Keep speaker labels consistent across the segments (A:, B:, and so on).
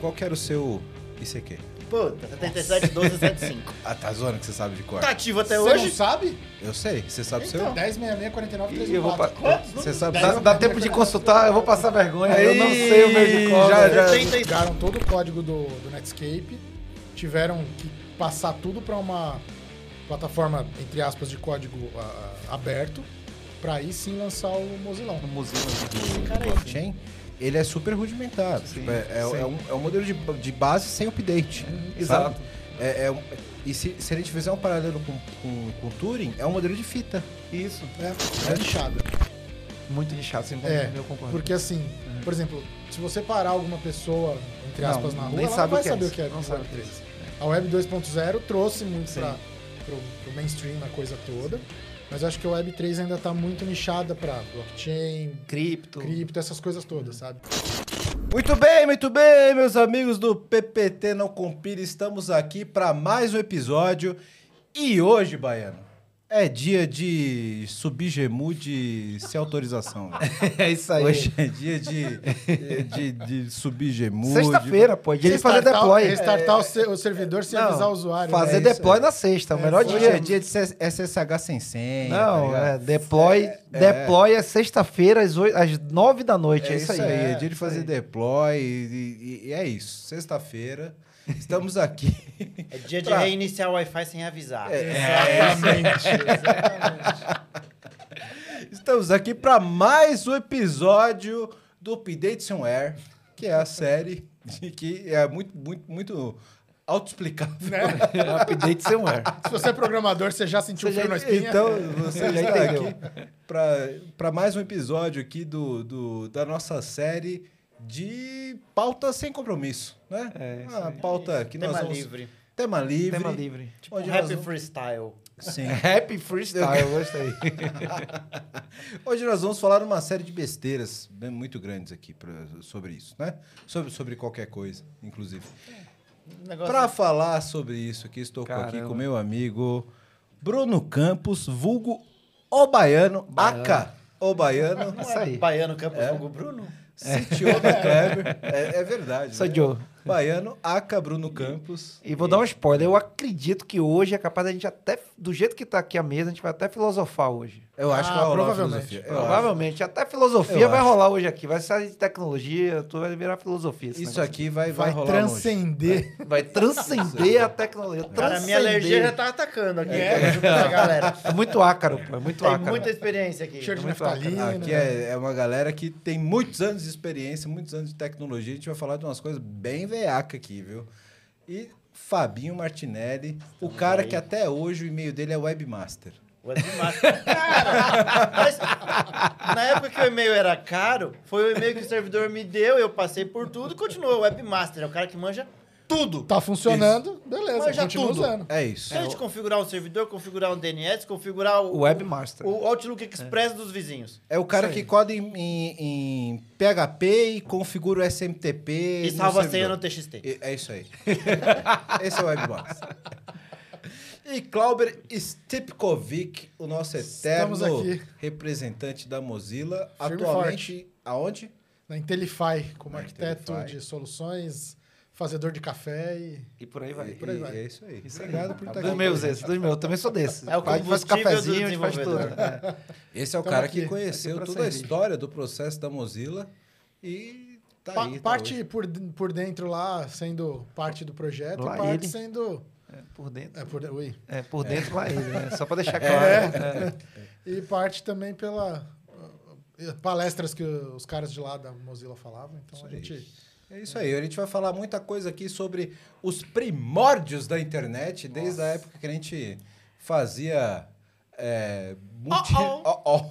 A: Qual que era o seu ICQ?
B: Puta, 77, 12, 75.
A: Ah, tá zoando que você sabe de cor. Então.
B: Tá ativo até
C: Você não
B: hoje?
C: sabe?
A: Eu sei, você sabe o seu?
C: 1066 49
D: Então. E eu vou pa-
C: 34.
A: Você sabe.
D: Dá, dá tempo de consultar, eu vou passar vergonha. eu não
A: Ih,
D: sei o meu de cor. é
A: já, já.
B: Trinta e-
C: Pegaram todo o código do, do Netscape, tiveram que passar tudo pra uma plataforma, entre aspas, de código ah, aberto, pra aí sim lançar o Mozilão.
D: No museu.
A: do blockchain, ele é super rudimentar.
D: Sim,
A: Tipo, é, é-
D: sim. Uhum,
A: é um, é um modelo de, de base sem update.
D: exato.
A: sabe? É- é um- e se, se a gente fizer um paralelo com, com, com o Turing, é um modelo de fita.
D: Isso.
C: É, é lixado.
D: Muito nichado, sem
C: É,
D: eu concordo.
C: porque assim, por exemplo, se você parar alguma pessoa, entre
D: É. Não,
C: aspas, na rua,
D: nem
C: ela
D: sabe
C: não vai
D: o que é
C: saber
D: isso,
C: o que é
D: não sabe o
C: Web
D: que é
C: 3. A Web 2.0 trouxe muito
D: Sim.
C: pra, pro, pro mainstream a coisa toda, mas eu acho que a Web 3 ainda tá muito nichada pra blockchain,
D: Cripto.
C: cripto, essas coisas todas, sabe?
A: Muito bem, muito bem, meus amigos do PPT Não Compira, estamos aqui para mais um episódio. E hoje, Baiano, é dia de subgemu de sem autorização. velho.
D: É isso aí.
A: Hoje é dia de, de, de subgemu. de-
D: Sexta-feira, pô. Dia de fazer
A: tá
C: Restartar-
D: deploy.
C: Restartar o, se- o servidor sem
D: Não,
C: avisar o usuário. né?
D: Fazer
C: É isso,
D: deploy
C: é.
D: na sexta. O
C: É,
D: melhor
C: foi-
A: Hoje é
D: dia.
A: dia de SSH sem senha. tá
D: Não,
A: ligado?
D: é, deploy, deploy é sexta-feira às, oito- às nove da noite.
A: É isso aí, é dia de fazer
D: deploy.
A: deploy e, e- e é isso. Sexta-feira, estamos aqui.
B: É dia de
A: Pra-
B: reiniciar o Wi-Fi sem avisar.
C: é. Exatamente, exatamente.
A: estamos aqui para mais um episódio do Update on Air, que é a série de que é muito, muito, muito autoexplicável.
D: Update sem um ar.
C: Se você é programador, você já sentiu
D: Você já-
C: frio na espinha?
A: Então, você
D: Já
A: está
D: entendeu.
A: aqui para mais um episódio aqui do, do- da nossa série de pauta sem compromisso, né?
D: É, isso
A: Uma
D: aí.
A: pauta que nós
B: Tema
A: vamos...
B: livre.
A: Tema livre.
D: Tema livre.
B: Tipo
A: Onde
B: um
A: nós
B: rap
A: vamos-
B: freestyle.
A: Sim.
D: Happy freestyle, eu gostei.
A: Hoje nós vamos falar uma série de besteiras bem- muito grandes aqui pra- sobre isso, né? Sobre, sobre qualquer coisa, inclusive.
B: Um negócio
A: Para falar sobre isso aqui, estou com- aqui
D: Caramba.
A: com meu amigo Bruno Campos, vulgo O Baiano, Aca O Baiano,
B: Não é
D: Isso aí.
B: Baiano Campos Fogo Bruno?
A: CTO do Kleber. É, é verdade.
D: Sou
A: né?
D: Joe.
A: Baiano, Aca Bruno Campos.
D: E vou dar um spoiler. Eu acredito que hoje é capaz da gente até. Do jeito que tá aqui a mesa, a gente vai até filosofar hoje.
A: Eu acho
C: Ah,
A: que vai rolar uma
C: provavelmente.
A: filosofia. Eu acho.
D: Provavelmente. Até filosofia
A: Eu
D: vai
A: acho.
D: rolar hoje aqui. Vai sair de tecnologia, tu vai virar filosofia. esse
A: Isso
D: negócio.
A: aqui vai, vai,
C: Vai,
A: rolar longe.
C: transcender.
D: Vai transcender a tecnologia.
B: Cara, a minha
D: transcender.
B: alergia já tá atacando aqui.
C: É.
B: junto com essa galera.
D: É muito ácaro, pô. É muito
B: Tem
D: ácaro.
B: muita experiência aqui.
C: Cheiro de
D: Muito bacana.
C: naftalina.
A: Aqui é, é uma galera que tem muitos anos de experiência, muitos anos de tecnologia. A gente vai falar de umas coisas bem veaca aqui, viu? E Fabinho Martinelli, o cara
B: aí.
A: que até hoje o e-mail dele é webmaster.
B: O Wesley Massa. é Cara, mas na época que o e-mail era caro, foi o e-mail que o servidor me deu, eu passei por tudo e continuou. Webmaster é o cara que manja tudo.
C: Tá funcionando, beleza.
B: Mas já
C: continua
B: tudo.
C: usando.
A: É isso.
B: Deixa de configurar um servidor, configurar um DNS, configurar o,
D: O Webmaster.
B: o Outlook Express dos vizinhos.
A: É o cara
D: Isso
A: que
D: aí.
A: coda em, em- em PHP e configura o SMTP.
B: E
A: É, no
B: salva a senha
A: servidor.
B: no TXT.
A: E- É isso aí. Esse é o webmaster. E Clauber Stipkovic, o nosso
C: Estamos
A: eterno
C: aqui.
A: representante da Mozilla,
C: Firme e
A: atualmente aonde?
C: Na Intellify, como
A: Na
C: arquiteto
A: Intellify.
C: de soluções, fazedor de café e.
D: E por aí vai.
A: E-
C: por aí Tá
A: e-
C: vai.
A: É isso aí. Obrigado por estar
D: Dos
A: aqui.
D: meus, esse, dos meus. Eu também sou desse.
B: É o
D: Faz- faz
B: combustível do
D: cafezinho, a gente faz tudo.
B: desenvolvedor.
D: É.
A: Esse é o
C: Tamo
A: cara
C: aqui,
A: que conheceu
D: aqui pra
A: toda a
D: servir.
A: história do processo da Mozilla e tá
C: Pa-
A: aí. tá
C: parte
A: hoje.
C: por, por dentro lá, sendo parte do projeto,
D: Lá
C: e parte
D: ele.
C: sendo.
D: É, por dentro.
C: É, por, ui.
D: É, por dentro lá ele, né? Só pra deixar claro. É.
C: E parte também pela. eh, Palestras que os caras de lá da Mozilla falavam. Então a
A: aí.
C: gente.
A: É isso aí. A gente vai falar muita coisa aqui sobre os primórdios da internet, desde a época que a gente fazia. É, multi...
B: Oh,
A: Oh,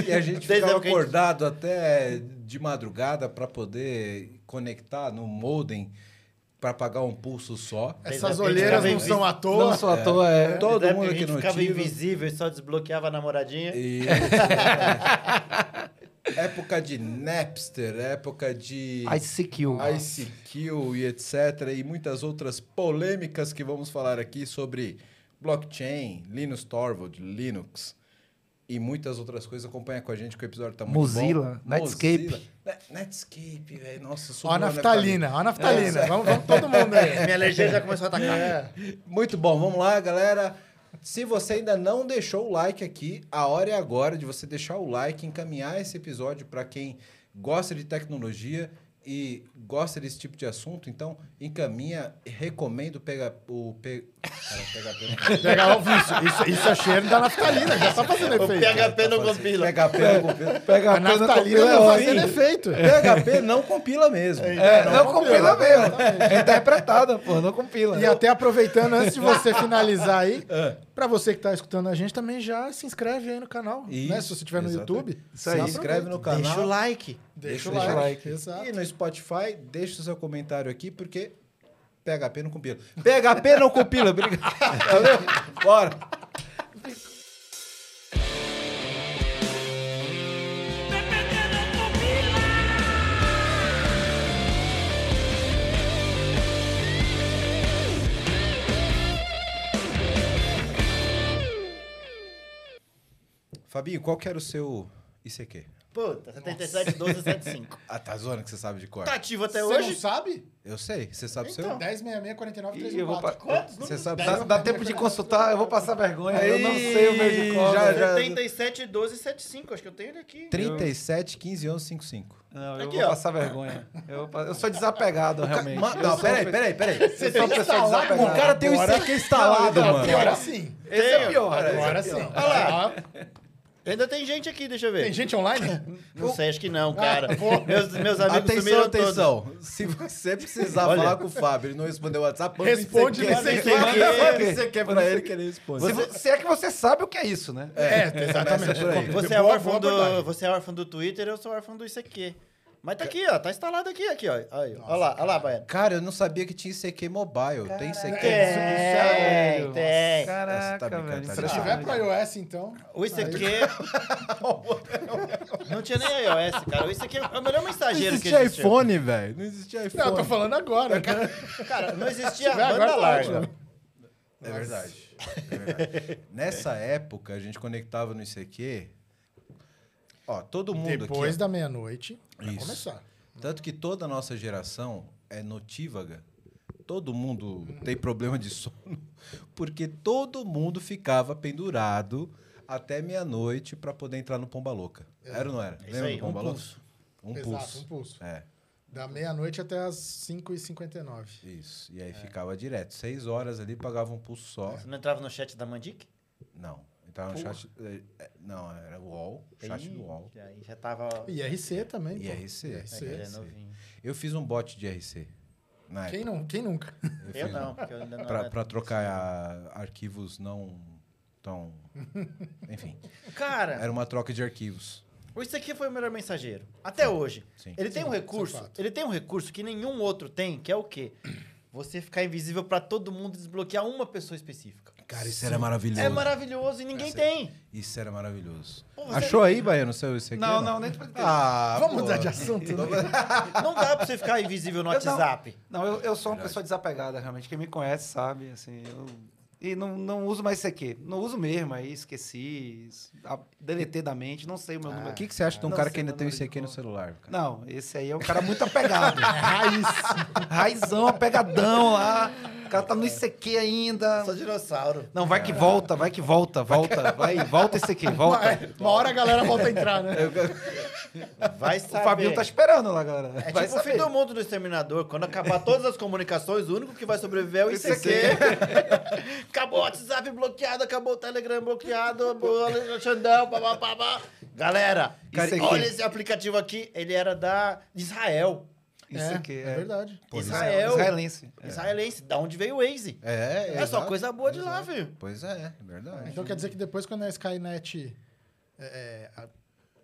A: oh. e a gente
B: Desde a
A: ficava
B: época que a gente-
A: acordado até de madrugada para poder conectar no modem para pagar um pulso só.
C: Essas
B: a gente
C: olheiras
B: ficava
C: não são à toa.
D: Não sou à toa, é.
A: Todo
B: Até
A: mundo
B: porque a gente
A: aqui no
B: ficava
A: tiro.
B: invisível e só desbloqueava a namoradinha.
A: E... época de Napster, época de
D: ICQ.
A: ICQ e etc. E muitas outras polêmicas que vamos falar aqui sobre blockchain, Linus Torvald, Linux e muitas outras coisas. Acompanha com a gente que o episódio tá muito
D: Mozilla,
A: bom.
D: Netscape.
A: Mozilla, Ne- Netscape, velho. Nossa,
C: Ó
A: subiu
C: a naftalina, ó a naftalina. Vamos, vamos todo mundo
A: É.
C: aí.
B: Minha alergia já começou a atacar.
A: Muito bom, vamos lá, galera. Se você ainda não deixou o like aqui, a hora é agora de você deixar o like, encaminhar esse episódio para quem gosta de tecnologia e gosta desse tipo de assunto. Então, encaminha, recomendo pega o pe... Cara, PHP não-
C: Pegar o vício. Isso, isso é cheiro da naftalina, já tá fazendo
B: O
C: efeito.
B: PHP não compila.
A: PHP não compila.
D: Pega
C: A naftalina não fazendo
D: ruim.
C: efeito.
A: PHP não compila mesmo.
D: É, não, compila, mesmo. É interpretada, pô, não compila.
C: E até aproveitando, antes de você finalizar aí, pra você que tá escutando a gente, também já se inscreve aí no canal, né?
A: Isso,
C: Se você estiver no
A: exatamente.
C: YouTube.
D: Isso aí.
A: Se inscreve no canal.
B: Deixa o like.
A: Deixa
C: Deixa, o
A: o
C: like.
D: like.
C: Exato.
A: E no Spotify, deixa o seu comentário aqui, porque PHP não compila. PHP não compila, obrigado. Valeu? Bora. Fabinho, qual que era o seu ICQ?
B: Puta, 77, 12, 75.
A: Ah, tá zona que você sabe de cor.
B: Tá ativo até
C: Você não
B: hoje?
C: sabe?
A: Eu sei, você sabe o seu?
C: Então, 1066 49
D: Ih, eu vou
C: 34.
D: pa-
A: Você sabe,
D: Dá, dá tempo de consultar, eu vou passar vergonha. eu não
A: Aí,
D: sei o meu de cor.
A: já- já-
B: 77, 12, 75. Acho que eu tenho ele aqui.
A: 37 15 11 55.
D: Não, eu
B: Aqui,
D: vou
B: ó.
D: passar vergonha. Eu, vou pa- eu sou desapegado, realmente.
A: Ma-
D: Eu
A: Não,
D: sou-
A: peraí, peraí, peraí.
D: Eu sou uma pessoa
C: tá
D: desapegada.
A: O cara tem o
C: Agora-
A: ICQ instalado, mano.
C: Agora sim.
D: Esse é pior.
C: Agora
D: esse é
C: sim.
D: pior.
C: Olha lá.
B: Ainda tem gente aqui, deixa eu ver.
C: Tem gente online?
B: Não sei, acho que não, cara.
C: pô.
B: meus, meus amigos
A: Ah, Atenção,
B: sumiram todos.
A: atenção. Se você precisar
B: Olha.
A: falar com o Fábio, ele não respondeu o WhatsApp, manda
C: Responde
A: um
C: no
A: ICQ.
C: ICQ.
A: Manda um ICQ pra ele que ele responde.
D: Se, vo- se é que você sabe o que é isso, né?
C: É,
A: começa por aí.
B: Você é,
C: Boa-
B: órfão
C: boa abordagem.
B: do, você é órfão do Twitter, eu sou órfão do ICQ. Mas tá aqui, ó. Tá instalado aqui, aqui, ó. Aí, ó. Olha lá, olha lá, Baiano.
A: Cara, eu não sabia que tinha ICQ mobile. Tem ICQ?
B: Tem,
D: é
B: é
D: Sério?
A: Nossa, tá
B: tem.
D: Caraca,
A: brincando,
D: velho. é
A: tá
C: Se
A: Ah,
C: tiver
D: impressionante.
C: pro iOS, então.
B: O ICQ. não tinha nem iOS, cara. O ICQ é o melhor
A: Não
B: mensageiro que
A: existia
B: existe.
A: iPhone, velho. Não existia
C: Não, eu tô
A: iPhone.
C: falando agora.
B: Cara, não
C: Se
B: existia
C: tiver agora,
B: banda
C: tá
B: larga.
C: ótimo.
A: É verdade. É verdade. Nessa época, a gente conectava no ICQ. Ó, todo mundo
C: Depois
A: aqui.
C: da meia-noite, vai
A: Isso.
C: começar.
A: ó, Tanto que toda a nossa geração é notívaga. Todo mundo tem problema de sono. Porque todo mundo ficava pendurado até meia-noite pra poder entrar no Pomba Louca. Era ou não era?
B: É. Isso
A: Lembra
B: aí,
A: do Pomba
B: um
A: Louca?
B: pulso.
A: Um
C: Exato, um
A: pulso.
C: pulso.
A: É,
C: Da meia-noite até as
B: um
C: 5h59.
A: isso. E
B: É.
A: aí ficava direto. Seis horas ali, pagava um pulso só.
B: Você não entrava no chat da Mandic?
A: Não. Entrava no chat. é, é, Não, era o UOL. Chat do UOL.
B: Ih, Aí já tava.
C: IRC também. pô.
A: IRC.
B: É,
C: IRC.
B: ele é
A: sim.
B: novinho.
A: Eu fiz um bot de RC. Na
C: Quem,
A: época.
C: não, quem nunca?
A: Eu
B: Eu
A: fiz um
B: não, porque eu ainda não. é
A: Pra,
B: era-
A: pra trocar ah, arquivos não tão. Enfim.
B: Cara,
A: Era uma troca de arquivos.
B: o ICQ foi o melhor mensageiro. Até hoje.
A: Sim.
B: Ele tem um
C: Sim,
B: recurso.
C: isso é fato.
B: Ele tem um recurso que nenhum outro tem, que é o quê? Você ficar invisível pra todo mundo e desbloquear uma pessoa específica.
A: Cara, isso era maravilhoso.
B: É maravilhoso e ninguém
C: assim.
A: Essa-
B: tem.
A: Isso era maravilhoso.
B: Pô, você-
A: Achou aí, Baiano, seu ICQ?
D: Não, não, nem te
A: Ah,
C: Vamos
A: pô.
C: mudar de assunto.
A: Então
C: Né?
B: Não dá pra você ficar invisível no
D: Eu não-
B: WhatsApp.
D: Não, eu, eu sou uma pessoa desapegada, realmente. Quem me conhece sabe, assim, eu... E não, não uso mais ICQ. Não uso mesmo, aí esqueci, s- a- deletei da mente, não sei Ah, o meu
A: O
D: número.
A: que, que você acha de um
D: Não é
A: cara
D: sei
A: que ainda
D: meu
A: tem o
D: número de
A: ICQ no
D: cor.
A: celular? Cara?
D: Não, esse aí é um cara muito apegado.
C: Raiz.
D: Raizão, apegadão lá. O cara tá no ICQ
C: Ah.
D: ainda.
B: dinossauro.
D: Não, vai que volta, vai que volta, volta. Vai, volta ICQ, volta.
C: Uma- Uma hora a galera volta a entrar, né?
B: Vai
D: O
B: saber.
D: Fabinho tá esperando lá, galera.
B: É
D: vai
B: tipo o fim do mundo do Exterminador. Quando acabar todas as comunicações, o único que vai sobreviver é o
D: Esse
B: ICQ. acabou o WhatsApp bloqueado, acabou o Telegram bloqueado, acabou o Xandão, babá. Galera,
D: Cara,
B: ICQ. olha esse aplicativo aqui. Ele era da Israel.
D: Isso
C: é,
D: aqui
C: é.
D: é.
C: verdade.
A: Pô,
B: Israel.
D: Israelense.
B: Israelense. Da onde veio o Waze.
A: É,
B: É, só
A: exato.
B: coisa boa de lá, filho.
A: Pois é, é verdade.
C: Então quer dizer que depois, quando a Skynet é, é, a-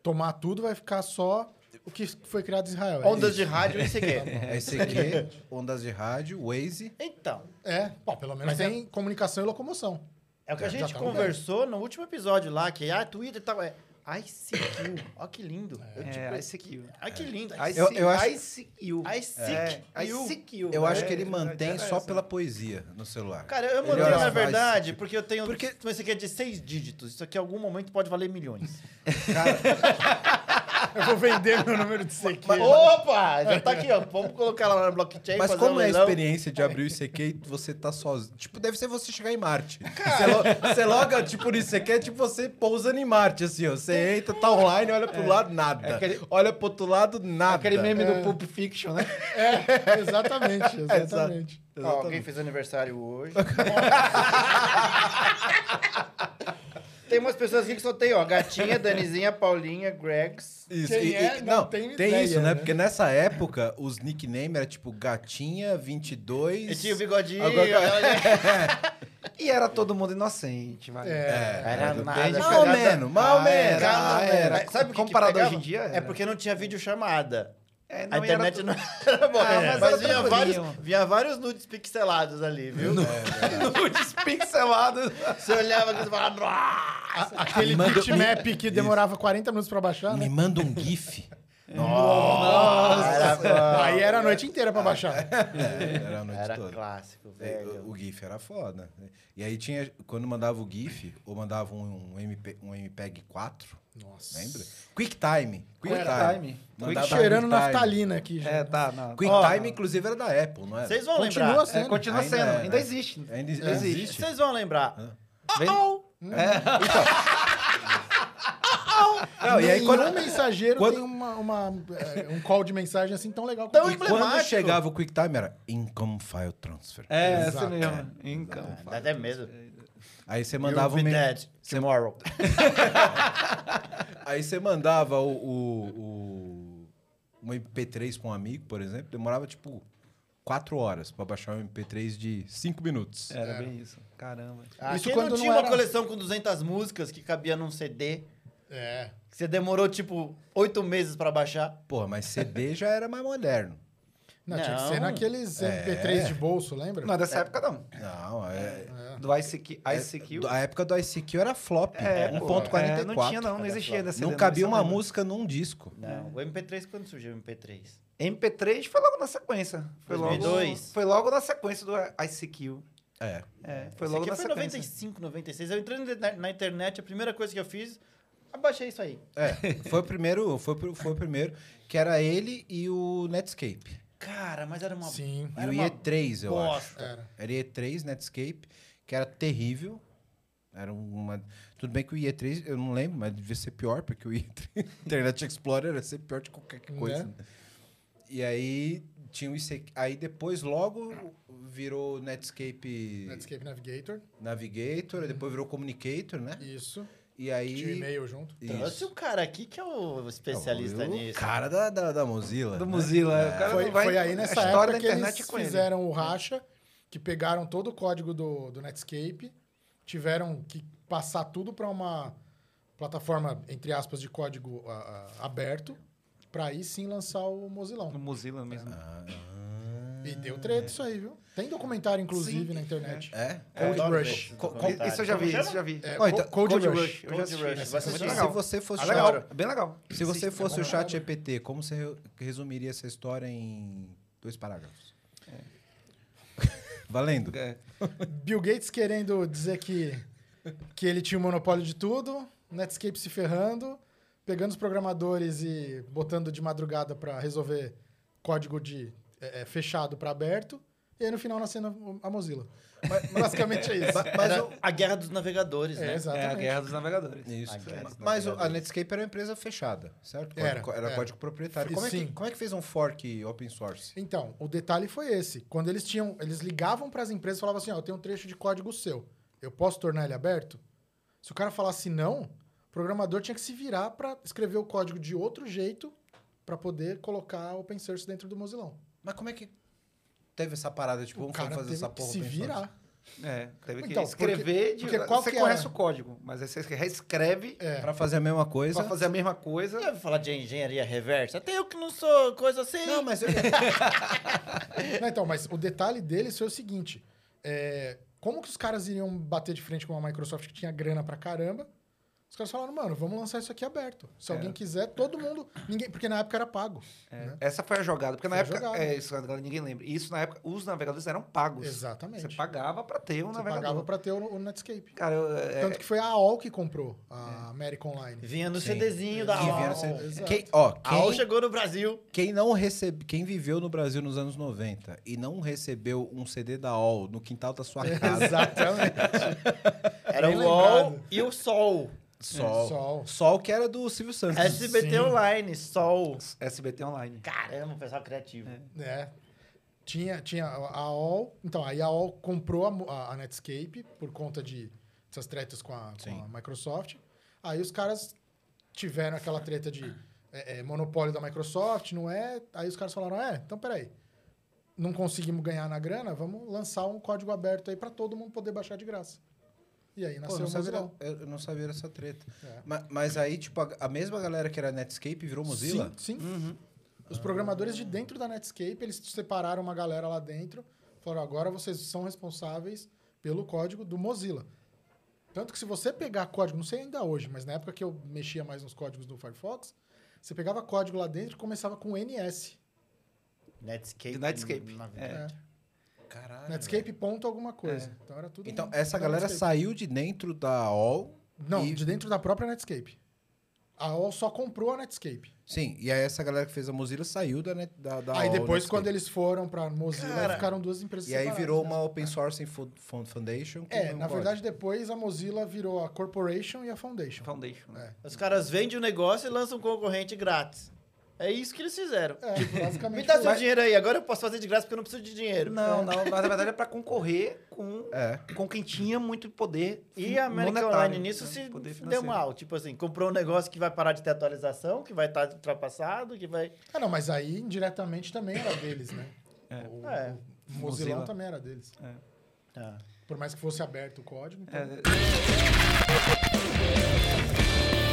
C: tomar tudo, vai ficar só o que foi criado em Israel. é
B: Ondas
C: isso?
B: de rádio, ICQ.
A: É ICQ, ondas de rádio, Waze.
B: Então,
C: É, pô, pelo menos
B: Mas
C: tem comunicação e locomoção.
B: É o que
C: É,
B: a
C: já
B: gente
C: tá um
B: conversou no último episódio lá, que ah, Twitter e tal. É, ICQ. Ó que lindo. Eu, tipo,
D: É, ICQ.
B: Ai, que lindo.
A: Eu- eu acho-
D: ICQ. É,
B: ICQ.
A: Eu acho
C: né?
D: É,
A: que ele
D: a
A: mantém
D: ideia é
A: só
D: essa.
A: pela poesia no celular.
B: Cara, eu
A: Ele
B: mandei,
A: olha
B: na
A: lá,
B: verdade,
A: ICQ.
B: porque eu tenho.
A: Porque-
B: Mas Isso aqui é de seis dígitos. Isso aqui, em algum momento, pode valer milhões.
C: Eu vou vender meu número de CQ.
B: Mas- Opa! Já tá aqui, ó. Vamos colocar lá na blockchain.
A: Mas
B: fazer
A: como
B: um
A: é a
B: leilão.
A: experiência de abrir o ICQ e você tá sozinho? Tipo, deve ser você chegar em Marte. Você, lo- você loga, tipo, no ICQ, é tipo você pousando em Marte, assim, ó. Você entra, tá online, olha pro lado, nada.
D: aquele-
A: Olha pro outro lado, nada.
D: Aquele meme do Pulp Fiction, né?
C: É, exatamente, exatamente.
B: Ó, alguém fez aniversário hoje. tem umas pessoas aqui que só tem, ó. Gatinha, Danizinha, Paulinha, Gregs.
A: Isso,
C: Quem
A: e- e-
C: é,
A: não,
C: não
A: tem,
C: tem ideia,
A: isso, né?
C: né?
A: Porque nessa época, os nicknames eram tipo Gatinha, 22...
B: E tinha o bigodinho.
A: Agora-
B: olha.
D: E era todo mundo inocente, vai.
C: É.
B: Era
A: Depende-
B: nada,
A: Mal
B: cagada-
A: menos, mal
D: Ah,
A: menos.
D: era,
A: ah,
B: Cara,
A: era.
B: mas Sabe o que
D: Comparado
B: que pegava?
D: hoje em dia,
B: É
D: era.
B: porque não tinha videochamada.
D: É,
B: A
D: não, e era
B: internet
D: tu-
B: não era boa.
D: Ah,
B: mas
D: mas era
B: vinha,
D: tranquilinho.
B: vários, vinha vários nudes pixelados ali, viu? é
D: nudes pixelados.
B: Você olhava aqui e falava... "Nossa!"
C: Aquele
A: Manda-
C: bitmap que demorava 40 minutos pra baixar,
A: Me
C: né?
A: manda um GIF.
B: Era bom.
C: Aí era a noite inteira pra baixar.
A: É, era a noite
B: Era
A: toda.
B: clássico,
A: É,
B: velho.
C: então.
A: o, o GIF era foda. né? E aí tinha, quando mandava o GIF, ou mandava um, um, MP, um MPEG 4,
C: Nossa. Tá
A: lembra? Tá QuickTime.
D: QuickTime.
A: QuickTime. Mandava
C: Cheirando
A: QuickTime.
C: naftalina aqui já.
D: É, tá, não.
A: QuickTime, inclusive, era da Apple, não era?
B: Vocês vão
C: Continua
B: lembrar.
D: É, continua
A: Ainda
D: sendo,
A: é,
D: ainda
A: né?
D: existe.
A: Ainda
B: É.
D: Ainda
A: existe.
B: Vocês vão lembrar.
D: Vem-
A: Não, e aí
C: quando,
A: quando,
C: mensageiro
A: quando-
C: tem uma, uma, é, um call de mensagem assim tão legal.
B: Tão
A: e
C: quanto isso.
A: quando
B: emblemático.
A: chegava o QuickTime era Income File Transfer.
D: É,
C: Exato.
D: essa mesmo. Então,
B: Dá É, até medo.
A: Aí você mandava um
B: You'll be
A: me-
B: dead tomorrow.
A: Aí você mandava o, o, o- um MP3 pra um amigo, por exemplo, demorava tipo 4 horas pra baixar um MP3 de 5 minutos.
D: era bem isso. Caramba.
B: Isso
C: Isso
B: Ah, quem
C: quando
B: não
C: não
B: tinha uma
C: era-
B: coleção com 200 músicas que cabia num CD,
C: É.
B: que você demorou, tipo, oito meses pra baixar.
A: Porra, mas CD já era mais moderno.
C: Não, tinha que
B: Não.
C: ser naqueles MP3 de bolso, lembra?
D: É. Não é dessa época, não.
A: Não, é.
D: Do ICQ. ICQ.
A: A época do um ICQ era flop. né?
D: É, pô,
A: 1.44.
D: é, não tinha, não. Não existia dessa
A: Não cabia uma música num disco.
B: Não, o MP3, quando surgiu o MP3?
D: MP3 foi logo na sequência. Foi logo,
B: 2002.
D: foi logo na sequência do ICQ.
A: É.
D: É, foi
B: Esse
D: logo
B: aqui
D: na
B: foi
D: sequência.
B: 95, 96. Eu entrei na, na internet, a primeira coisa que eu fiz, abaixei isso aí.
A: É. Foi o primeiro, foi, pro- foi o primeiro, que era ele e o Netscape.
B: Cara, mas era uma
C: Sim.
A: E
B: Era
A: o
B: uma
A: IE3, eu acho.
B: bosta.
C: Era.
A: Era IE3 Netscape, que era terrível. Era uma. Tudo bem que o IE3, eu não lembro, mas devia ser pior, porque o IE3, Internet Explorer era sempre pior de qualquer coisa.
C: Né?
A: E aí tinha o ICQ. Aí depois logo virou Netscape,
C: Netscape Navigator.
A: Navigator, aí depois virou Communicator, né?
C: Isso.
A: E
C: Tinha o
A: aí.
C: e-mail junto.
B: Trouxe
A: Isso.
B: um cara aqui que é o especialista
A: Não, e o
B: nisso.
A: Cara da, da, da Mozilla.
D: Do
A: né?
D: Mozilla. O cara
C: Foi,
D: não vai-
C: foi aí
D: a
C: nessa
D: história
C: época
D: da
C: que
D: internet
C: eles
D: com ele.
C: fizeram o racha, que pegaram todo o código do, do Netscape, tiveram que passar tudo para uma plataforma, entre aspas, de código ah, ah, aberto, para aí sim lançar o
D: No
C: Mozilão.
D: Mozilla mesmo.
C: Ah, E deu treta isso aí, viu? Tem documentário, inclusive,
D: Sim.
C: na internet.
A: É?
C: Code
B: Adoro
C: Rush.
B: ver
A: Co- co-
B: comentários.
D: Isso eu já vi,
B: Como
D: isso eu
B: chama?
D: já vi. Tá,
C: É,
A: Ó, então,
C: Co- Code,
D: Code
C: Rush.
D: Rush. Eu já
B: Code Rush,
D: assisti. Essa
B: vai
D: foi
B: assistir.
D: bem
A: Se
D: legal.
A: você fosse
D: É
C: Tá
A: o
D: legal,
A: chat-
D: é bem legal.
A: se você
D: Assiste,
A: fosse
D: é
A: o
D: bem legal.
A: chat EPT, como você re- resumiria essa história em dois parágrafos?
C: É.
A: Valendo.
D: É.
C: Bill Gates querendo dizer que, que ele tinha o monopólio de tudo, Netscape se ferrando, pegando os programadores e botando de madrugada para resolver código de é, é, fechado para aberto, e aí no final nascendo a- a Mozilla. Mas, basicamente é isso.
B: Era a guerra dos navegadores,
C: É,
B: né?
D: É a
C: exatamente.
D: guerra dos navegadores.
A: Isso.
B: Ah, que
A: Ma-
B: é isso,
A: Mas o- a
B: navegador.
A: Netscape era uma empresa fechada, certo? Código-
C: Era,
A: co-
C: era.
A: código proprietário.
C: E
A: Como é, que,
C: sim.
A: como é que fez um fork open source?
C: Então, o detalhe foi esse. Quando eles tinham, eles ligavam para as empresas e falavam assim: "Ó, eu tenho um trecho de código seu. Eu posso tornar ele aberto?" Se o cara falasse não, o programador tinha que se virar para escrever o código de outro jeito para poder colocar open source dentro do Mozilão.
A: Mas como é que teve essa parada? Tipo,
C: o
A: vamos
C: cara
A: fazer
C: teve
A: essa
C: que
A: porra
C: se
A: open source?
C: virar.
D: É, teve que
C: Então, porque-
D: escrever de.
C: porque qual
D: você
C: que é-
D: conhece o código, mas aí você reescreve
C: É.
A: Pra fazer a mesma coisa.
D: pra fazer a mesma coisa.
B: Você já ouviu falar de engenharia reversa? Até eu que não sou coisa assim.
A: Não, mas eu...
C: Não, então, mas o detalhe deles foi o seguinte: é, como que os caras iriam bater de frente com uma Microsoft que tinha grana pra caramba, Os caras falaram, mano, vamos lançar isso aqui aberto. Se
D: É.
C: alguém quiser, todo mundo. Ninguém, porque na época era pago.
D: É,
C: né?
D: Essa foi a jogada, porque na
C: Foi a
D: época.
C: jogada.
D: É, isso, galera, ninguém lembra. Isso na época, os navegadores eram pagos.
C: Exatamente.
D: Você pagava pra ter um
C: Você
D: navegador.
C: pagava pra ter o, o Netscape.
D: Cara, eu, é,
B: Então-
C: Tanto que foi a AOL que comprou a América Online.
B: Vinha no
A: Sim.
B: CDzinho da
C: Que
B: AOL.
C: vinha
A: Devia
C: no
A: ser-
C: exato.
A: Quem, ó,
B: A AOL
A: quem,
B: chegou no Brasil.
A: quem não recebe, quem viveu no Brasil nos anos 90 e não recebeu um CD da AOL no quintal da sua casa,
C: Exatamente.
B: Era
C: Bem
B: o UOL
C: lembrado.
B: e o SOL.
C: É,
A: sol,
C: Sol.
A: sol, que era do Silvio Santos.
C: É,
B: SBT
C: Sim.
B: Online, SOL.
D: SBT Online.
B: Caramba, pessoal criativo.
C: É. Tinha, tinha a AOL. Então, aí a AOL comprou a, mo- a- a Netscape por conta de essas tretas com a, com
A: Sim.
C: a Microsoft. Aí os caras tiveram aquela treta de é, é, monopólio da Microsoft, não é? Aí os caras falaram: é, então peraí. Não conseguimos ganhar na grana, vamos lançar um código aberto aí pra todo mundo poder baixar de graça. E aí
A: Pô, eu
C: nasceu
A: não
C: o
A: sabia-
C: Mozilla.
A: eu não sabia essa treta.
C: É.
A: Ma- Mas, aí, tipo, a, a mesma galera que era Netscape virou Mozilla? Uhum.
C: Sim, sim. Os programadores de dentro da Netscape, eles separaram uma galera lá dentro, falaram, agora vocês são responsáveis pelo código do Mozilla. Tanto que se você pegar código, não sei ainda hoje, mas na época que eu mexia mais nos códigos do Firefox, você pegava código lá dentro e começava com NS.
B: Netscape.
D: De Netscape.
B: Na-
D: É.
C: né?
A: Caralho.
C: Netscape ponto alguma coisa. Então era tudo...
A: Ah, é. Então,
C: na-
A: essa
C: na
A: galera
C: Netscape.
A: saiu de dentro da AOL.
C: Não,
A: e-
C: de dentro da própria Netscape. A AOL só comprou a Netscape.
A: Sim, e aí essa galera que fez a Mozilla saiu da, net, da, da
C: aí
A: AOL
C: depois,
A: Netscape.
C: quando eles foram pra Mozilla,
B: Cara,
C: ficaram duas empresas
A: E aí
C: separadas,
A: virou
C: né?
A: uma Open Source Fo- Fo- Foundation. com
C: É,
A: um
C: na
A: código.
C: verdade, depois a Mozilla virou a Corporation e a Foundation.
D: Foundation. né?
B: Os caras vendem o negócio e lançam um concorrente grátis. É isso que eles fizeram.
C: É, basicamente.
B: Me dá
C: foi
B: seu
C: isso.
B: dinheiro aí, agora eu posso fazer de graça porque eu não preciso de dinheiro.
D: Não, não, mas na verdade é pra concorrer com,
A: É.
D: com quem tinha muito poder.
B: E a América
D: monetário,
B: Online nisso
D: né?
B: se
D: Poder
B: deu
D: financeiro.
B: mal. Tipo assim, comprou um negócio que vai parar de ter atualização, que vai estar ultrapassado, que vai.
C: Ah, não, mas aí indiretamente também era deles, né?
D: É.
C: O,
B: É.
C: o Mozilão
D: Mozilla.
C: também era deles.
D: Ah.
C: Por mais que fosse aberto o código. Então...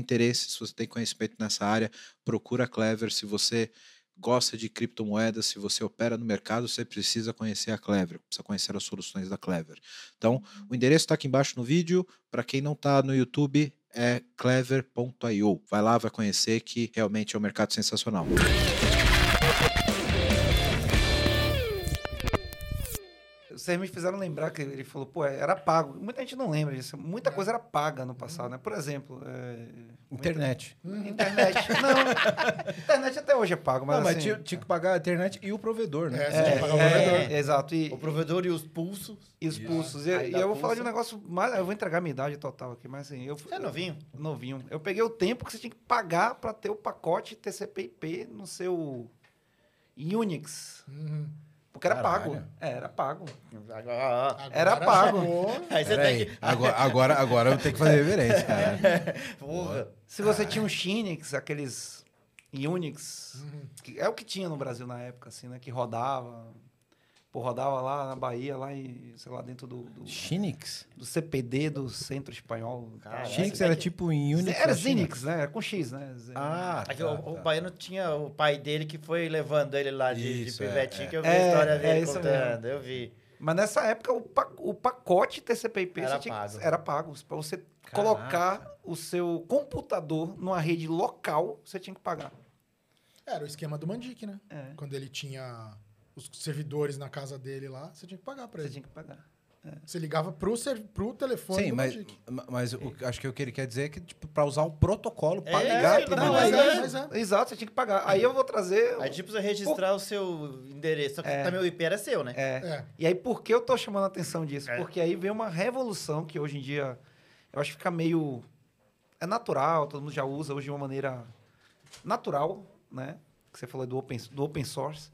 A: interesse, se você tem conhecimento nessa área, procura a Clever. Se você gosta de criptomoedas, se você opera no mercado, você precisa conhecer a Clever, precisa conhecer as soluções da Clever. Então, o endereço está aqui embaixo no vídeo. Para quem não está no YouTube, é clever.io. Vai lá, vai conhecer que realmente é um mercado sensacional.
D: Vocês me fizeram lembrar que ele falou, pô, era pago. Muita gente não lembra disso.
B: É.
D: Muita coisa era paga no
B: Uhum.
D: passado, né? Por exemplo... é,
A: Internet.
D: muita- Internet. não, internet até hoje é pago, mas,
A: Não, mas
D: assim,
A: tinha, tinha que pagar a internet e o provedor, né?
C: É, você tinha que pagar o
D: é,
C: provedor.
D: é, exato. E,
B: O provedor e os pulsos.
D: e os pulsos. E,
B: Aí
D: e
B: dá
D: eu vou falar
B: pulso.
D: de um negócio... Mais, eu vou entregar a minha idade total aqui, mas assim... Eu,
B: Você é novinho?
D: Novinho. Eu peguei o tempo que você tinha que pagar pra ter o pacote TCP/IP no seu Unix.
C: Uhum.
D: Porque era
A: Caralho.
D: pago. É, era pago.
B: Agora-
C: Agora
D: Era pago.
C: chegou-
B: Aí você
A: Peraí,
B: tem que.
A: agora, agora, agora eu tenho que fazer reverência, cara.
B: Porra.
D: Se você tinha um Xinix, aqueles Unix,
A: Uhum.
D: que é o que tinha no Brasil na época, assim, né? Que rodava. Pô, rodava lá na Bahia, lá em, sei lá, dentro do, do,
A: Xinix?
D: do CPD do Centro Espanhol.
B: Cara,
D: Tal.
A: Xinix
B: você
A: era
B: tem que-
A: tipo em Unix.
D: é Era
A: da China.
D: Xinix, né? Era com X, né? Z-
A: Ah,
B: Aqui,
A: tá,
B: o, o
A: tá.
B: baiano tinha o pai dele que foi levando ele lá de, de
A: Isso, é,
B: pivetinho,
A: é.
B: que eu vi
D: É,
B: a história
D: é
B: dele
D: isso
B: contando. Eu vi.
D: Mas nessa época, o, pa- o pacote TCP/IP
B: Era
D: você tinha que-
B: pago.
D: era pago. Para você
A: Caraca.
D: colocar o seu computador numa rede local, você tinha que pagar.
C: Era o esquema do Mandic, né?
D: É.
C: Quando ele tinha os servidores na casa dele lá, você tinha que pagar pra
D: Você
C: ele.
D: tinha que pagar.
C: Você ligava pro, ser... pro telefone
A: Sim,
C: do
A: mas,
C: Mandic.
A: ma- mas o- acho que o que ele quer dizer é que, tipo, pra usar o protocolo, pra
B: É,
A: ligar
B: é,
A: pro
B: não,
A: negócio.
C: mas
B: mas
C: é,
B: é.
C: mas é.
D: Exato, você tinha que pagar. Aí eu vou trazer.
B: Aí tipo, você registrar o seu endereço. Só que também o IP era seu, né?
D: É.
C: É.
D: E aí, por que eu tô chamando a atenção disso?
B: É.
D: Porque aí vem uma revolução que hoje em dia eu acho que fica meio. É natural, todo mundo já usa hoje de uma maneira natural, né? Que você falou do open, do open source.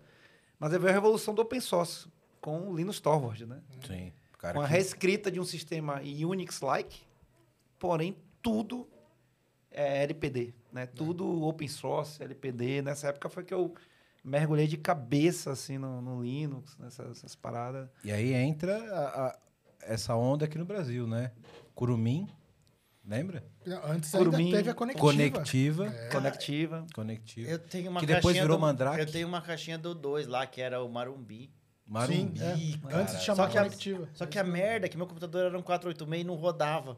D: Mas aí veio a revolução do open source com o Linus Torvald, né?
B: é.
A: Sim, cara.
D: com a
A: que-
D: reescrita de um sistema Unix-like, porém tudo é, LPD, né? Tudo open source, LPD. Nessa época foi que eu mergulhei de cabeça, assim, no, no Linux, nessas essas paradas.
A: E aí entra a- a- essa onda aqui no Brasil, né? Curumim, lembra?
C: Antes
D: Curumim,
C: ainda teve a conectiva.
A: Conectiva.
D: É. Conectiva.
A: Conectiva.
B: Eu tenho uma
A: Que depois
B: caixinha
A: virou
B: do,
A: Mandrake.
B: Eu tenho uma caixinha do 2 lá, que era o Marumbi.
A: Marumbi,
C: Sim, é.
A: cara.
C: Antes de chamar
B: Só que a-
C: conectiva.
B: Só que a merda é que meu computador era um 486 e não rodava.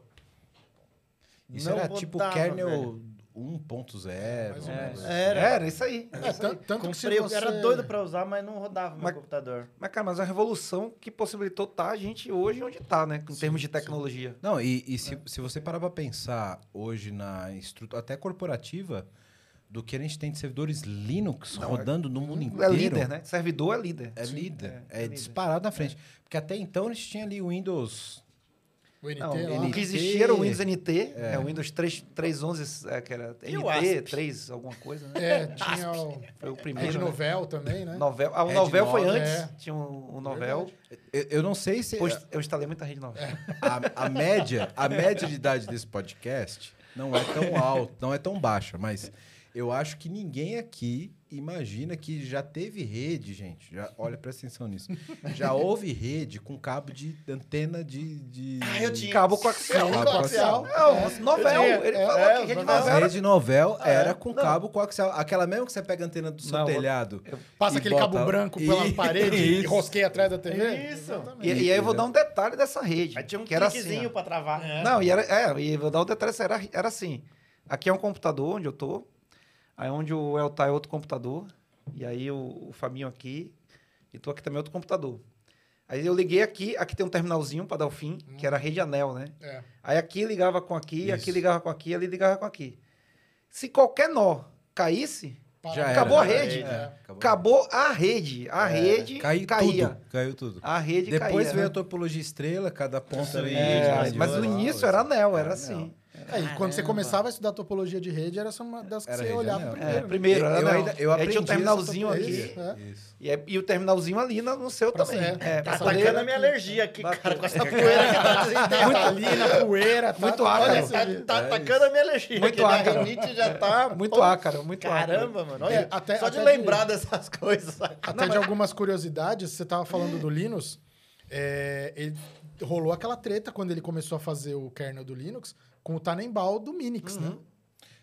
A: Isso
B: Não
A: era tipo
B: rodava,
A: kernel
B: velho. É,
A: 1.0.
C: Mais ou
A: né?
C: menos.
B: Era.
D: Era isso aí.
C: É, tan- tanto que se
B: Comprei, eu
C: você...
B: era doido pra usar, mas não rodava meu
D: Mas-
B: computador.
D: Mas, cara, mas é uma revolução que possibilitou tá a gente hoje onde tá, né? Em termos de tecnologia.
A: Não, e, e
D: É.
A: se, se você parar pra pensar hoje na estrutura, até corporativa, do que a gente tem de servidores Linux
D: Não, é-
A: rodando no mundo inteiro.
D: É líder, né? Servidor é líder.
A: É líder. É,
D: é líder.
A: disparado na frente. Porque até então a gente tinha ali o Windows.
C: O NT
D: Não,
C: lá.
D: o que existia era o Windows NT, é. o Windows 3, 311, é, que era
B: E o ASP?
D: NT, 3, alguma coisa, né?
C: É, tinha o...
D: Foi o
C: Red
D: primeiro. né?
C: Novel também, né?
D: Novel. Ah, o
A: Red
D: Novel foi
A: Novel,
D: antes.
C: é.
D: Tinha o, o Novel.
A: Eu, eu não sei se
D: Depois eu instalei muita rede Novel.
B: É.
A: a, a média, a média de idade desse podcast não é tão alta, não é tão baixa, mas eu acho que ninguém aqui imagina que já teve rede, gente. Já, olha, presta atenção nisso. Já houve rede com cabo de antena de. de...
B: Ah, eu tinha.
D: Cabo coaxial.
A: Cabo coaxial.
D: Não,
B: Eu
D: novel.
B: tinha.
D: Ele
B: É,
D: falou
B: é,
D: que rede
B: novel.
A: As
D: Novel era assim.
A: redes de novel era com
D: Ah, é? não.
A: cabo coaxial. Aquela mesmo que você pega a antena do seu
D: Não,
A: telhado.
C: Passa
A: E
C: aquele
A: bota-
C: cabo branco pela
A: Isso.
C: parede e rosqueia atrás da
D: É
C: TV.
B: É Isso.
C: Exatamente.
D: E, e aí eu vou dar um detalhe dessa rede.
B: Aí tinha um
D: que era
B: cliquezinho né?
D: assim, ó.
B: pra travar.
D: Não, e era, é, e vou dar o detalhe, isso era, era assim. Aqui é um computador onde eu tô, aí onde o El tá é outro computador, e aí o, o Fabinho aqui, e tu aqui também é outro computador. Aí eu liguei aqui, aqui tem um terminalzinho para dar o fim, que
B: Hum.
D: era a rede anel, né?
C: É.
D: Aí aqui ligava com aqui, aqui
A: Isso.
D: ligava com aqui, ali ligava com aqui. Se qualquer nó caísse,
C: Para-
A: Já era.
D: Acabou a
B: rede.
A: É,
D: acabou a rede. A rede
A: Caiu
D: caía.
A: tudo. Caiu tudo.
D: A rede
A: Depois
D: caía.
A: veio a
D: né?
A: topologia estrela, cada ponto aí.
D: É,
A: de
D: mas
A: um
D: no
A: lado,
D: início
A: assim.
D: era anel, era
A: Era
D: assim.
A: anel.
C: É, e quando você
B: Caramba.
C: começava a estudar topologia de rede, era só uma das que
A: Era
C: você
A: rede
C: olhava
A: anel.
D: É,
C: primeiro. né?
D: primeiro,
A: Eu-
D: era
A: eu
D: anel.
A: ainda- eu
D: Aí tinha
A: aprendi
D: um terminalzinho
A: essa
D: aqui.
C: topologia. É.
A: Isso.
D: E, é- e o terminalzinho ali na- no seu
C: Pra-
D: também.
C: é, tá
D: pra poder-
B: Atacando a minha alergia aqui,
D: Bateu. É.
B: cara, com essa poeira que tá desenterrada.
C: Tá ali na poeira, tá?
D: Muito ácaro.
B: Olha,
C: Olha,
B: tá,
C: você-
B: tá
A: É
B: atacando a minha alergia.
D: Muito
B: aqui, né?
D: ácaro.
B: A rinite já tá...
D: Muito
B: Pô,
D: ácaro, muito ácaro.
B: Caramba, mano. Olha,
C: É, até-
B: só de
C: até de-
B: lembrar dessas coisas.
C: Até de algumas curiosidades, você tava falando do Linus, é, ele rolou aquela treta quando ele começou a fazer o kernel do Linux com o Tannenbaum do Minix,
B: Uhum.
C: né?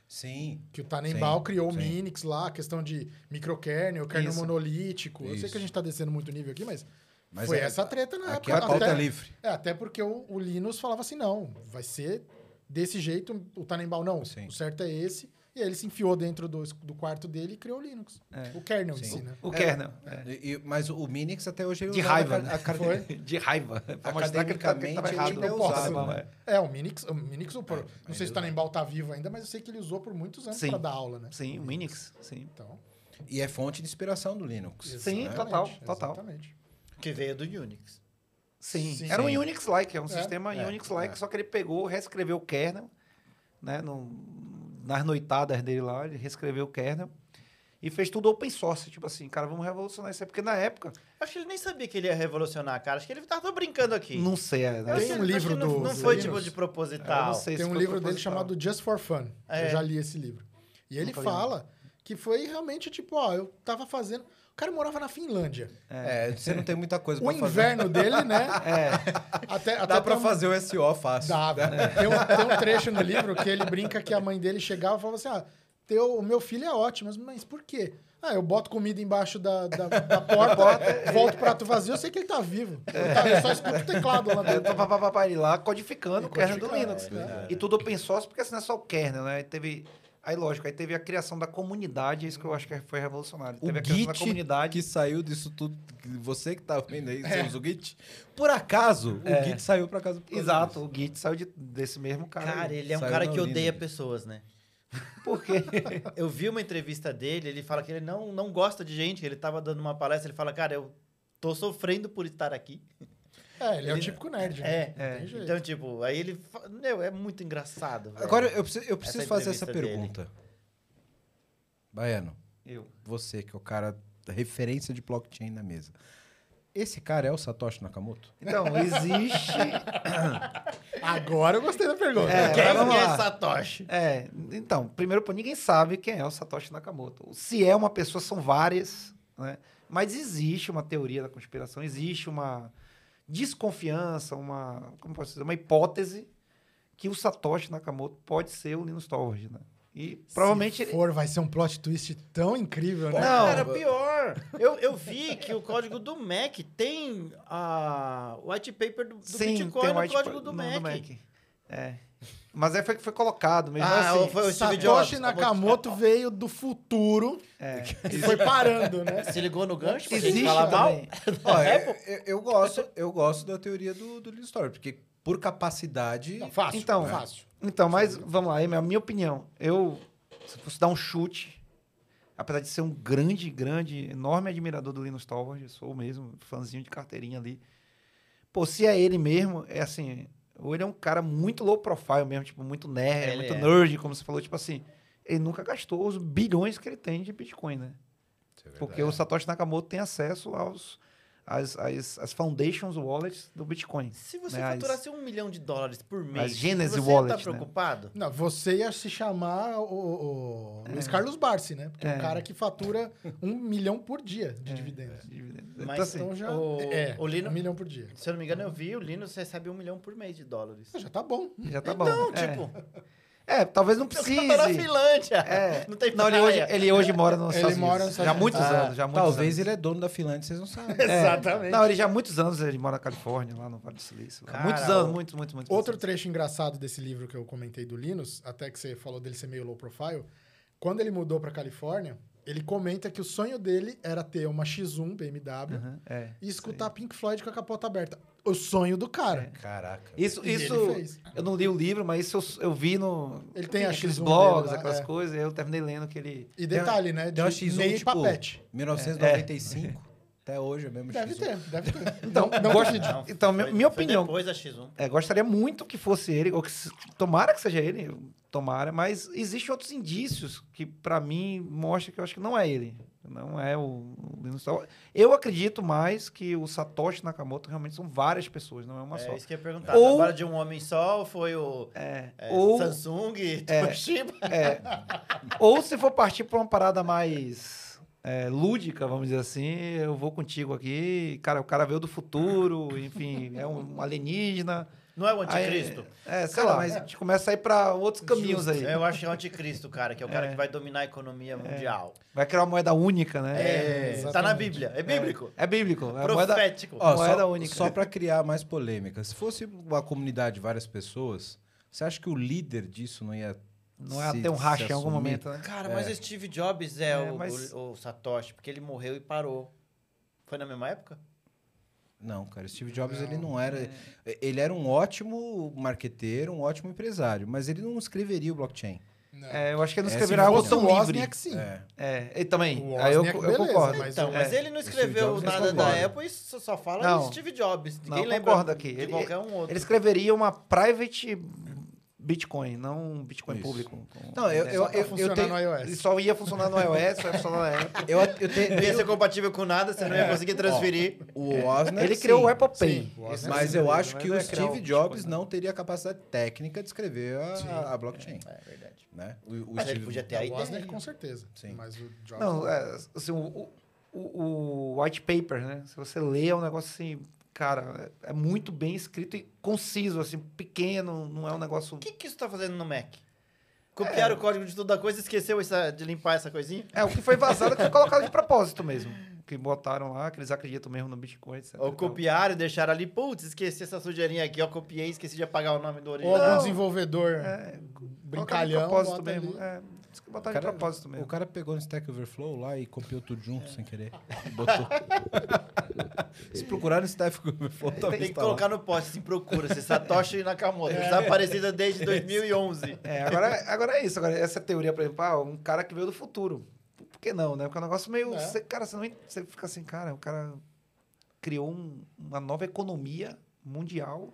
A: Sim.
C: Que o Tannenbaum
A: Sim,
C: criou o
A: sim.
C: Minix lá, a questão de microkernel, kernel
D: Isso.
C: monolítico. Eu sei
A: Isso.
C: que a gente tá descendo muito nível aqui, mas,
A: Mas
C: foi
A: é-
C: essa treta na
A: Aqui
C: época.
A: a pauta
C: até,
A: é livre.
C: é, até porque o, o Linus falava assim, não, vai ser desse jeito, o Tannenbaum não,
A: Sim.
C: o certo é esse. E aí ele se enfiou dentro do, do quarto dele e criou o Linux. O kernel em
A: É, Sim.
C: si, né?
D: O kernel. é.
A: E- e- mas o Minix até hoje... ele
D: De
A: usava
D: raiva,
A: a-
D: né?
A: a car-
D: De raiva. Pra mostrar que ele tá, que ele tava
A: Academicamente,
D: errado.
A: ele
C: não é
D: Tá
C: usado,
D: bom,
A: né?
D: é.
C: É, o Minix, o Minix, o pro- não
A: mas
C: sei se o
A: eu-
C: Tannenbaum tá vivo ainda, mas eu sei que ele usou por muitos anos
D: Sim.
C: para dar aula, né?
D: Sim, o Minix. Sim,
C: Então,
A: E é fonte de inspiração do Linux.
D: Sim,
A: né?
D: total.
C: exatamente,
D: total.
C: Exatamente.
B: Que veio do Unix.
D: sim.
C: Sim.
D: Era um
A: Sim.
D: Unix-like, é um sistema
A: é,
D: Unix-like,
A: é.
D: só que ele pegou, reescreveu o kernel, né? no- nas noitadas dele lá, ele reescreveu o kernel e fez tudo open source. Tipo assim, cara, vamos revolucionar isso aí. Porque na época,
B: Acho que ele nem sabia que ele ia revolucionar, cara. Acho que ele tava só brincando aqui.
D: não sei, é, né?
B: Eu
C: Tem
B: acho-
C: um
B: acho que
C: livro
B: não,
C: do-
B: Não
C: do
B: foi
C: Linus.
B: tipo de
D: Eu
B: proposital.
D: não sei se
C: Tem um
D: foi
C: livro dele
D: proposital.
C: chamado Just for Fun.
B: É.
C: Eu já li esse livro. E ele
D: Nunca li, não.
C: fala que foi realmente tipo, ó, eu tava fazendo. O cara morava na Finlândia.
A: É, você não tem muita coisa
C: O
A: pra fazer.
C: inverno dele, né? Até, até
A: Dá pra
C: tem um-
A: fazer o SO fácil.
C: Dava. Tem, um, tem um trecho no livro que ele brinca que a mãe dele chegava e falava assim: ah, teu, o meu filho é ótimo, mas, mas por quê? Ah, eu boto comida embaixo da, da, da porta, volto o prato vazio, eu sei que ele tá vivo. Eu, tá- eu só escuto o teclado lá
D: É, pá,
C: dentro.
D: pá, pá, pá, pá, ele lá codificando
C: E
D: o kernel do
C: codificando,
D: Linux.
C: é verdade.
D: E tudo open source, porque assim não é só o kernel, né? Aí teve. Aí, lógico, aí teve a criação da comunidade, é isso que eu acho que foi revolucionário.
A: O
D: teve a criação da
A: Git
D: comunidade.
A: que saiu disso tudo, que você que tá vendo aí, você usa o Git, por acaso, o Git saiu por acaso. por causa
D: Exato, o Git saiu de- desse mesmo cara.
B: Cara,
D: aí.
B: ele é um
A: Saiu
B: cara
A: na
B: que odeia
A: Olinda.
B: pessoas, né?
D: Por quê?
B: Eu vi uma entrevista dele, ele fala que ele não, não gosta de gente, que ele tava dando uma palestra, ele fala, cara, eu tô sofrendo por estar aqui.
C: É, ele é o típico nerd. né?
B: É,
C: Não tem jeito.
B: então, tipo, aí ele. fa- Meu, é muito engraçado. velho.
A: Agora, eu preciso, eu preciso
B: Essa
A: fazer essa
B: entrevista dele.
A: pergunta. Baiano,
D: Eu.
A: você que é o cara da referência de blockchain na mesa. Esse cara é o Satoshi Nakamoto?
D: Então, existe.
C: Agora eu gostei da pergunta.
D: É,
B: Quem
D: vamos
B: que é
D: lá.
B: Satoshi?
D: É, então, primeiro, pô, ninguém sabe quem é o Satoshi Nakamoto. Se é uma pessoa, são várias, né? Mas existe uma teoria da conspiração, existe uma desconfiança, uma, como posso dizer, uma hipótese que o Satoshi Nakamoto pode ser o Linus Torvald, né? E provavelmente
C: Se
D: ele...
C: for, vai ser um plot twist tão incrível, né?
D: Não.
B: Cara, pior. Eu, eu vi que o código do Mac tem a white paper do, do Bitcoin
D: um
B: no
D: white
B: código
D: paper-
B: do
D: no-
B: Mac.
D: no É. Mas é foi foi colocado mesmo
B: Ah,
D: assim.
B: foi o Steve Jobs.
C: Satoshi Nakamoto veio do futuro
D: É.
C: e foi parando, né?
B: Se ligou no gancho pra gente
D: Existe
B: falar mal?
D: também.
A: Ó, é- eu, eu gosto, eu gosto da teoria do, do Lil Story, porque por capacidade.
C: Fácil. né?
D: Então,
C: fácil.
D: Então, mas vamos lá, é a minha opinião. Eu, se eu fosse dar um chute, apesar de ser um grande, grande, enorme admirador do Linus Torvalds, eu sou mesmo, fãzinho de carteirinha ali. Pô, se é ele mesmo, é assim, ou ele é um cara muito low profile mesmo, tipo, muito nerd,
B: Ele
D: muito
B: é.
D: nerd, como você falou, tipo assim, ele nunca gastou os bilhões que ele tem de Bitcoin, né?
C: é
D: Porque o Satoshi Nakamoto tem acesso aos às, às, às foundations wallets do Bitcoin.
B: Se você
D: né? As-
B: faturasse um milhão de dólares por mês,
D: Genesis
B: você
D: Wallet,
B: tá
D: né?
B: preocupado?
C: Não, você ia se chamar o, o Luiz Carlos Barsi, né? Porque é. um cara que fatura um milhão por dia de dividendos.
D: dividendos.
B: Mas
D: Então, assim,
C: Então já.
B: O-
C: é,
B: o Lino-
C: um milhão por dia.
B: Se eu não me engano, eu vi, o Linus recebe um milhão por mês de dólares.
C: Ah, Já tá bom.
D: já tá bom.
B: Então,
D: É.
B: tipo,
D: É, talvez não
B: os
D: precise.
B: caras tá na Finlândia.
D: É.
B: Não tem
D: Não, ele
B: praia.
D: hoje, ele hoje mora nos
C: Ele
D: Estados
C: mora
D: Unidos.
C: nos
D: já há
C: Estados
D: muitos
B: Unidos.
D: anos, já há muitos
A: Talvez
D: anos.
A: ele é dono da Finlândia, vocês não sabem.
B: Exatamente.
D: É. Não, ele já há muitos anos ele mora na Califórnia, lá no Vale do Silício. Há
B: Cara,
D: muitos
B: o-
D: anos, muito, muito, muito.
C: Outro trecho engraçado desse livro que eu comentei do Linus, até que você falou dele ser meio low profile, quando ele mudou pra Califórnia, ele comenta que o sonho dele era ter uma X1 BMW
D: Uhum, é.
C: e escutar Pink Floyd com a capota aberta. O sonho do cara.
A: Caraca.
D: Isso,
C: E ele
D: É. isso.
C: fez.
D: Eu não li o livro, mas isso eu, eu vi no.
C: Ele tem a
D: aqueles
C: X1
D: blogs,
C: dele lá,
D: aquelas
C: é.
D: coisas, e eu terminei lendo aquele.
C: E detalhe, né?
A: Deu uma
C: De
A: X1
C: Ney
A: tipo
C: Papete.
A: 1995. Até hoje é o mesmo
C: Deve
A: X1.
C: ter, deve ter. Não, não
D: gosto-
C: duvide.
B: Não,
D: Então,
B: foi-
D: mi- minha
B: foi
D: opinião.
B: Depois da X1.
D: É, gostaria muito que fosse ele, ou que se- tomara que seja ele, tomara, mas existem outros indícios que pra mim mostra que eu acho que não é ele. Não é o, o Linus Torvalds. Eu acredito mais que o Satoshi Nakamoto realmente são várias pessoas, não é uma
B: É
D: só.
B: isso que eu ia perguntar.
D: Ou-
B: Trabalho de um homem só ou foi o
D: É,
B: é,
D: ou,
B: Samsung,
D: É.
B: Toshiba?
D: é, ou se for partir pra uma parada mais é, lúdica, vamos dizer assim, eu vou contigo aqui, cara, o cara veio do futuro, enfim, é um alienígena.
B: Não é o
D: Aí-
B: anticristo?
D: é, sei
A: Cara,
D: lá,
A: mas-
D: mas a gente começa a ir pra outros caminhos aí.
B: Eu acho que é o anticristo, cara, que é o cara que vai dominar a economia mundial.
D: Vai criar uma moeda única, né?
B: É, tá na
C: exatamente.
B: Bíblia. É bíblico.
D: É bíblico. É moeda...
B: Profético.
A: Ó,
D: Moeda
A: só,
D: única.
A: Só pra criar mais polêmica. Se fosse uma comunidade de várias pessoas, você acha que o líder disso não ia.
D: Não é
A: se-
D: até um racha
A: se
D: em algum
A: assumir?
D: momento, né?
B: Cara, mas o Steve Jobs é,
D: É,
B: o,
D: mas-
B: o- o Satoshi, porque ele morreu e parou. Foi na mesma época?
A: Não, cara, Steve Jobs ele não era.
D: é.
A: Ele era um ótimo marqueteiro, um ótimo empresário, mas ele não escreveria o blockchain.
C: Não.
D: É, eu acho que ele
A: É, se
D: não escreverá algo
A: fosse
D: tão
C: o
D: livre.
C: Wozniak, sim.
A: É.
D: É, e também.
C: O
D: Aí eu,
C: Wozniak,
D: eu
C: beleza,
D: concordo.
C: mas-
B: Então,
D: é.
B: mas ele não
A: Steve
B: escreveu
A: Jobs
B: nada da
A: concorda.
B: Apple e só só fala
D: Não.
B: de Steve Jobs. Ninguém
D: Não,
B: lembra
D: concordo aqui.
B: de
D: Ele-
B: qualquer um outro.
D: Ele escreveria uma private Bitcoin, não um Bitcoin
A: Isso.
D: público.
A: Não, eu, eu,
C: Só pra
A: eu, eu,
C: funcionar
A: tenho-
C: Tá no
D: Ele
C: iOS.
D: só ia funcionar no iOS, só ia funcionar na Apple.
A: eu, eu tenho-
B: Não ia ser compatível com nada, você não ia conseguir transferir.
A: O Wozniak,
D: É. Ele
A: é sim,
D: criou o Apple Pay.
C: Sim, o Wozniak
D: Esse é
A: Mas
D: sim,
A: eu
D: beleza,
A: acho
D: mas
A: que
D: não
A: o
D: ia criar
A: Steve
D: um
A: Jobs
D: Bitcoin,
A: não teria a capacidade técnica de escrever a, a blockchain.
B: É verdade.
A: Né? O, o
B: Mas ele
A: Steve-
B: podia ter a
C: O
B: ideia.
C: Wozniak, com certeza.
A: Sim.
C: Mas o Jobs...
D: Não, é, assim, o, o- o, o white paper, né? Se você lê, é um negócio assim, cara, é é muito bem escrito e conciso, assim, pequeno, não é um negócio.
B: O que, que isso tá fazendo no Mac? Copiaram o código de toda coisa e esqueceu essa- de limpar essa coisinha?
D: É, o que foi vazado é que foi colocado de propósito mesmo. Que botaram lá, que eles acreditam mesmo no Bitcoin,
C: Tá
D: etc.
B: Ou copiaram e deixaram ali, putz, esqueci essa sujeirinha aqui, ó, copiei, esqueci de apagar o nome do
C: Ou
B: original.
C: algum
D: Não.
C: desenvolvedor
D: É, Colocaram de
C: brincalhão.
D: propósito
C: bota
D: mesmo.
C: ali.
D: É, diz que botaram
A: O
D: de propósito mesmo.
A: O cara pegou no Stack Overflow lá e copiou tudo junto sem querer. Botou. Se procurar no Stack Overflow,
B: Tem
A: talvez
B: que
A: tá
B: colocar no post, assim, procura, se Satoshi Nakamoto. Está aparecida desde 2011.
D: É, agora, agora é isso. Agora, essa teoria, por exemplo, ah, um cara que veio do futuro. Por- Por que não, né? Porque é um negócio meio.
C: É.
D: Você, cara, você, não, en- você fica assim, cara, o cara criou um- uma nova economia mundial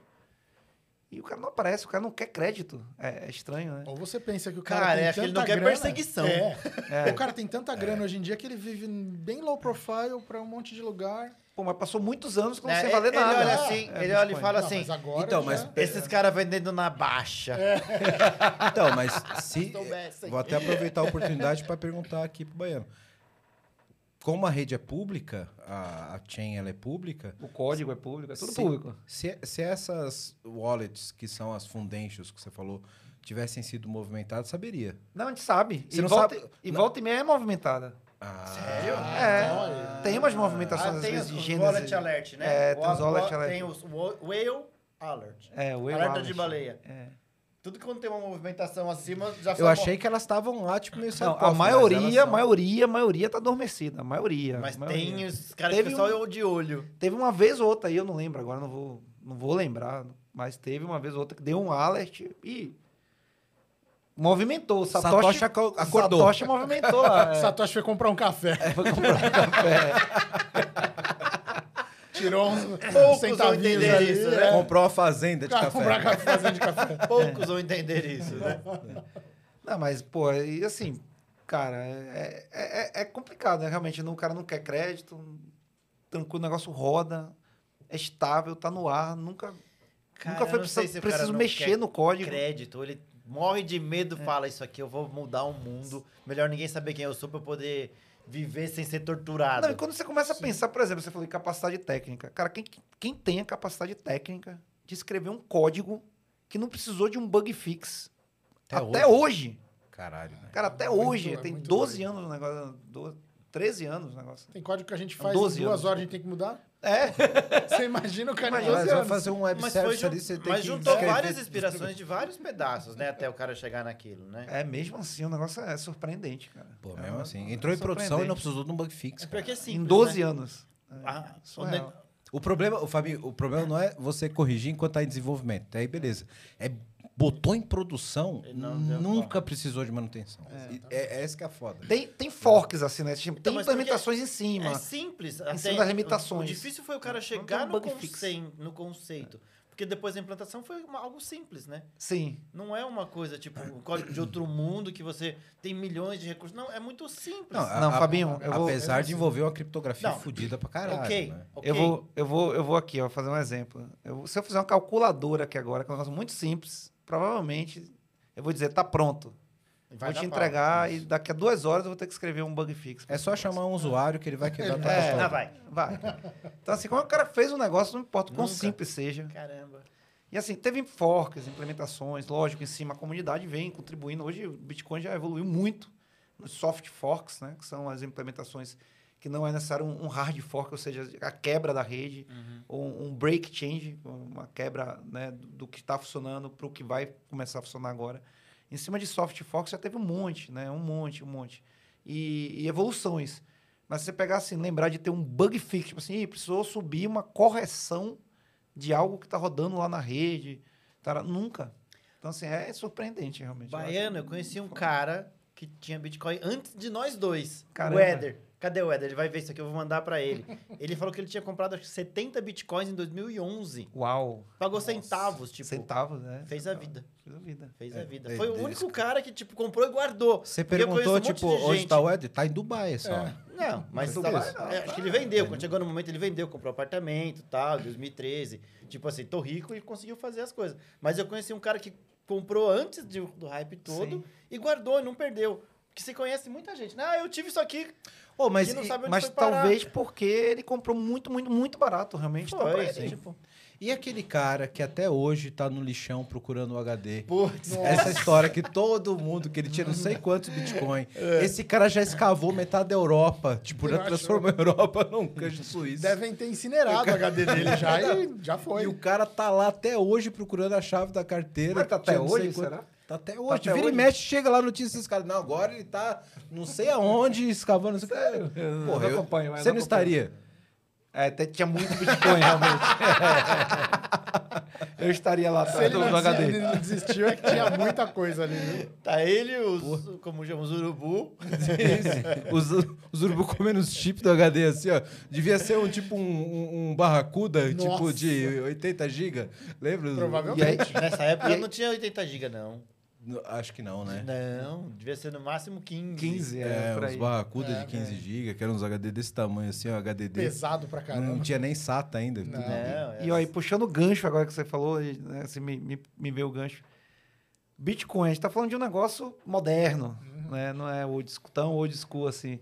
D: e o cara não aparece, o cara não quer crédito. É, é estranho, né?
C: Ou você pensa que o cara
B: Cara,
C: tem
B: é que
C: tanta
B: ele não quer
C: grana-
B: perseguição.
C: É.
D: É.
C: O cara tem tanta grana hoje em dia que ele vive bem low profile pra um monte de lugar.
D: Pô, mas passou muitos anos que não
B: É,
D: sem
B: ele-
D: valer
B: ele
D: nada.
B: olha
D: né?
B: assim,
D: É,
B: ele olha e
D: Bitcoin.
B: fala
C: Não,
B: assim,
C: mas agora
A: então,
C: já-
A: mas-
B: Esses caras vendendo na baixa.
D: É.
B: é, assim,
A: Então, mas se.
B: Soubessem.
A: Vou até aproveitar a oportunidade para perguntar aqui pro Baiano. Como a rede é pública, a, a chain ela é pública,
D: O código é público, é tudo
A: Sim.
D: público.
A: se, se essas wallets, que são as fundentials que você falou, tivessem sido movimentadas, saberia.
D: Não, a gente sabe.
A: Você
D: e
A: não
D: volta,
A: sabe-
D: E
A: não-
D: volta e meia é movimentada.
A: Ah,
B: Sério?
D: é.
C: então,
D: tem umas movimentações
B: Ah,
D: às
B: tem
D: vezes
B: os,
D: de
B: os
D: gênero.
B: wallet alert, né?
D: É, tem os
B: Wa-
D: wallet
B: wa-
D: alert.
B: Tem os wa- whale alert.
D: É, o
B: alerta
D: Wallet.
B: de baleia.
D: É.
B: Tudo quando tem uma movimentação acima, já
A: Eu achei que elas estavam lá, tipo, meio
D: Não, a
A: sarcófago, mas elas
D: maioria,
A: são-
D: a maioria, a maioria tá adormecida. A maioria.
B: Mas
D: a maioria.
B: tem os caras
D: Teve
B: que só
D: um-
B: eu de olho.
D: Teve uma vez ou outra aí, eu não lembro agora, não vou, não vou lembrar, mas teve uma vez ou outra que deu um alert e movimentou. O Satoshi,
A: Satoshi aco- acordou.
D: Satoshi movimentou lá. é.
C: Satoshi foi comprar um café.
D: Foi comprar café.
C: Tirou uns
B: vão
C: centavinhos
B: entender
C: ali.
B: isso,
C: é.
B: né?
A: Comprou a fazenda de
C: Pra
A: café.
C: comprar café, fazendo de café.
B: Poucos vão entender isso, né?
D: Não, mas, pô, e assim, cara, é, é- é- é complicado, né? Realmente, não, o cara não quer crédito, tranquilo, o negócio roda, é estável, tá no ar, nunca,
B: Cara,
D: nunca
B: eu
D: foi
B: não sei
D: preciso,
B: se o cara
D: preciso
B: não
D: mexer
B: quer
D: no É. código.
B: Crédito, ou ele morre de medo, fala isso aqui, eu vou mudar o mundo. Melhor ninguém saber quem eu sou pra eu poder viver sem ser torturado.
D: Não, e quando você começa a pensar, por exemplo, você falou em capacidade técnica. Cara, quem, quem tem a capacidade técnica de escrever um código que não precisou de um bug fix?
A: Até
D: Até, hoje.
A: Caralho, né?
D: Cara, até
C: Muito,
D: hoje.
C: é
D: tem
C: muito
D: 12 anos o negócio. do- 13 anos o negócio.
C: Tem código que a gente
D: São
C: faz em duas
D: 12 anos.
C: horas, a gente tem que mudar.
D: É.
C: Você imagina o cara em
D: Imagina,
C: 12
A: Mas vai
C: anos.
A: fazer um web
B: Mas, foi
A: service
B: jun-
A: ali, você tem
B: mas
A: que
B: juntou
A: escrever-
B: várias inspirações de vários pedaços, né? Até o cara chegar naquilo, né?
D: É, mesmo assim, o negócio é surpreendente, cara.
A: Pô,
D: É
B: Ah,
A: mesmo
D: um-
A: assim. Entrou em produção e não precisou de um bug fix. cara.
B: Porque é
D: Em
B: simples,
D: 12
B: né?
D: anos. né?
B: Ah,
D: Surreal.
B: onde-
A: O problema, o Fabinho, o problema não é você corrigir enquanto está em desenvolvimento. Até Aí beleza. É botou em produção,
B: E não deu
A: nunca precisou de manutenção. E É, é essa que é a foda.
D: Tem, tem forks, assim, né? Tipo,
B: Então,
D: tem
B: mas porque-
D: implementações em cima.
B: É simples.
D: cima das
B: O,
D: limitações.
B: difícil foi o cara
D: Não tem um
B: chegar no,
D: bug fix.
B: consen- no conceito. Porque depois da implantação foi uma- algo simples, né?
D: Sim.
B: Não é uma coisa tipo um código de outro mundo que você tem milhões de recursos. Não, é muito simples.
A: Não, a-
D: Não,
A: a-
D: Fabinho, eu vou-
A: apesar de envolver uma criptografia
B: Não.
A: fodida pra caralho.
B: ok,
A: né?
B: ok.
D: Eu, vou, eu, vou, eu vou aqui, ó, fazer um exemplo. Eu- se eu fizer uma calculadora aqui agora, que é um negócio muito simples, provavelmente eu vou dizer, tá pronto.
B: Vai
D: vou
B: dar
D: te
B: pau.
D: entregar e daqui a duas horas eu vou ter que escrever um bug fix.
A: É só chamar um usuário que ele vai quebrar
C: Ele
A: tua
D: vai-
A: costela.
B: Ah, vai.
D: Vai. Então, assim, como o cara fez um negócio, não importa o quão
B: Nunca.
D: simples seja.
B: Caramba.
D: E assim, teve forks, implementações, lógico, em cima, a comunidade vem contribuindo. Hoje o Bitcoin já evoluiu muito nos soft forks, né? Que são as implementações que não é necessário um um hard fork, ou seja, a quebra da rede, ou um break change, uma quebra né, do do que está funcionando para o que vai começar a funcionar agora. Em cima de soft forks já teve um monte, né? Um monte, um monte. E, e evoluções. Mas se você pegar assim, lembrar de ter um bug fix, tipo assim, "Ih, precisou subir uma correção de algo que está rodando lá na rede. Tá, nunca. Então, assim, é surpreendente, realmente.
B: Baiano, eu conheci um cara que tinha Bitcoin antes de nós dois.
D: Caramba.
B: O Eder. Cadê o Eder? Ele vai ver isso aqui, eu vou mandar pra ele. Ele falou que ele tinha comprado acho que 70 Bitcoins em 2011.
D: Uau.
B: Pagou centavos, tipo.
D: Centavos, né?
B: Fez a vida.
D: Fez a vida.
B: Fez a vida.
A: é,
B: Foi
A: Deus.
B: o único cara que, tipo, comprou e guardou.
A: Você
B: Porque eu
A: perguntou,
B: conheço um
A: tipo,
B: monte de
A: onde
B: gente. É.
A: tá o Ed? Tá em Dubai essa hora.
B: Não,
A: Mas
B: mas tava-
A: tudo isso.
B: é, acho que ele vendeu. Quando chegou no momento, ele vendeu, comprou apartamento e tal, em 2013. Tipo assim, tô rico e conseguiu fazer as coisas. Mas eu conheci um cara que comprou antes de- do hype todo
D: Sim.
B: e guardou e não perdeu. Porque você conhece muita gente. Ah, eu tive isso aqui.
D: Pô, mas
B: E não sabe onde
D: mas
B: foi parar.
D: talvez porque ele comprou muito, muito, muito barato, realmente. então, pra
B: Foi,
D: ele,
B: sim.
D: tipo,
A: E aquele cara que até hoje tá no lixão procurando o HD?
B: Putz.
A: Essa história que todo mundo, que ele tinha não sei quantos Bitcoin.
D: É.
A: Esse cara já escavou metade da Europa. Tipo,
C: Eu
A: já
C: acho.
A: transformou
D: né?
A: a Europa num canjo suíço.
C: Devem ter incinerado o HD dele já e já foi.
A: E o cara tá lá até hoje procurando a chave da carteira.
D: Mas tá
A: que tinha
D: até
A: não sei
D: hoje,
A: quanto-
D: será?
A: Tá até hoje.
D: até
A: Vira e
D: hoje?
A: mexe, chega lá a notícia desses caras. Não, agora ele tá não sei aonde escavando. isso. Sério? Porra,
D: não
A: eu-
D: acompanho, mas
A: Você
D: não
A: não
D: acompanho.
A: estaria?
D: É, até tinha muito Bitcoin, realmente. eu estaria lá
C: Se
D: atrás
C: ele
D: do
C: não,
D: HD.
C: ele não desistiu, é que tinha muita coisa ali, né? viu?
B: Tá ele, os, como chamamos, urubu.
A: Os, os urubu comendo os chips do HD assim, ó. Devia ser um tipo um, um, um barracuda,
C: Nossa.
A: tipo de 80 GB. Lembra?
C: Provavelmente.
D: E aí,
B: Nessa época eu não tinha 80 GB, não.
A: N- Acho que não,
B: É.
A: né?
B: Não, devia ser no máximo 15.
D: 15, é,
A: É,
D: por
A: uns
D: aí.
A: barracuda
C: É,
A: de 15 GB, que eram uns HD desse tamanho, assim, ó, HDD.
C: Pesado pra caramba.
A: Não tinha nem SATA ainda. tudo
C: Não.
A: ali.
B: Não, é.
D: E ó, e puxando o gancho agora que você falou, e, né, assim, me, me, me veio o gancho. Bitcoin, a gente tá falando de um negócio moderno,
B: Uhum.
D: né? Não é old school, tão old school assim.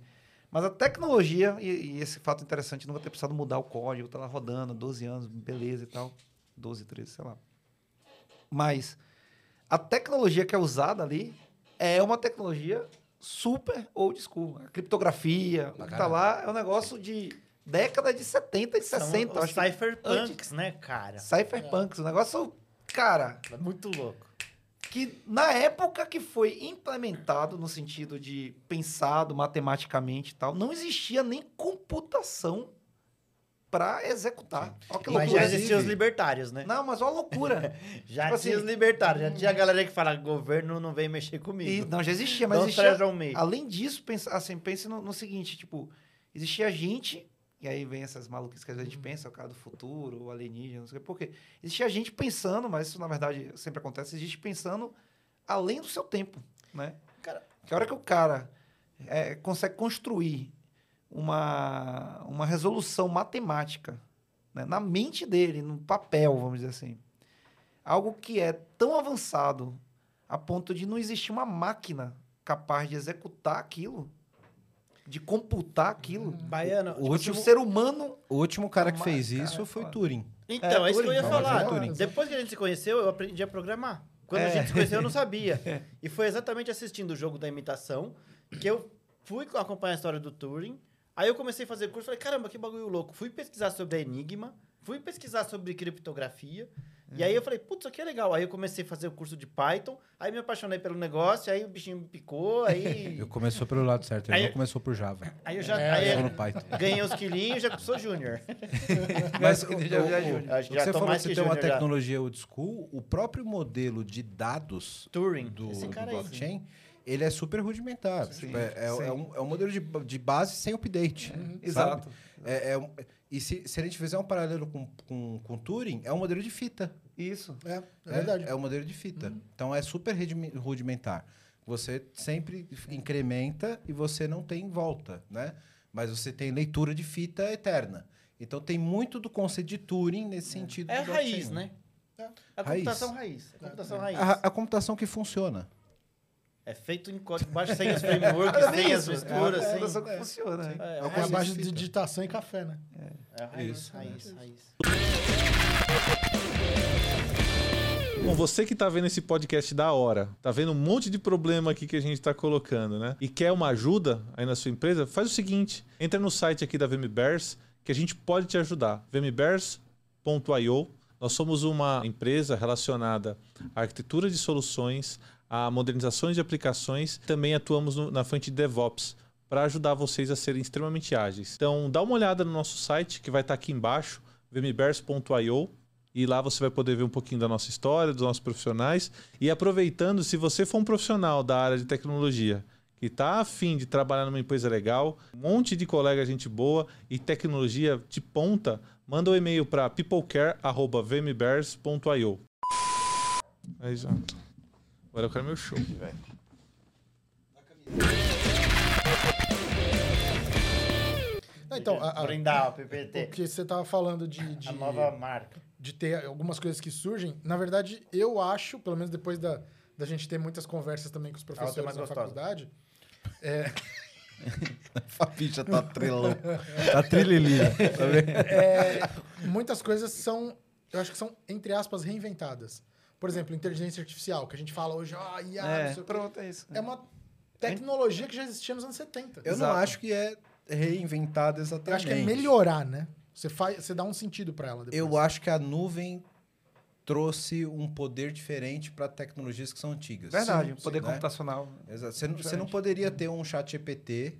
D: Mas a tecnologia, e, e esse fato interessante, nunca ter precisado mudar o código, tá lá rodando, 12 anos, beleza e tal. 12, 13, sei lá. Mas a tecnologia que é usada ali é uma tecnologia super old school. A criptografia, o que tá
A: caralho.
D: lá, é um negócio de década de 70 e
B: São
D: 60.
B: os
D: acho que
B: cypherpunks, né, cara? É
D: Cypherpunks, o negócio, cara,
B: Muito louco.
D: que na época que foi implementado, no sentido de pensado matematicamente e tal, não existia nem computação pra executar. Olha que
B: Mas
D: loucura.
B: já existiam os libertários, né?
D: Não, mas olha a loucura.
B: Já
D: Tipo
B: tinha
D: assim-
B: os libertários, Então, já tinha a galera que fala, governo não vem mexer
D: E,
B: comigo.
D: não, já existia, mas
B: não
D: existia.
B: traz ao meio.
D: Além disso, pensa, assim, pense no, no seguinte, tipo, existia gente, e aí vem essas maluquices que às vezes a gente pensa, o cara do futuro, o alienígena, não sei o quê, por quê. Existia gente pensando, mas isso na verdade sempre acontece, existe pensando além do seu tempo, né?
B: Cara-
D: Que a hora que o cara é, consegue construir uma, uma resolução matemática né, na mente dele, no papel, vamos dizer assim, algo que é tão avançado a ponto de não existir uma máquina capaz de executar aquilo, de computar aquilo.
B: Baiano.
A: O
D: Se o
A: último,
D: ser humano
A: o último cara que
D: Mas,
A: fez
D: cara,
A: isso foi
D: foda.
A: Turing.
B: Então, é, isso que eu ia
A: Turing,
B: falar.
A: Turing. Turing.
B: Depois que a gente se conheceu, eu aprendi a programar. Quando a
D: É.
B: gente se conheceu, eu não sabia. E foi exatamente assistindo o jogo da imitação que eu fui acompanhar a história do Turing. Aí eu comecei a fazer curso, falei, caramba, que bagulho louco. Fui pesquisar sobre a Enigma, fui pesquisar sobre criptografia. E aí eu falei, putz, isso aqui é legal. Aí eu comecei a fazer o curso de Python, aí me apaixonei pelo negócio, aí o bichinho me picou, aí,
A: Eu começou pelo lado certo, ele
B: Aí-
A: não começou por Java.
B: aí eu já
C: É,
B: aí
A: Só
B: eu
A: no Python.
B: ganhei os quilinhos, já sou júnior.
A: Mas
D: Eu
A: o, o,
D: acho que
A: o,
D: já- já-
A: o
B: já-
A: que
B: já
A: você
B: tô
A: falou
B: mais
A: que você
B: que
A: tem uma
B: júnior já.
A: tecnologia old school, o próprio modelo de dados
B: Turing,
A: do,
B: esse
A: do
B: cara é aí.
A: blockchain, ele é super rudimentar.
D: Sim.
A: Tipo, é, é-
D: Sim.
A: é um, é um modelo de, ba- de base sem update. sabe?
D: Exato.
A: É- é um- e se, se a gente fizer um paralelo com, com, com Turing, é um modelo de fita.
D: Isso.
C: É, é
A: né?
C: verdade. Uhum.
A: É um modelo de fita. Então é super redimi- rudimentar. Você sempre f- incrementa e você não tem volta, né? Mas você tem leitura de fita eterna. Então tem muito do conceito de Turing nesse sentido.
B: É a
A: do blockchain,
B: raiz, né?
C: É.
B: A
A: Raiz.
B: computação raiz. A computação raiz.
A: A, a computação que funciona.
B: É feito em código baixo, sem os frameworks, sem as misturas,
D: É uma
B: sem...
D: computação que funciona. né?
B: É,
C: É,
B: a
C: com a
B: raiz,
C: base
A: de
C: de
A: fita.
C: digitação e café, né?
B: é a raiz,
A: Isso,
B: raiz, raiz.
E: Bom, você que tá vendo esse podcast da hora, tá vendo um monte de problema aqui que a gente tá colocando, né? E quer uma ajuda aí na sua empresa, faz o seguinte: entra no site aqui da VMBears que a gente pode te ajudar. VMBears.io. Nós somos uma empresa relacionada à arquitetura de soluções, a modernizações de aplicações, também atuamos no- na frente de DevOps para ajudar vocês a serem extremamente ágeis. Então, dá uma olhada no nosso site que vai estar aqui embaixo, vmbears.io, e lá você vai poder ver um pouquinho da nossa história, dos nossos profissionais. E aproveitando, se você for um profissional da área de tecnologia que está afim de trabalhar numa empresa legal, um monte de colega, gente boa e tecnologia de ponta, manda um e-mail para peoplecare.vmbears.io. Aí já. Agora eu quero meu show.
C: Não, então, a- a-
B: brindar o
C: o
B: PPT,
C: que você tava falando de, de,
B: a nova marca.
C: de ter algumas coisas que surgem, na verdade, eu acho, pelo menos depois da, da gente ter muitas conversas também com os
B: outra é
C: professores
B: mais
C: da
B: gostosa.
C: faculdade,
A: Fabi já tá trilão. tá trilhelinha. Tá vendo?
C: é, muitas coisas são, eu acho que são, entre aspas, reinventadas. Por exemplo, inteligência artificial, que a gente fala hoje, ah, IA, não
D: É,
C: sei o quê.
D: pronto, é isso.
C: é uma tecnologia que já existia nos anos 70.
A: Eu não
D: Exato.
A: acho que é reinventado exatamente.
C: Eu acho que é melhorar, né? Você, faz, você dá um sentido para ela depois.
A: Eu acho que a nuvem trouxe um poder diferente para tecnologias que são antigas.
C: um
D: Verdade,
A: Sim,
D: poder
A: né?
D: computacional.
A: Exato. Você, não, você não
D: Diferente.
A: poderia ter um chat GPT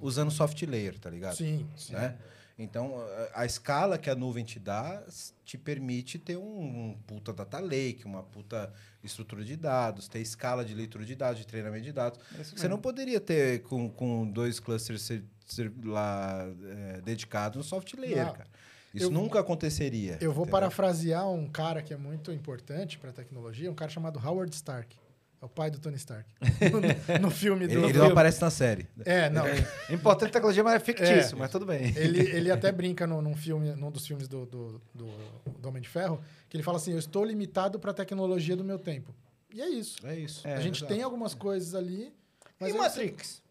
A: usando soft layer, tá ligado?
C: Sim, sim.
A: Né? Então, a, a escala que a nuvem te dá s- te permite ter um, um puta data lake, uma puta estrutura de dados, ter escala de leitura de dados, de treinamento de dados.
D: É isso
A: Você
D: mesmo.
A: não poderia ter com, com dois clusters ser- ser lá é, dedicados no soft layer,
C: Não.
A: cara. Isso
C: Eu-
A: nunca aconteceria.
C: Eu
A: entendeu?
C: vou é parafrasear um cara que é muito importante para tecnologia, um cara chamado Howard Stark. É o pai do Tony Stark. no, no filme do.
A: Ele, ele não aparece na série.
C: É, não.
D: Importante tecnologia, mas é fictício,
C: É.
D: mas tudo bem.
C: Ele, ele até brinca no, num filme, num dos filmes do, do, do- do Homem de Ferro, que ele fala assim: Eu estou limitado para a tecnologia do meu tempo. E é isso.
A: É isso.
C: a gente tem algumas coisas ali. Mas
B: E
C: eu não sei-
B: Matrix?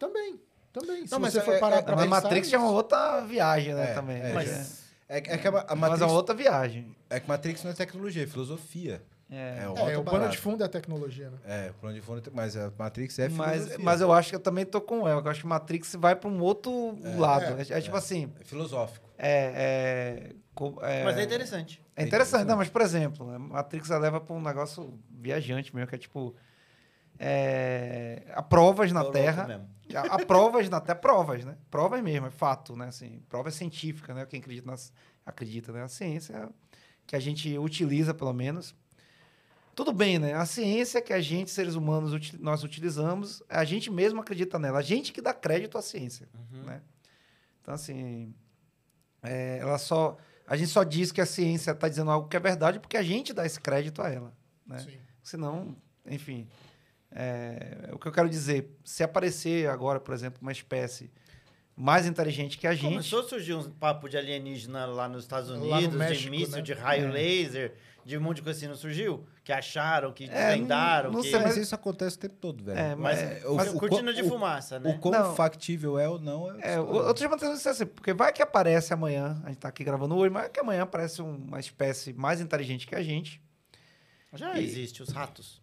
C: Também. Também. Se
A: Não, mas
C: você
A: é-
C: for parar
A: é-
C: pra
D: Mas
C: pensar,
D: Matrix já é uma outra viagem, né?
A: É,
D: também.
A: é,
D: mas,
B: já.
A: É, é que a, a
D: mas
A: Matrix,
D: é uma outra viagem.
A: é que Matrix não é tecnologia, é filosofia. É,
D: É.
A: o
C: É,
A: outro
C: o pano de fundo é a tecnologia, né?
A: É, o plano de fundo, mas a Matrix é
D: mas,
A: filosofia.
D: mas eu acho que eu também tô com ela. que Eu acho que Matrix vai para um outro lado. É, é tipo assim.
A: É filosófico.
D: É, é, co- é-
B: Mas é interessante.
D: É interessante, não, mas por exemplo, a Matrix ela leva para um negócio viajante mesmo, que é tipo. É, há provas na
B: Tô louco
D: Terra.
B: mesmo.
D: Há, há provas na Terra, provas, né? Provas mesmo, é fato, né? Assim, prova científica, né? Quem acredita na, ci- acredita, né? A ciência que a gente utiliza, pelo menos. Tudo bem, né? A ciência que a gente, seres humanos, uti- nós utilizamos, a gente mesmo acredita nela. A gente que dá crédito à ciência, né? Então, assim, é, ela só... A gente só diz que a ciência está dizendo algo que é verdade porque a gente dá esse crédito a ela, né?
C: Sim.
D: Senão, enfim... é, o que eu quero dizer, se aparecer agora, por exemplo, uma espécie mais inteligente que a gente...
B: Começou a surgir uns papo de alienígena lá nos Estados
C: Lá no
B: Unidos, de
C: México,
B: míssil,
C: né?
B: de raio
D: É.
B: laser, de um monte de coisa assim, não surgiu? Que acharam, que
D: É, não-
B: desvendaram,
D: não
B: que...
D: sei,
A: mas,
D: mas-
A: isso acontece o tempo todo, velho.
D: É,
B: Mas,
D: mas-
A: o-
B: mas
A: o-
B: cortina de
A: o-
B: fumaça, né?
A: O quão
D: Não.
A: factível é ou não é.
D: É, o-
A: outra
D: outras matérias assim, porque vai que aparece amanhã, a gente tá aqui gravando hoje, mas que amanhã aparece um, uma espécie mais inteligente que a gente
B: Já
D: E-
B: existe, os ratos.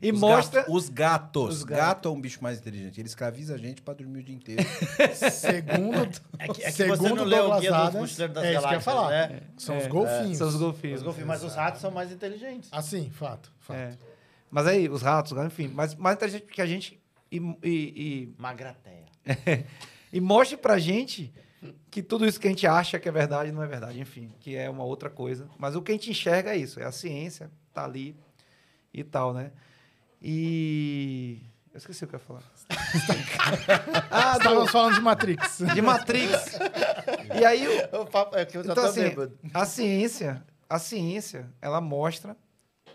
D: e
A: Os
D: mostra.
A: gatos- os gatos.
D: Os gatos.
A: Gato é um bicho mais inteligente. Ele escraviza a gente pra dormir o dia inteiro.
C: Segundo.
B: É que, é que
C: Segundo
B: você não leu o
C: Douglas
B: Guia dos
C: Adams,
B: Mochileiros das
C: é isso que eu ia
B: Galáxias,
C: falar.
B: né?
C: São os
D: É,
C: golfinhos.
D: São os golfinhos. né?
B: Os golfinhos, mas os ratos são mais inteligentes.
C: Assim, fato. fato.
D: É. Mas aí, os ratos, enfim, mas mais inteligente que a gente e, e, e,
B: Magrateia.
D: e mostre pra gente que tudo isso que a gente acha que é verdade não é verdade, enfim, que é uma outra coisa. Mas o que a gente enxerga é isso, é a ciência, tá ali e tal, né? E. Eu esqueci o que eu ia falar.
C: Ah, estávamos falando de Matrix.
D: De Matrix. e aí, o-
B: O papo é que eu tô
D: Então,
B: até
D: assim,
B: bêbado.
D: a ciência, a ciência, ela mostra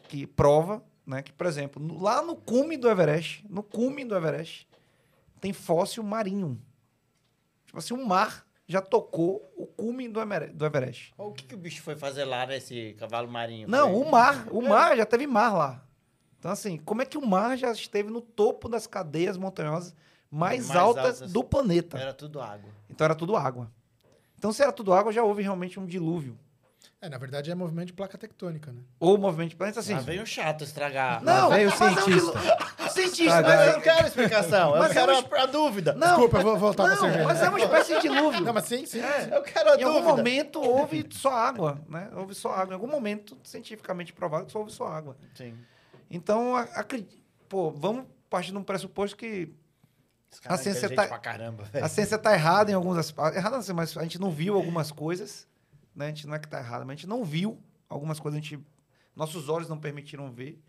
D: que prova, né, que por exemplo, no- lá no cume do Everest, no cume do Everest, tem fóssil marinho. Tipo assim, o mar já tocou o cume do, Emere- do Everest.
B: O que, que o bicho foi fazer lá nesse cavalo marinho?
D: Não,
B: Foi-
D: o mar, o mar já teve mar lá. Então assim, como é que o mar já esteve no topo das cadeias montanhosas mais,
B: Mais
D: altas,
B: altas.
D: do planeta?
B: Era tudo água.
D: Então era tudo água. Então se era tudo água, já houve realmente um dilúvio
C: É, na verdade, é movimento de placa tectônica, né?
D: ou movimento de planeta assim.
B: Lá veio um chato estragar.
D: Não,
A: Lá veio o
D: mas é um
A: cientista.
D: dilu- cientista,
B: mas eu
D: mas
B: não quero explicação. Eu
D: Mas
B: quero
D: é um
B: a, a dúvida.
D: Não,
C: Desculpa, eu vou voltar pra
D: não,
C: cerveja.
D: mas é uma espécie de dilúvio.
C: Não, mas sim, sim. sim.
B: Eu quero a
D: em algum
B: é dúvida.
D: momento houve só água, né? Houve só água. Em algum momento, cientificamente provado, que só houve só água.
B: Sim.
D: Então, acredito. Pô, vamos partir de um pressuposto que
B: Esse cara
D: A ciência
B: é
D: tá-
B: inteligente pra caramba, velho.
D: a ciência está errada em alguns aspectos. Errada assim, mas a gente não viu algumas coisas. Né? A gente não é que está errada, mas a gente não viu algumas coisas. A gente... Nossos olhos não permitiram ver.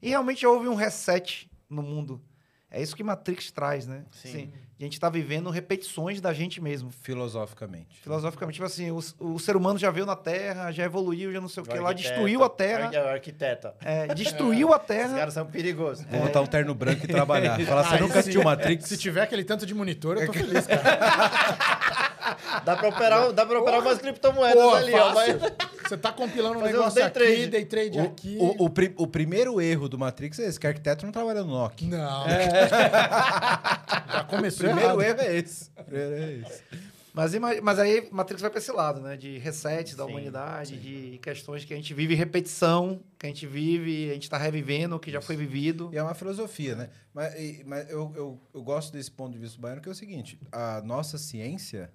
D: E realmente houve um reset no mundo. É isso que Matrix traz, né?
B: Sim.
D: a gente está vivendo repetições da gente mesmo.
A: Filosoficamente.
D: Filosoficamente, tipo assim, o, o ser humano já veio na Terra, já evoluiu, já não sei o que lá,
B: arquiteto,
D: destruiu a Terra,
B: É o arquiteta.
D: é, destruiu a
B: Esses
D: Terra.
B: caras são perigosos.
A: Vou botar um terno branco e trabalhar. Falar, você
C: Aí
A: nunca assistiu
C: sim.
A: Matrix?
C: Se tiver aquele tanto de monitor, eu tô feliz, cara.
B: Dá pra operar, um- dá pra operar umas criptomoedas
C: Porra,
B: ali, ó.
C: fácil.
B: mas-
C: Você tá compilando um
B: Fazer
C: negócio
B: uns day
C: aqui, day trade aqui.
A: O, o, o, pri- o primeiro erro do Matrix é esse, que o arquiteto não trabalha no Nokia.
C: Não. Já começou
A: primeiro erro
C: errado.
A: é esse. Primeiro é esse.
D: Mas, ima- mas aí Matrix vai para esse lado, né? De reset da
B: Sim,
D: humanidade, de questões que a gente vive repetição, que a gente vive, a gente está revivendo o que já foi vivido.
A: E é uma filosofia, né? Mas, e- mas eu, eu, eu gosto desse ponto de vista baiano, que é o seguinte: a nossa ciência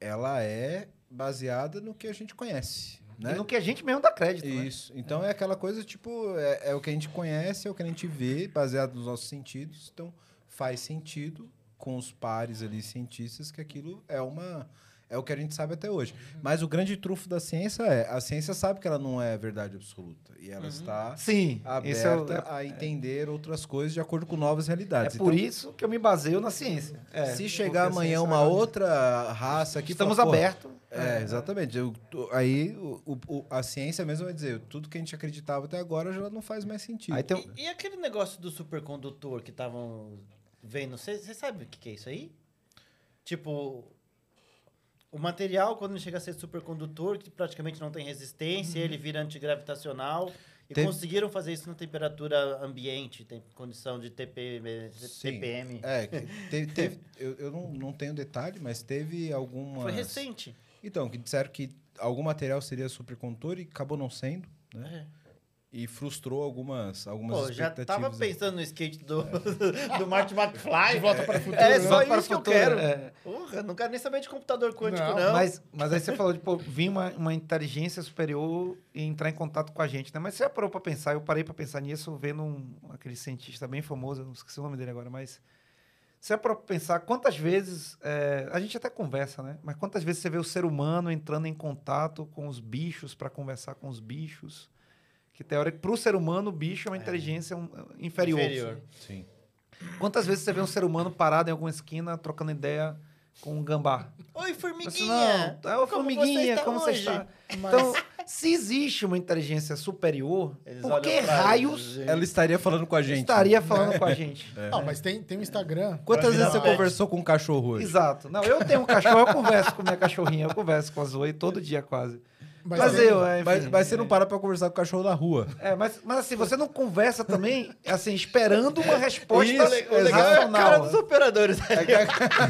A: ela é baseada no que a gente conhece. Né?
D: E no que a gente mesmo dá crédito, né?
A: Isso. Então é. aquela coisa, tipo, é, é o que a gente conhece, é o que a gente vê, baseado nos nossos sentidos. Então faz sentido com os pares ali cientistas que aquilo é uma É o que a gente sabe até hoje.
D: Uhum.
A: Mas o grande trunfo da ciência é: a ciência sabe que ela não é verdade absoluta. E
D: Uhum.
A: ela está
D: Sim, esse é o-
A: aberta
D: é-
A: a entender outras coisas de acordo com novas realidades. Então,
D: É por isso que eu me baseio na ciência. É,
A: se chegar
D: porque a
A: amanhã
D: ciência-
A: uma outra raça aqui.
D: Estamos
A: fala, "Pô,
D: abertos.
A: É, exatamente. Eu tô- aí o- o- o- a ciência mesmo vai dizer: tudo que a gente acreditava até agora já não faz mais sentido.
D: Aí tem,
B: E, e aquele negócio do supercondutor que estavam vendo, você sabe o que, que é isso aí? Tipo, o material, quando ele chega a ser supercondutor, que praticamente não tem resistência, ele vira antigravitacional. E
A: Teve-
B: conseguiram fazer isso na temperatura ambiente, tem condição de eh, TPM.
A: Sim.
B: TPM.
A: É, que teve, teve- eu, eu não, não tenho detalhe, mas teve alguma.
B: Foi recente.
A: Então, que disseram que algum material seria supercondutor e acabou não sendo, né?
B: É.
A: E frustrou algumas, algumas
B: Pô, já
A: expectativas.
B: tava pensando no skate do, do Marty McFly.
C: De volta para o futuro.
B: É
C: né?
B: só
D: Volta para o
B: isso que eu
D: futuro,
B: quero.
D: é.
B: Porra, não quero nem saber de computador quântico,
C: Não,
B: não.
D: Mas, mas aí você falou de pô, vir uma, uma inteligência superior e entrar em contato com a gente, né? Mas você já parou pra pensar, eu parei pra pensar nisso vendo um, aquele cientista bem famoso, eu não esqueci o nome dele agora, mas você já parou pra pensar quantas vezes, é, a gente até conversa, né? Mas quantas vezes você vê o ser humano entrando em contato com os bichos pra conversar com os bichos? Que teórico, pro ser humano, o bicho é uma inteligência um, inferior.
B: Inferior.
A: Sim.
D: Quantas vezes você vê um ser humano parado em alguma esquina trocando ideia com um gambá?
B: Oi,
D: Mas,
B: formiguinha!
D: não, ô,
B: Como
D: é formiguinha,
A: tá
B: está
D: como
B: hoje?
D: você está?
C: Mas-
D: Então, se existe uma inteligência superior,
B: Eles
D: por
B: olham
D: que
B: pra né?
D: raios
A: Ela estaria falando com a gente.
D: estaria falando com a gente?
C: Não, mas tem, tem um Instagram.
A: Quantas
B: Pra
A: vezes você
B: virar pet.
A: conversou com um cachorro hoje?
D: Exato. Não, eu tenho um cachorro, eu converso com minha cachorrinha, eu converso com a Zoe todo dia quase. Mas,
C: tem-
D: eu, é, enfim,
A: Mas, mas você não para pra conversar com o cachorro na rua.
D: é, mas, mas assim, você não conversa também, assim, esperando uma resposta
A: Isso,
B: É. O legal é a cara
D: racional.
B: dos operadores. Um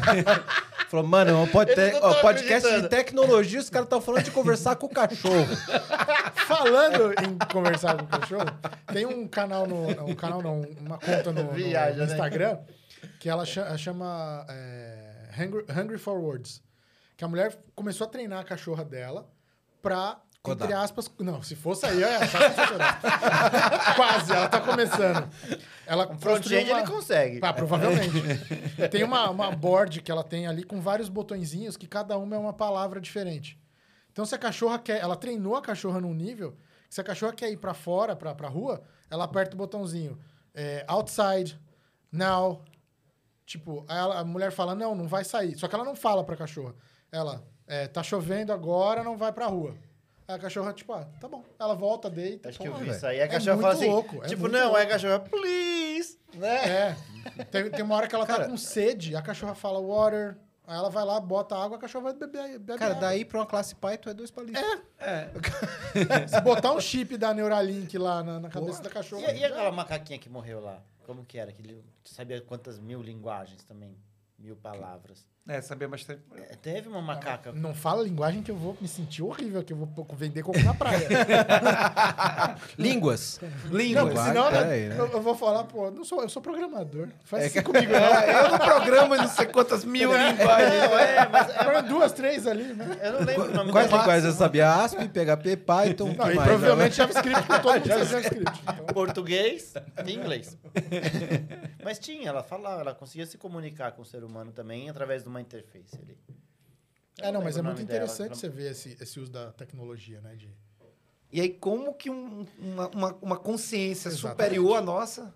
A: Falou, mano, pode
B: Eles
A: ter,
B: não
A: ó,
B: tão
A: podcast de
B: acreditando.
A: tecnologia, os caras estão falando de conversar com o cachorro.
C: Falando em conversar com o cachorro, tem um canal no. Um canal não, uma conta no, no-
B: Viaja,
C: no
B: né?
C: Instagram que ela cha- chama é, Hungry, Hungry for Words. Que a mulher começou a treinar a cachorra dela pra.
A: Codar.
C: Entre aspas, não, se fosse aí, eu ia achar sensacional. Quase, ela tá começando. Ela
B: Um
C: construiu
B: front-end
C: uma-
B: ele consegue.
C: Ah, provavelmente. tem uma, uma board que ela tem ali com vários botõezinhos que cada uma é uma palavra diferente. Então, se a cachorra quer. Ela treinou a cachorra num nível. que Se a cachorra quer ir pra fora, pra, pra rua, ela aperta o botãozinho. é, outside, now. Tipo, aí ela- a mulher fala: não, não vai sair. Só que ela não fala pra cachorra. Ela, é, tá chovendo agora, não vai pra rua. Aí a cachorra, tipo, ah, tá bom. Ela volta, deita.
B: Acho que eu
C: porra,
B: vi
C: velho.
B: isso aí. A
C: É
B: cachorra
C: muito
B: fala assim,
C: louco, é
B: tipo,
C: muito
B: não,
C: louco.
B: aí a cachorra, please, né?
C: É. Tem, tem uma hora que ela tá com sede, a cachorra fala water, aí ela vai lá, bota água, a cachorra vai beber. beber
A: Cara,
C: água.
A: daí pra uma classe Python é dois palitos. É,
C: Se botar um chip da Neuralink lá na, na cabeça da
B: E,
C: cachorra.
B: e aquela macaquinha que morreu lá? Como que era? Que ele sabia quantas mil linguagens também? Mil palavras.
D: É, sabia bastante.
B: É, Teve uma macaca.
C: Não fala linguagem que eu vou me sentir horrível, que eu vou pô- vender coco na praia.
A: Línguas.
C: não,
D: Língua.
A: Linguagem,
C: senão né,
A: peraí, né?
C: eu, eu vou falar, pô, não sou, eu sou programador. Faz isso comigo, né? não.
A: é.
D: Eu no programa não sei quantas mil linguagens.
B: Não, é, mas
C: Agora duas, três ali, né?
B: eu não lembro o nome
A: Quais
B: dela.
A: linguagens eu sabia? ASP, PHP, Python,
C: Não,
A: que
C: e
A: mais?
C: provavelmente JavaScript, porque todo mundo sabe JavaScript. Então,
B: Português e inglês. Mas tinha, ela falava, ela conseguia se comunicar com o ser humano também através de uma interface ali.
C: é, não, mas é
B: lembro o
C: muito
B: nome dela,
C: interessante
B: pra-
C: você ver esse, esse uso da tecnologia, né? De...
D: E aí, como que um- uma, uma, uma consciência
C: Exatamente.
D: superior à nossa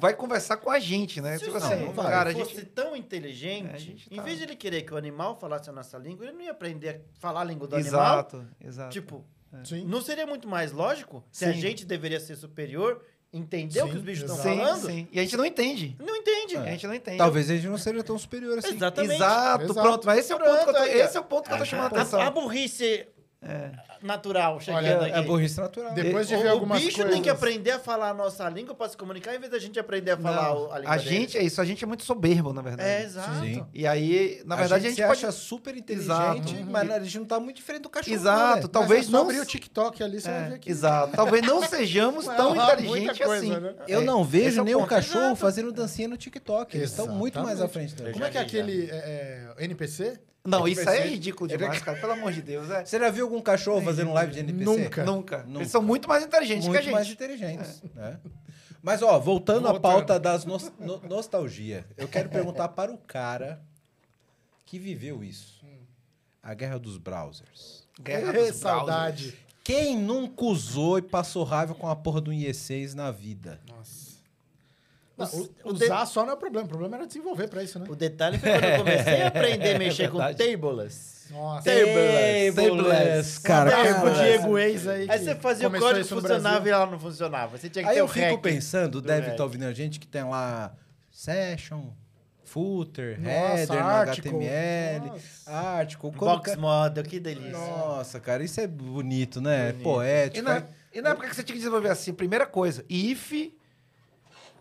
D: vai conversar com a gente, né?
B: Se
D: Tipo
B: o
D: assim,
B: ser humano
D: cara, a
B: fosse
D: gente.
B: tão
D: É, a
B: inteligente,
D: gente
B: em
D: tá-
B: vez de ele querer que o animal falasse a nossa língua, ele não ia aprender a falar a língua do animal.
D: Exato, exato.
B: Tipo,
C: Sim.
B: não seria muito mais lógico se a
D: Sim.
B: gente deveria ser superior, entender o
C: Sim,
B: que os bichos estão
D: sim,
B: falando?
D: sim. É. E a gente não entende.
B: Não entende.
D: A gente não entende.
A: Talvez a gente não seja tão superior assim.
B: Exatamente.
D: Exato,
C: Exato.
D: pronto. Mas esse é o ponto que eu tô,
B: Pronto, aí, ó.
D: esse é o ponto que eu tô chamando a atenção.
B: A, a burrice
D: É.
B: natural chegando
C: Olha,
A: É
B: aqui.
A: burrice natural.
C: De- Depois de
B: O-
C: ver
B: o
C: algumas
B: bicho
C: coisas.
B: tem que aprender a falar a nossa língua para se comunicar, em vez da gente aprender a
D: Não,
B: falar o- a língua
D: a
B: dele.
D: gente é isso, a gente é muito soberbo, na verdade.
B: É, exato.
A: né? Sim.
D: E aí, na verdade, a gente,
A: se
D: pode.
A: acha super inteligente,
D: Exato.
A: mas a gente não tá muito diferente do cachorro.
D: Exato,
A: né?
D: talvez
C: mas é só
D: não. É,
C: abrir o TikTok ali, você vai ver que...
D: Exato. Talvez não sejamos tão
C: Não, há muita
D: inteligentes
C: coisa,
D: assim.
C: né?
A: Eu
D: É,
A: não
D: esse
A: vejo
D: é o
A: nem o
D: ponto.
A: cachorro
D: Exato.
A: fazendo dancinha no TikTok. Eles estão muito mais à frente da
B: Eu
A: gente.
C: Como é que é
B: já vi, já.
C: aquele é, é, NPC?
D: Não, isso aí é
A: NPC.
D: ridículo demais, cara. Pelo amor de Deus, é.
A: Você já viu algum cachorro fazendo live de NPC?
C: Nunca.
D: Nunca.
A: Nunca.
D: Eles são muito mais inteligentes que a
A: Muito
D: gente. É.
A: mais inteligentes. né? Mas, ó, voltando, à
C: Voltando.
A: pauta das nos- no- nostalgia, eu quero perguntar para o cara que viveu isso. A guerra dos browsers.
D: Guerra
C: Ê,
D: dos né?
C: saudade.
A: Quem nunca usou e passou raiva com a porra um do IE6 na vida?
C: Nossa.
B: Não,
C: Us-
B: o- o
C: usar só não é o problema. O problema era desenvolver pra isso, né?
B: O detalhe foi quando eu comecei
A: É
B: a aprender a mexer com
D: verdade.
B: tabulas.
C: Nossa.
B: Tabulous.
A: Tabulous, cara.
C: Saudade
A: cara.
C: pro tipo Diego Eis aí.
B: Aí
C: que
B: você fazia o
C: começou
B: código,
C: isso no
B: funcionava e
C: Brasil.
B: ela não funcionava. Você tinha que
A: Aí
B: ter
A: eu
B: o
A: fico
B: hack.
A: pensando,
B: do
A: deve
B: hack.
A: estar ouvindo a gente que tem lá session, footer,
C: Nossa,
A: header, no
C: article.
A: HTML,
C: Nossa.
A: article, como
B: Box
A: que... é?
B: model, que delícia.
A: Nossa, cara, isso é bonito, né?
B: Bonito.
A: Poético.
D: E na,
A: Aí-
D: e na época que você tinha que desenvolver assim, primeira coisa, if,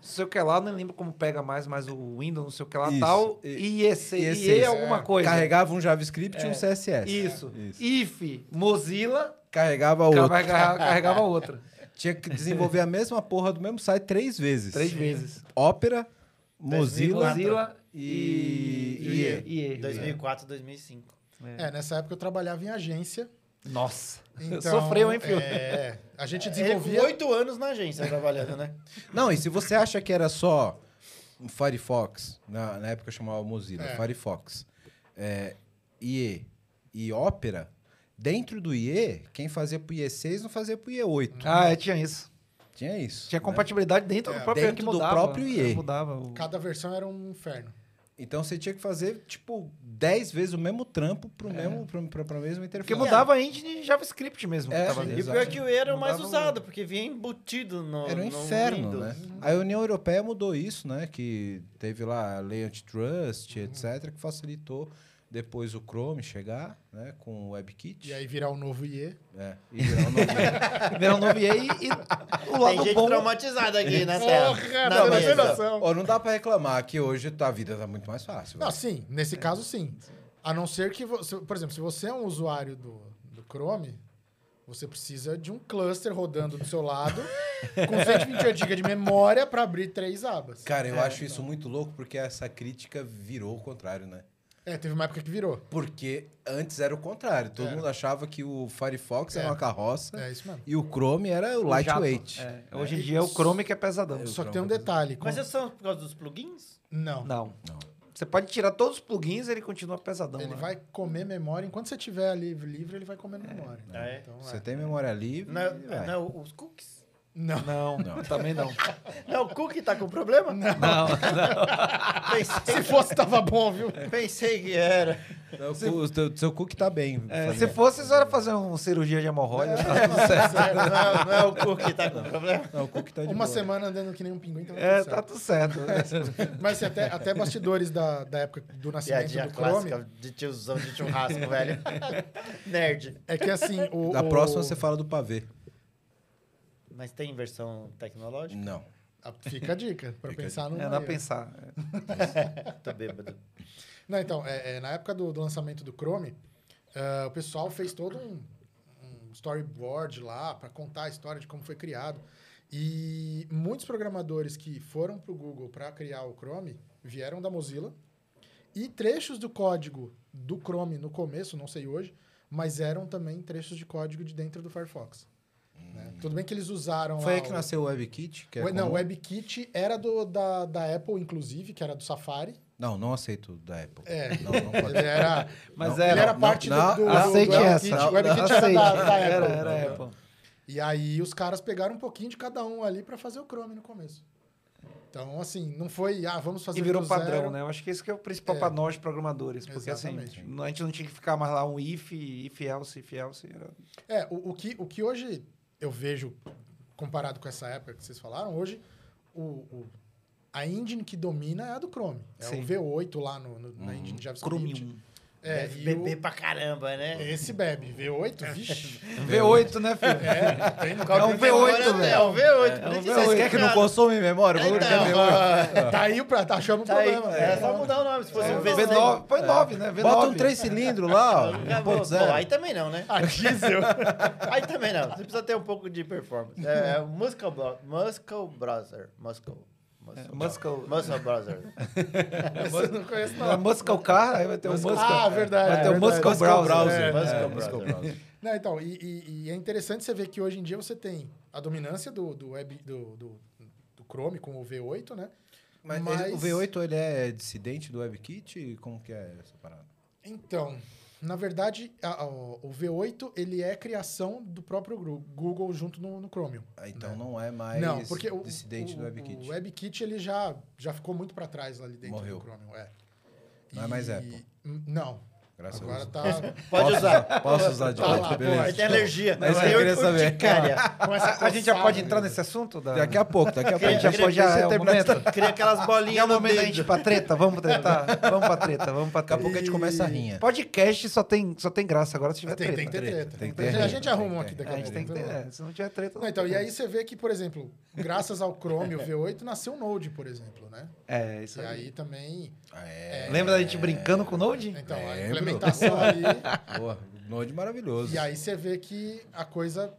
D: sei o que lá, não lembro como pega mais, mas o Windows, não sei o que lá,
A: Isso.
D: tal,
A: E-
D: e, esse,
A: e
D: e,
A: esse, é,
D: alguma coisa.
A: Carregava um JavaScript e um CSS.
D: É, Isso.
A: Isso.
D: If, Mozilla,
A: Carregava outro.
D: carregava, carregava outra.
A: Tinha que desenvolver a mesma porra do mesmo site três vezes.
D: Três vezes.
A: Opera, Mozilla,
D: Mozilla
A: e...
D: e... É.
A: IE.
D: e- um. e-
B: 2004, 2005.
C: É, nessa época eu trabalhava em agência.
D: Nossa.
C: Então,
D: Sofreu, hein, filho?
C: É, a gente
B: Ele ficou
C: desenvolvia...
B: oito anos na agência trabalhando, né?
A: Não, e se você acha que era só um Firefox, na, na época chamava Mozilla,
C: É.
A: Firefox, é, IE e Opera, dentro do IE, quem fazia pro IE6 não fazia pro IE8.
D: Ah, é, tinha isso.
A: Tinha isso.
D: Tinha
A: né?
D: compatibilidade dentro
C: É,
D: do próprio
A: dentro
D: que
A: do
D: mudava. É,
A: próprio IE.
D: Mudava o...
C: Cada versão era um inferno.
A: Então você tinha que fazer, tipo, 10 vezes o mesmo trampo pro mesmo, pro, pra, pra mesma interface.
D: É. Porque mudava a engine de JavaScript mesmo. que
A: É,
D: tava
A: sim.
D: dentro.
B: E o pior é que o E era o mais
D: Mudava o-
B: usado, porque vinha embutido no
A: um- Era um
B: no
A: inferno,
B: Windows.
A: né? A União Europeia mudou isso, né? Que teve lá a lei antitrust,
D: Uhum.
A: etc., que facilitou depois o Chrome chegar, né? Com o WebKit.
C: E aí virar o novo IE.
A: É, e virar o nome.
D: Primeiro nome um e aí e o
B: Tem
D: lado
B: gente
D: bom...
B: traumatizada aqui na tela. na
C: Porra, não, mas
B: mesa.
C: tem noção.
A: Ó, não dá pra reclamar que hoje tá- a vida tá muito mais fácil.
C: Não,
A: velho.
C: sim, nesse caso sim. A não ser que você, por exemplo, se você é um usuário do, do Chrome, você precisa de um cluster rodando do seu lado com 128 GB de memória para abrir três abas.
A: Cara, eu acho
C: então.
A: isso muito louco porque essa crítica virou o contrário, né?
C: É, teve uma época que virou.
A: Porque antes era o contrário. Todo
C: Era.
A: mundo achava que o Firefox era
C: É.
A: uma carroça
C: É isso mesmo.
A: e o Chrome era o
D: o jato.
A: lightweight.
D: É, Hoje em dia é o Chrome que é pesadão.
C: Só que
A: Chrome
C: tem um
A: tá
C: detalhe. com-
B: Mas é só por causa dos plugins?
C: Não.
D: Não.
A: Não.
D: Você pode tirar todos os plugins ele continua pesadão.
C: Ele
D: né?
C: vai comer memória. Enquanto você tiver ali livre, ele vai comer memória.
B: Ah, é?
C: Então,
A: Você
C: é.
A: tem memória livre.
B: Não, é-
A: vai.
B: não é o- os cookies?
C: Não.
D: Não,
A: Não.
D: também não.
B: Não, o cookie tá com problema?
D: Não,
B: Pensei,
C: Se fosse, tava bom, viu?
B: pensei que era.
A: Não, o cu- o teu- seu cookie tá bem.
D: É,
A: Fabiano.
D: se fosse, a senhora fazer uma cirurgia de hemorroida, tá tudo certo.
B: Não é, não é o cookie que tá com problema?
A: Não, o cookie tá de
C: Uma
A: boa.
C: semana andando que nem um pinguim, então
D: É,
C: tudo
D: tá
C: certo.
D: tudo certo.
C: Mas assim, até, até bastidores da, da época do nascimento
B: Piadinha
C: do Chrome.
B: clássica de tiozão de churrasco, velho. Nerd.
C: É que assim, o.
A: Da
C: o-
A: próxima você fala do pavê.
B: Mas tem versão tecnológica?
A: Não.
C: Ah, Fica a dica, pra
A: Fica a
C: pensar no.
D: É, dá pra pensar.
B: Tô Tá bêbado.
C: Não, então, é, é, na época do, do lançamento do Chrome, ah, o pessoal fez todo um, um storyboard lá para contar a história de como foi criado. E muitos programadores que foram para o Google para criar o Chrome vieram da Mozilla. E trechos do código do Chrome no começo, não sei hoje, mas eram também trechos de código de dentro do Firefox. né? Tudo bem que eles usaram.
A: Hum. Foi
C: lá
A: aí que
C: o-
A: nasceu o WebKit? Que é
C: Ué, não, o
A: comum?
C: WebKit era do, da, da Apple, inclusive, que era do Safari.
A: Não, não aceito da Apple.
C: É.
A: Não, não pode.
C: Ele era,
D: Mas
A: Não,
C: ele
D: era.
C: era parte do-
A: não,
C: do, do,
D: aceite
C: do
D: essa.
C: WebKit. O WebKit era
D: aceite.
C: da, da Apple.
D: Era, era Apple.
C: E aí os caras pegaram um pouquinho de cada um ali pra fazer o Chrome no começo. Então, assim, não foi, ah, vamos fazer
D: E virou
C: do
D: padrão,
C: zero.
D: né? Eu acho que isso que é o principal
C: É.
D: pra nós, programadores. Porque
C: Exatamente.
D: assim, a gente não tinha que ficar mais lá um if, if else, if else. Era...
C: É, o, o que, o que hoje eu vejo, comparado com essa época que vocês falaram, hoje o, o- a engine que domina é a do Chrome. É
D: Sim. Uhum.
C: o V8 lá no, no- na engine de JavaScript.
D: Chromium.
C: É,
B: um. Deve
C: e
B: beber
C: o- É
B: pra caramba, né?
C: esse bebe. V8, vixe.
D: V8, né, filho?
C: É, tem no
D: É um V8,
B: É um
D: velho.
B: V8.
D: É um
B: por isso
D: V8.
B: vocês
A: Quer que não
B: ficaram-
A: consome memória? O
B: Então,
A: valor que
D: um?
A: é memória.
C: Tá aí o pra, tá achando um
B: tá aí.
C: problema.
B: É
C: né?
B: só mudar o nome. Se fosse um V9.
D: V9, foi 9, né? V9.
A: Bota um 3 cilindros lá, ó.
B: Acabou. Pô,
A: 1.0.
B: aí também não, né?
C: A diesel.
B: Aí também não. Você precisa ter um pouco de performance. É, é o Muscle, Bro- Muscle Browser. Muscle. Muscle,
D: É, Muscle-
B: Muscle Browser.
C: Essa eu não conheço,
D: É
C: não.
D: Muscle Car, aí vai
A: um
D: ter o Muscle.
C: Ah, verdade.
D: Vai ter o
C: verdade.
D: Muscle Browser.
A: É,
B: um Muscle
A: é,
B: Browser.
A: Muscle Browser.
C: Não, então, e, e- e é interessante você ver que hoje em dia você tem a dominância do, do, web, do, do, do Chrome com o V8, né?
A: Mas, ele- o V8 ele é dissidente do WebKit? Como que é essa parada?
C: Então, Na verdade, a- a- o V8 ele é criação do próprio Gru- Google junto no, no Chromium.
A: Ah, Então não é mais
C: não, porque o,
A: dissidente
C: o,
A: do WebKit.
C: O WebKit ele já, já ficou muito para trás ali dentro
A: Morreu.
C: do Chromium. É.
A: Não é mais Apple.
C: Hum, Não.
A: Graças
C: Agora
A: a Deus.
C: tá
B: Pode
A: Posso-
B: usar.
A: Posso usar de
C: Tá
A: volta,
C: lá, pô,
A: beleza.
B: Aí tem alergia.
A: Mas
B: Aí
A: eu
B: ur-
A: queria saber.
B: urticária.
C: com essa
D: A, a gente já
C: coçada,
D: pode entrar
C: né?
D: nesse assunto? Da...
A: Daqui a pouco, daqui a pouco.
D: a gente já pode já é o momento.
B: Cria aquelas
D: Já é
B: bolinhas
D: o
B: no
D: momento da gente ir
B: dedo.
D: pra treta? Vamos pra treta? Vamos pra treta, vamos pra
A: Daqui a
D: treta.
A: pouco a gente começa a rinha.
D: Podcast só tem, só tem graça agora se tiver
C: Tem,
D: treta.
C: tem que ter
A: Treta,
C: treta.
A: tem que
C: A
A: ter
C: gente- a
A: treta,
C: gente
A: tem
C: arruma um
A: que
C: aqui
A: ter.
C: daqui
D: É, a gente tem que
C: pouco,
D: ter.
C: então-
D: é, se não tiver treta.
C: Não, então, e aí você vê que, por exemplo, graças ao Chrome, o V8, nasceu o Node, por exemplo, né?
D: É, isso
C: E
D: aí.
C: aí também.
A: É,
D: Lembra da gente brincando com o Node?
C: Então, a
A: Lembro.
C: implementação ali.
A: Boa, Node maravilhoso.
C: E aí você vê que a coisa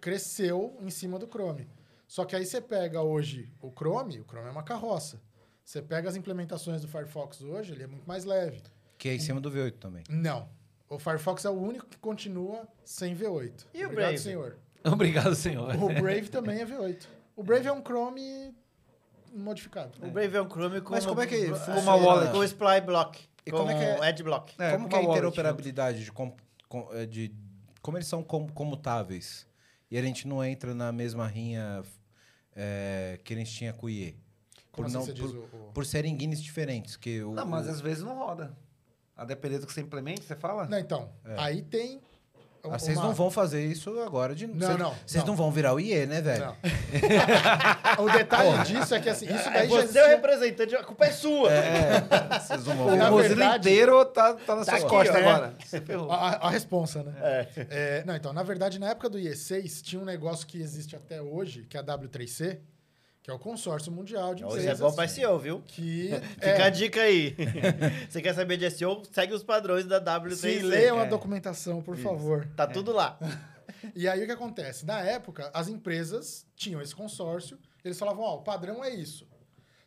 C: cresceu em cima do Chrome. Só que aí você pega hoje o Chrome, o Chrome é uma carroça. Você pega as implementações do Firefox hoje, ele é muito mais leve.
A: Que é em cima do V8 também.
C: Não. O Firefox é o único que continua sem V8.
B: E o
C: Obrigado,
B: Brave?
C: senhor.
F: Obrigado, senhor.
C: O Brave também é V8. O Brave é um Chrome modificado.
B: O Brave é um Chrome com
A: Mas como é que
B: com
A: funciona?
B: uma wallet, com o Spy Block,
A: E
B: com
A: como é que é?
B: o Edge Block.
D: É,
A: como
D: com
A: que é a
D: uma wallet,
A: interoperabilidade de, com- com- eh, de- como eles são com- comutáveis e a gente não entra na mesma rinha eh, que a gente tinha com o IE por,
C: Como assim
A: não,
C: você diz
A: por,
C: o- o-
A: por serem guines diferentes que o,
D: Não, mas
A: o-
D: às vezes não roda. A depender do que você implemente, você fala?
C: Não, então. Aí tem.
A: É. Ah, vocês
C: uma-
A: não vão fazer isso agora de
C: Não,
A: vocês-
C: não,
A: Vocês não.
C: não.
A: vão virar o IE, né, velho?
C: Não. o detalhe disso é que assim, isso daí já
B: Você é o
C: existia...
B: representante, a culpa é sua.
A: É, Vocês não vão
C: Na
D: O
A: virar o IE.
D: Mozilla
C: verdade-
D: inteiro tá, tá nas suas
B: aqui,
D: costas
B: ó.
D: agora. Você ferrou.
C: a, a- a responsa, né?
B: É.
C: É, não, então, na verdade, na época do IE6, tinha um negócio que existe até hoje, que é a W3C, que é o Consórcio Mundial de
B: Hoje
C: Empresas.
B: é bom pra
A: assim.
B: SEO, viu?
C: Que
B: Fica a
C: é,
B: dica aí. Você quer saber de SEO? Segue os padrões da W3C.
C: se leiam a documentação, por favor.
B: Tá tudo lá.
C: E aí o que acontece? Na época, as empresas tinham esse consórcio, eles falavam, ó, o padrão é isso.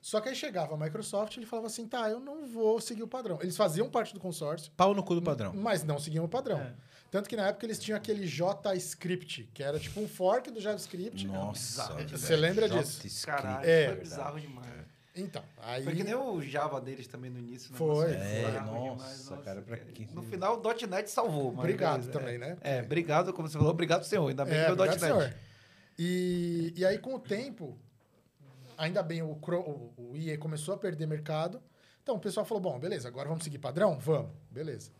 C: Só que aí chegava a Microsoft e ele falava assim, tá, eu não vou seguir o padrão. Eles faziam parte do consórcio,
A: Pau no cu do padrão.
C: mas não seguiam o padrão.
D: É.
C: Tanto que na época eles tinham aquele JavaScript, que era tipo um fork do JavaScript.
A: Nossa.
C: Você
A: velho.
C: lembra
A: Jota
C: disso?
A: escrito.
D: Caralho,
C: É.
D: foi bizarro demais.
C: Então, aí...
D: Foi que nem o Java deles também no início. né?
C: Foi,
D: Nossa,
C: foi.
D: bizarro
A: É, Nossa,
D: demais,
A: cara, pra que-
D: No final, o .NET salvou. mas
C: Obrigado
D: beleza,
C: também,
D: é.
C: né?
D: É, obrigado, como você falou, obrigado, senhor. Ainda Tá bem que foi o
C: É, obrigado,
D: .NET.
C: senhor. E, e aí, com o tempo, ainda bem, o, Cro- o, o IE começou a perder mercado. Então, o pessoal falou, bom, beleza, agora vamos seguir padrão? Vamos, beleza.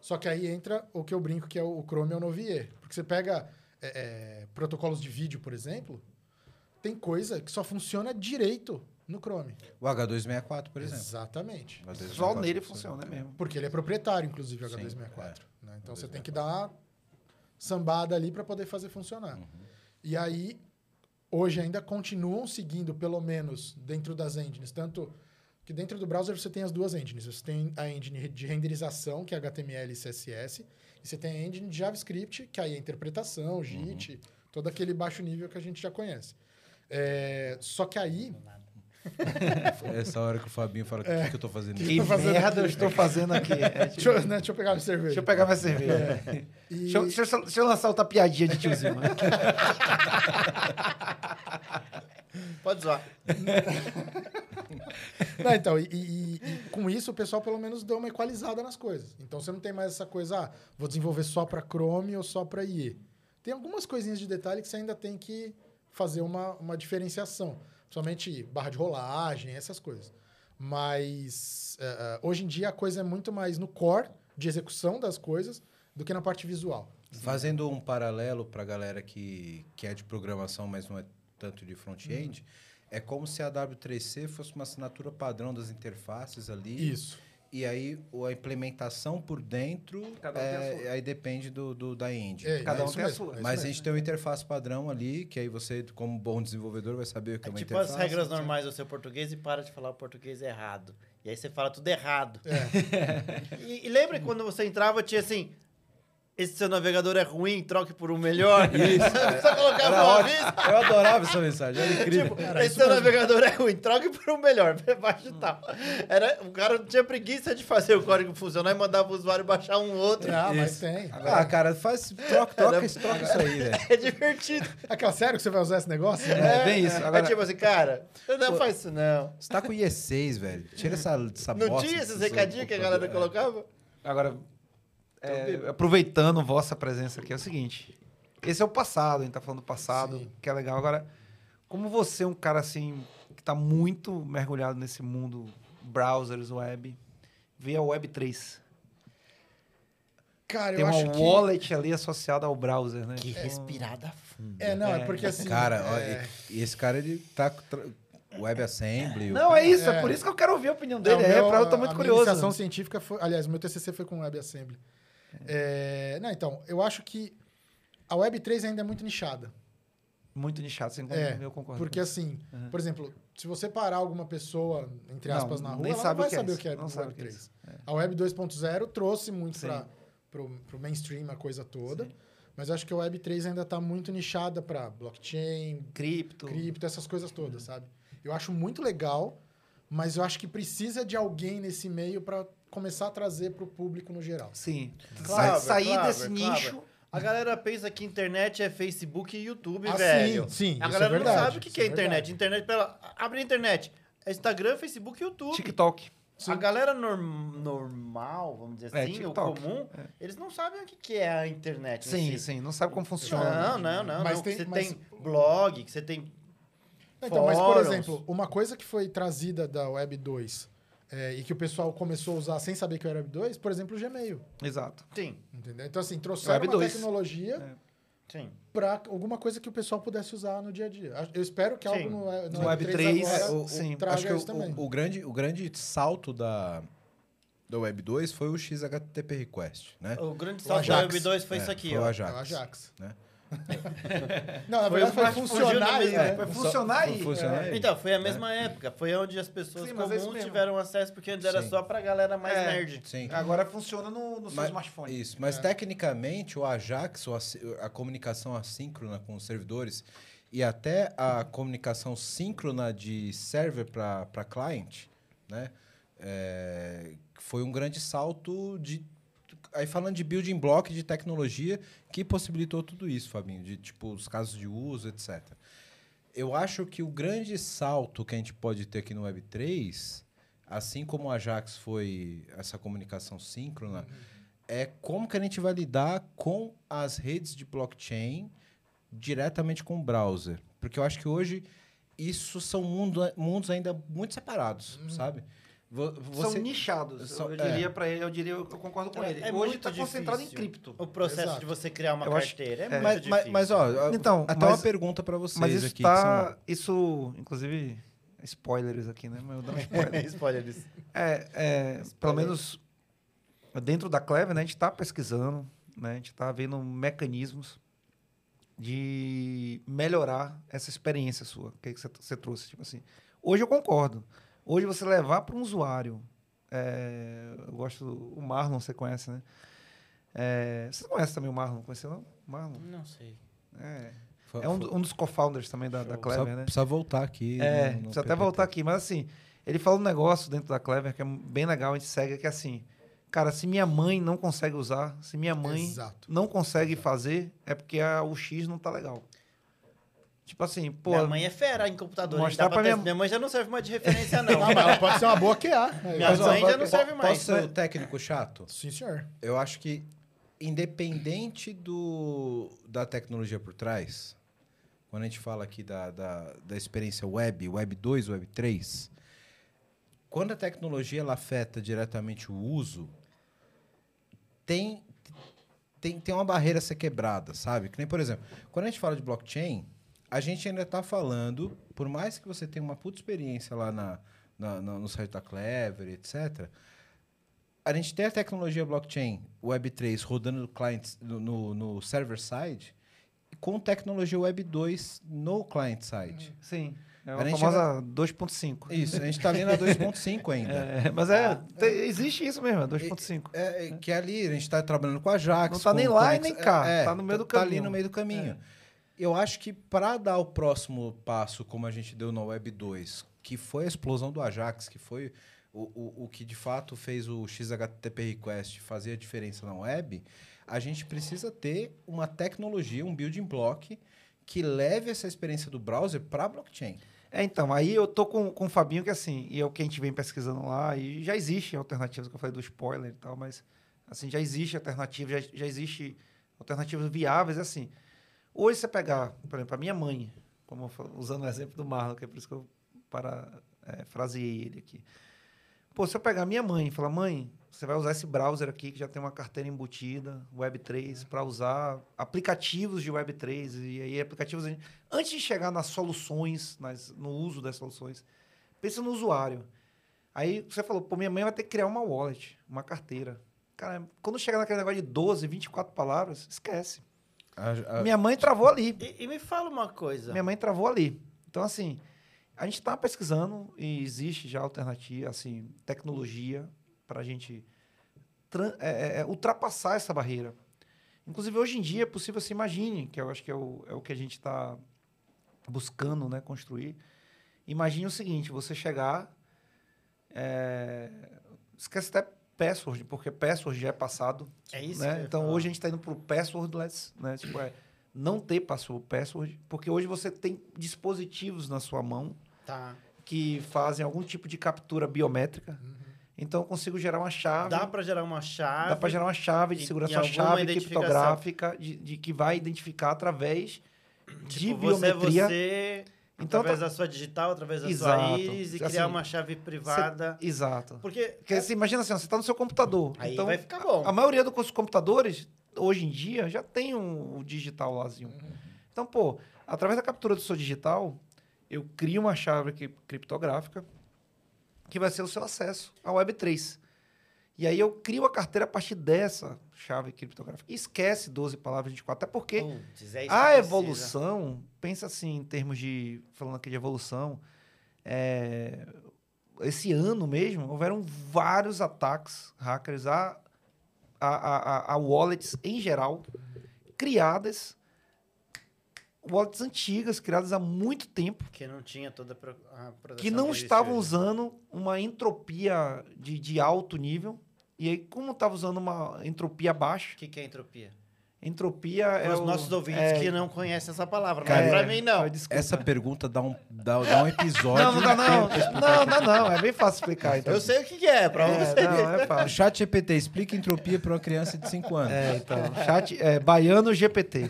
C: Só que aí entra o que eu brinco, que é o, o Chrome é o novo IE. Porque você pega é, é, protocolos de vídeo, por exemplo, tem coisa que só funciona direito no Chrome.
A: O H264, por exemplo.
C: Exatamente.
A: O H264
D: Só nele funciona mesmo.
C: Porque ele é proprietário, inclusive, o
A: Sim,
C: H264.
D: é.
C: né? Então você tem que dar uma sambada ali para poder fazer funcionar.
D: Uhum.
C: E aí, hoje ainda continuam seguindo, pelo menos, dentro das engines. Tanto que dentro do browser você tem as duas engines. Você tem a engine de renderização, que é HTML e CSS, e você tem a engine de JavaScript, que aí é
D: Uhum.
C: interpretação, JIT, todo aquele baixo nível que a gente já conhece. É, só que aí,
A: Essa hora que o Fabinho fala, o que, que eu tô fazendo aqui?
D: Que
C: tô Tá fazendo
D: merda eu
C: aqui?
D: estou fazendo aqui. É, tipo,
C: deixa, eu- É. né, deixa eu pegar a cerveja.
D: deixa eu pegar minha cerveja.
C: E-
D: Deixa, eu, deixa eu- deixa eu lançar outra piadinha de tiozinho. né?
B: Pode usar.
C: Não, então, e, e- e- e com isso o pessoal pelo menos deu uma equalizada nas coisas. Então você não tem mais essa coisa, ah, vou desenvolver só para Chrome ou só para IE. Tem algumas coisinhas de detalhe que você ainda tem que fazer uma, uma diferenciação. Principalmente barra de rolagem, essas coisas. Mas eh, eh, hoje em dia a coisa é muito mais no core de execução das coisas do que na parte visual.
A: Fazendo um paralelo para a galera que, que é de programação, mas não é tanto de front-end, é como se a W3C fosse uma assinatura padrão das interfaces ali.
C: Isso.
A: E aí o- a implementação por dentro,
D: Cada um
A: é-
D: tem a sua.
A: aí depende do, do- da engine.
C: É,
D: Cada
C: é
D: um
C: isso
D: tem a
C: mesmo,
D: sua.
C: é isso
A: mas a
C: mesmo.
A: gente tem uma interface padrão ali, que aí você, como bom desenvolvedor, vai saber o que é,
B: É
A: uma
B: tipo as
A: interface.
B: regras normais do seu português e para de falar o português errado. E aí você fala tudo errado. e, e lembra que quando você entrava, tinha assim. Esse seu navegador é ruim, troque por um melhor. Isso. Só colocava
A: Era
B: uma
A: ótimo.
B: vez.
A: Eu adorava essa mensagem, era incrível.
B: Tipo, esse seu navegador é ruim, troque por um melhor. Baixa e tal. Era, o cara não tinha preguiça de fazer o código funcionar e mandava o usuário baixar um outro.
C: Ah, mas tem.
A: ah, cara, faz, troca, troca, isso- troca isso aí, velho.
B: É divertido.
C: Aquela, sério que você vai usar esse negócio?
D: É, bem isso.
B: é
D: Agora,
B: tipo assim, cara, não faz isso não.
A: Você tá com IE6, velho. Tira essa, essa
B: Não
A: Tá bosta
B: tinha
A: que
B: esses
A: você-
B: recadinhos que a galera colocava?
D: agora,
C: Então,
D: é, aproveitando vossa presença aqui, é o seguinte. Esse é o passado, a gente tá falando do passado,
C: Sim.
D: que é legal. Agora, como você é um cara assim, que tá muito mergulhado nesse mundo browsers, web, vê a Web3.
C: Cara,
D: Tem um
C: eu acho
D: uma
C: que...
D: wallet ali associada ao browser, né?
B: Que
D: Então,
B: respirada funda.
C: É, não, é porque assim...
A: Cara, ó,
C: é...
A: e- e esse cara, ele tá... com tra- WebAssembly. o-
D: Não, é isso, é.
C: É.
D: por isso que eu quero ouvir a opinião
C: o
D: dele. É,
C: meu-
D: pra eu tô
C: a
D: muito
C: minha
D: curioso.
C: iniciação científica foi... Aliás, meu TCC foi com WebAssembly. É, Não, então, eu acho que a Web3 ainda é muito nichada.
D: Muito nichado, sem
C: É,
D: eu concordo.
C: Porque assim, por exemplo, se você parar alguma pessoa, entre
D: Não,
C: aspas, na rua,
D: nem
C: ela
D: sabe
C: não
D: o
C: vai
D: que é
C: saber
D: isso,
C: o que é
D: não sabe o que é
C: Web3.
D: isso,
C: A Web 2.0 trouxe muito
D: Sim.
C: para o mainstream a coisa toda, mas eu acho que a Web 3 ainda está muito nichada para blockchain,
D: cripto.
C: cripto, essas coisas todas, sabe? Eu acho muito legal, mas eu acho que precisa de alguém nesse meio para começar a trazer para o público no geral.
D: Sim.
B: Claro,
D: Sa- sair
B: claro,
D: desse
B: claro.
D: nicho.
B: A galera pensa que internet é Facebook e YouTube,
C: Ah, sim,
B: velho.
C: sim,
B: A
C: isso
B: galera
C: é verdade,
B: não sabe o que,
C: isso
B: que é
C: é
B: internet.
C: verdade.
B: Internet, pela... abre a internet. É Instagram, Facebook e YouTube.
D: TikTok.
B: A galera norm- normal, vamos dizer
D: É,
B: assim, o
D: TikTok.
B: comum, eles não sabem o que, que é a internet. em
D: Sim,
B: si.
D: sim. Não sabe como funciona. né?
B: Não, não, não.
C: Mas
B: não.
C: tem-
B: que você
C: mas-
B: tem blog, que você tem.
C: Então, mas por
B: Fóruns.
C: exemplo, uma coisa que foi trazida da Web 2 é, e que o pessoal começou a usar sem saber que era Web 2, por exemplo, o Gmail,
D: Exato.
B: Sim,
C: entendeu? Então assim, trouxeram
D: Web
C: uma
D: 2.
C: tecnologia
B: sim.
C: para alguma coisa que o pessoal pudesse usar no dia a dia. Acho- Eu espero que
B: Sim.
C: algo no, eh, no,
D: No Web 3,
C: agora
D: é, o- sim.
C: traga
A: Acho que
C: isso
A: o-
C: também.
A: o, o grande, o grande salto da, da Web 2 foi o XHTTP Request, né?
B: O grande salto da
C: Ajax.
B: Web 2 foi isso aqui,
A: foi o
B: ó.
A: Ajax.
C: É o Ajax.
A: né?
C: Não, na
B: Foi
C: verdade
B: o
C: foi
B: mais fugiu da
C: funcionário.
B: mesma-
C: né?
D: É, Vai
A: Só-
D: funcionar
A: fu-
D: aí. É.
A: funcionar aí.
B: Então, foi a mesma época. Foi onde as pessoas
D: Sim, mas é isso
B: comuns
D: mesmo.
B: tiveram acesso, porque antes era
A: Sim.
B: só pra galera mais
D: É.
B: nerd.
A: Sim.
D: Agora funciona no, no seu
A: Mas-
D: smartphone. É.
A: Isso, mas tecnicamente o Ajax, ou a, si- a comunicação assíncrona com os servidores e até a comunicação síncrona de server para client, né? é, foi um grande salto de. Aí falando de building block, de tecnologia, que possibilitou tudo isso, Fabinho, de tipo os casos de uso, etc. Eu acho que o grande salto que a gente pode ter aqui no Web3, assim como o Ajax foi essa comunicação síncrona, é como que a gente vai lidar com as redes de blockchain diretamente com o browser. Porque eu acho que hoje isso são mundo- mundos ainda muito separados, sabe? Vo-
D: São
A: você-
D: nichados.
A: São-
D: eu
A: é.
D: diria pra ele, eu diria, eu concordo com
B: É,
D: ele.
B: é
D: Hoje
B: muito
D: tá concentrado em
B: difícil.
D: cripto.
B: O processo
C: Exato.
B: de você criar uma
D: Eu acho-
B: carteira é,
D: é.
B: muito
A: mas,
B: difícil.
A: mas, mas, ó,
D: Então,
A: até
D: mas-
A: uma pergunta para vocês
D: Mas isso
A: aqui.
D: tá. Isso, inclusive, spoilers aqui, né? Mas eu dou um spoiler.
B: Spoiler disso.
D: É, é, pelo menos dentro da Cleve, né, a gente está pesquisando, né, a gente está vendo mecanismos de melhorar essa experiência sua, que você você trouxe, tipo assim. Hoje eu concordo. Hoje você levar para um usuário, é, eu gosto, o Marlon você conhece, né? É, você conhece também o Marlon, conheceu não? Marlon?
B: Não sei.
D: É,
A: são-
D: é um, do- um dos co-founders também da, da
A: precisa,
D: Clever, né?
A: precisa voltar aqui.
D: É,
A: no- no
D: precisa até
A: PPT.
D: voltar aqui. Mas assim, ele fala um negócio dentro da Clever que é bem legal, a gente segue, que é assim, cara, se minha mãe não consegue usar, se minha mãe
C: Exato.
D: não consegue fazer, é porque a, o X não tá legal. Tipo assim, pô,
B: minha mãe é fera em computador. hein?
D: Mostrar
B: Dá pra
D: pra
B: minha...
D: minha-
B: minha mãe já não serve mais de referência, não.
C: Não, mas ela pode ser uma boa QA.
B: minha
D: Mas, ó,
B: mãe já
D: vai-
B: não serve mais. né?
A: Posso ser o técnico chato?
C: Sim, senhor.
A: Eu acho que, independente do, da tecnologia por trás, quando a gente fala aqui da, da, da experiência web, web 2, web 3, quando a tecnologia ela afeta diretamente o uso, tem, tem, tem uma barreira a ser quebrada, sabe? Que nem, por exemplo, quando a gente fala de blockchain, a gente ainda está falando, por mais que você tenha uma puta experiência lá na, na- na- no site da Clever, etc., a gente tem a tecnologia blockchain Web3 rodando no, client, no, no- no server side e com tecnologia Web2 no client side.
D: sim, é
A: A
D: a
A: gente
D: famosa 2.5.
A: Isso, a gente está ali na 2.5 ainda.
D: É, mas é, te- existe isso mesmo, é 2.5.
A: É, é, que é ali, a gente está trabalhando com a Jax.
D: Não tá
A: com
D: nem lá e
A: conex-
D: nem cá, tá no meio do
A: Tá ali
D: caminho.
A: no meio do caminho. Eu acho que para dar o próximo passo, como a gente deu na Web 2, que foi a explosão do Ajax, que foi o, o, o que de fato fez o XHTTP Request fazer a diferença na web, a gente precisa ter uma tecnologia, um building block, que leve essa experiência do browser para blockchain.
D: É, então, aí eu tô com, com o Fabinho que assim, e é o que a gente vem pesquisando lá, e já existe alternativas, que eu falei do spoiler e tal, mas Assim, já existe alternativa, já, já existe alternativas viáveis, assim. Hoje, você pegar, por exemplo, a minha mãe, como eu falo- usando o exemplo do Marlon, que é por isso que eu para, é, fraseei ele aqui. Pô, se eu pegar minha mãe e falar, mãe, você vai usar esse browser aqui que já tem uma carteira embutida, Web3, para usar aplicativos de Web3, e aí aplicativos. a gente- Antes de chegar nas soluções, nas, no uso das soluções, pensa no usuário. Aí você falou, pô, minha mãe vai ter que criar uma wallet, uma carteira. Cara, quando chega naquele negócio de 12, 24 palavras, esquece.
A: A- a-
D: Minha mãe travou ali.
B: E, e me fala uma coisa.
D: Minha mãe travou ali. Então, assim, a gente está pesquisando e existe já alternativa, assim, tecnologia para a gente tran- é, é, é, ultrapassar essa barreira. Inclusive, hoje em dia é possível, se imagine, que eu acho que é o, é o que a gente está buscando né, construir. Imagine o seguinte, você chegar... é, esquece até password, porque password já é passado.
B: É isso
D: né?
B: que eu ia
D: Então
B: falar.
D: hoje a gente está indo para o passwordless, né? Tipo, é não ter password, password, porque hoje você tem dispositivos na sua mão
B: Tá.
D: que fazem algum tipo de captura biométrica. Então eu consigo gerar uma chave.
B: Uhum. Dá pra gerar uma chave.
D: Dá para gerar uma chave de
B: E-
D: segurança,
B: e
D: uma
B: alguma
D: chave
B: identificação.
D: criptográfica de, de que vai identificar através de
B: tipo, você é
D: biometria.
B: você,
D: Então,
B: através
D: tá-
B: da sua digital, através da sua
D: Exato.
B: íris, e
D: Assim,
B: criar uma chave privada.
D: Exato.
B: Porque.
D: Porque você imagina assim, ó, você está no seu computador.
B: Aí
D: então,
B: vai ficar bom.
D: A, a maioria dos computadores, hoje em dia, já tem um, o digital lázinho. Então, pô, através da captura do seu digital, eu crio uma chave cri- criptográfica que vai ser o seu acesso à Web3. E aí eu crio a carteira a partir dessa chave criptográfica. E esquece 12 palavras 24, até porque
B: Putz, é isso que
D: a
B: precisa.
D: evolução, pensa assim em termos de. Falando aqui de evolução, é, esse ano mesmo, houveram vários ataques hackers a, a, a, a- a wallets em geral, criadas, wallets antigas, criadas há muito tempo,
B: Que não tinha toda a pro- a proteção
D: que não
B: existe
D: estavam
B: hoje.
D: usando uma entropia de, de alto nível. E aí, como estava usando uma entropia baixa,
B: O que, que é entropia?
D: entropia é.
B: Para os
D: o-
B: nossos ouvintes
D: é-
B: que não conhecem essa palavra.
A: Cara,
B: não é pra mim, não.
D: Desculpa.
A: Essa pergunta dá um, dá, dá um episódio.
D: Não, não dá não. Não, não, não. É bem fácil explicar. Então.
B: Eu sei o que, que é, pra
D: É,
B: você.
D: não, é fácil.
A: Chat GPT, Ah, explica entropia para uma criança de 5 anos.
D: É, então, chat, é, baiano GPT.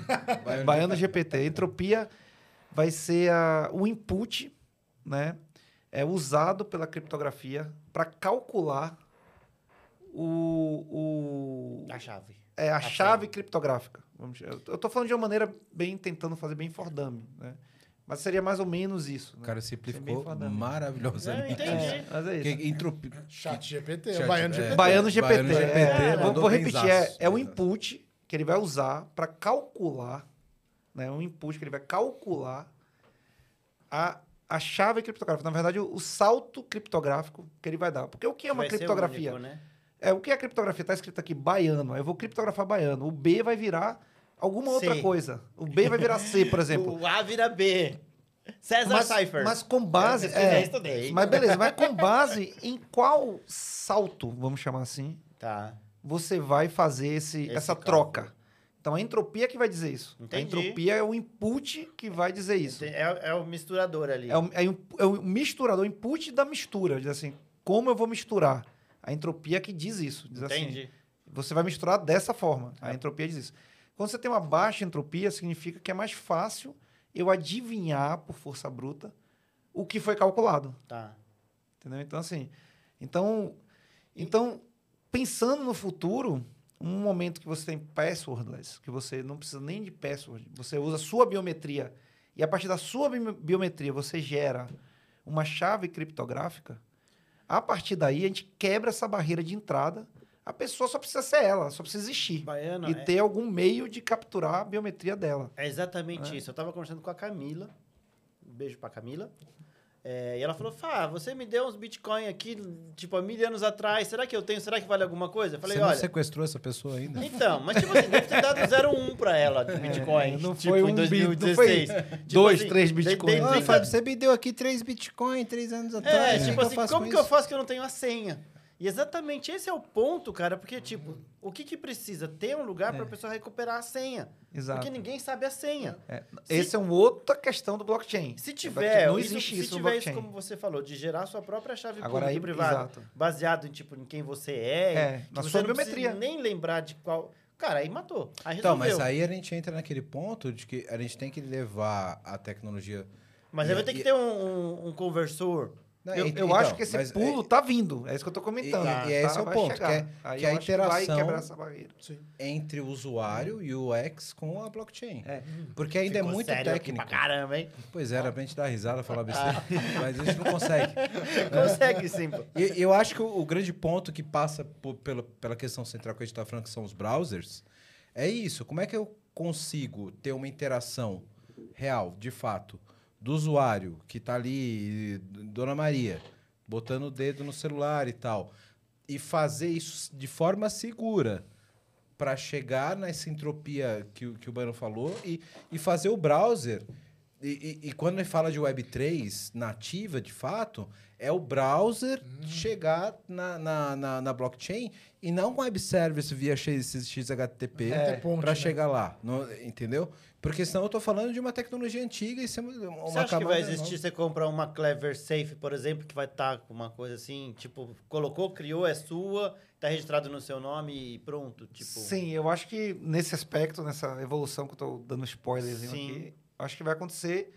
D: Baiano, GPT. Entropia vai ser a- o input, né? É usado pela criptografia para calcular o, o
B: A chave.
D: é, a
B: a
D: chave criptográfica. Vamos dizer. Eu estou falando de uma maneira bem tentando fazer bem Fordham, né? Mas seria mais ou menos isso.
A: O
D: Né?
A: cara
D: Isso é bem
A: simplificou
D: foda mesmo.
B: Não,
A: maravilhosamente.
B: entendi.
D: É, mas é isso.
A: Que entropia.
C: Chat GPT,
A: Chat-
C: baiano
A: é.
C: GPT.
D: Baiano GPT.
A: Baiano GPT,
D: é. vou,
A: mandou
D: vou repetir, é,
A: benzaço.
D: é o input que ele vai usar para calcular, né? Um input que ele vai calcular a, a chave criptográfica. Na verdade, o, o salto criptográfico que ele vai dar. Porque o que é uma
B: Vai ser
D: criptografia?
B: único, né?
D: É, o que é criptografia? Está escrito aqui baiano. Eu vou criptografar baiano. O B vai virar alguma outra
B: C.
D: coisa. O B vai virar C, por exemplo.
B: O A vira B. César
D: Mas,
B: Cypher.
D: mas com base.
B: Eu
D: é,
B: estudei.
D: mas beleza, mas com base em qual salto, vamos chamar assim,
B: Tá.
D: você vai fazer esse,
B: Esse
D: essa
B: cálculo.
D: troca. Então a entropia que vai dizer isso. A
B: Entendi.
D: entropia é o input que vai dizer isso.
B: É, é o misturador ali.
D: É o, é, o, é o misturador, o input da mistura. Diz assim, como eu vou misturar? A entropia que diz isso. Diz assim,
B: Entendi.
D: você vai misturar dessa forma. A entropia diz isso. Quando você tem uma baixa entropia, significa que é mais fácil eu adivinhar por força bruta o que foi calculado.
B: Tá.
D: Entendeu? Então, assim. Então, então, pensando no futuro, um momento que você tem passwordless, que você não precisa nem de password, você usa a sua biometria. E a partir da sua bi- biometria você gera uma chave criptográfica. A partir daí, a gente quebra essa barreira de entrada. A pessoa só precisa ser ela, só precisa existir.
B: Baiano,
D: e
B: é,
D: ter algum meio de capturar a biometria dela.
B: é exatamente
D: É.
B: isso. Eu tava conversando com a Camila. Um beijo pra Camila. É, e ela falou, Fá, você me deu uns bitcoin aqui, tipo, há mil anos atrás. Será que eu tenho? Será que vale alguma coisa? Eu falei,
A: Você não
B: olha...
A: sequestrou essa pessoa ainda?
B: Então, mas tipo assim, deve ter dado 0,1 pra ela de Bitcoin.
D: É, não
B: tipo,
D: foi um
B: em
D: bit,
B: 2016.
D: não
B: Tipo
D: Dois,
B: assim,
D: três né?
B: tem- tem
D: bitcoins.
B: trinta-
A: Ah, Fábio, você me deu aqui 3 Bitcoin 3 anos
B: É,
A: atrás.
B: tipo
A: Como
B: assim,
D: né?
A: eu faço
B: como
A: com
B: que eu
A: isso?
B: faço que eu não tenho a senha? E exatamente esse é o ponto, cara, porque, tipo, o que que precisa? Ter um lugar para a pessoa recuperar a senha.
D: É. Exato.
B: Porque ninguém sabe a senha.
D: É,
B: Se-
D: Essa é uma outra questão do blockchain.
B: Se
D: É,
B: tiver,
D: não
B: isso-
D: existe
B: se
D: isso, no
B: tiver isso,
D: blockchain.
B: como você falou, de gerar sua própria chave
D: Agora
B: pública
D: aí,
B: e privada,
D: exato.
B: baseado em, tipo, em quem você é,
D: É,
B: que
D: na
B: você
D: sua
B: não precisa
D: biometria.
B: nem lembrar de qual... Cara, aí matou. Aí
A: Então,
B: resolveu.
A: mas aí a gente entra naquele ponto de que a gente tem que levar a tecnologia.
B: Mas aí vai
A: E-
B: ter que
A: e-
B: ter um, um- um conversor.
A: Não,
D: É, eu
A: e-
D: eu
A: então,
D: acho que esse
A: mas-
D: pulo tá vindo. É isso que eu tô comentando.
B: e-
A: e esse é o
D: vai
A: ponto,
D: chegar.
A: que é-
D: Aí
A: que a
D: eu acho vai
A: interação-
D: quebrar essa barreira.
A: é entre o usuário e o X com a blockchain.
D: É.
A: Porque ainda é
B: Ficou
A: muito
B: sério aqui
A: técnico.
B: Pra caramba, hein?
A: Pois é, era pra gente dar risada,
D: Ah.
A: falar besteira. mas a gente não consegue.
D: É.
B: Consegue sim, pô.
A: E- eu acho que o, o grande ponto que passa po- pela, pela questão central que a gente está falando, que são os browsers, é isso. Como é que eu consigo ter uma interação real, de fato, do usuário que está ali, d- Dona Maria, botando o dedo no celular e tal, e fazer isso de forma segura para chegar nessa entropia que, o- que o Bano falou e, e fazer o browser. E, e- e quando ele fala de Web3 nativa, de fato, é o browser chegar na, na, na, na blockchain e não web service via X- XHTP
C: É, ponte,
A: para
C: né?
A: chegar lá, no- entendeu? Porque senão eu tô falando de uma tecnologia antiga e isso é uma
B: Você acha que
A: camada
B: vai
A: nova.
B: existir você comprar uma Clever Safe, por exemplo, que vai estar com uma coisa assim, tipo, colocou, criou, é sua, tá registrado no seu nome e pronto, tipo...
D: Sim, eu acho que nesse aspecto, nessa evolução que eu tô dando spoilers
B: Sim.
D: aqui, acho que vai acontecer.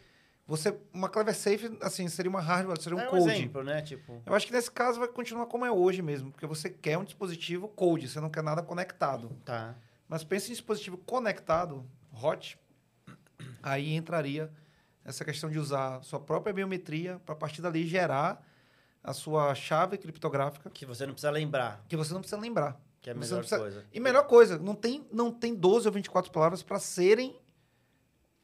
D: Você, uma Clever Safe, assim, seria uma hardware, seria um
B: é um
D: code.
B: exemplo, né? Tipo,
D: Eu acho que nesse caso vai continuar como é hoje mesmo, porque você quer um dispositivo cold, você não quer nada conectado.
B: tá.
D: Mas pense em dispositivo conectado, hot, aí entraria essa questão de usar sua própria biometria para a partir dali gerar a sua chave criptográfica
B: Que você não precisa lembrar,
D: que você não precisa lembrar.
B: que é a
D: Você
B: melhor
D: não precisa-
B: coisa.
D: E melhor coisa, não tem, não tem 12 ou 24 palavras para serem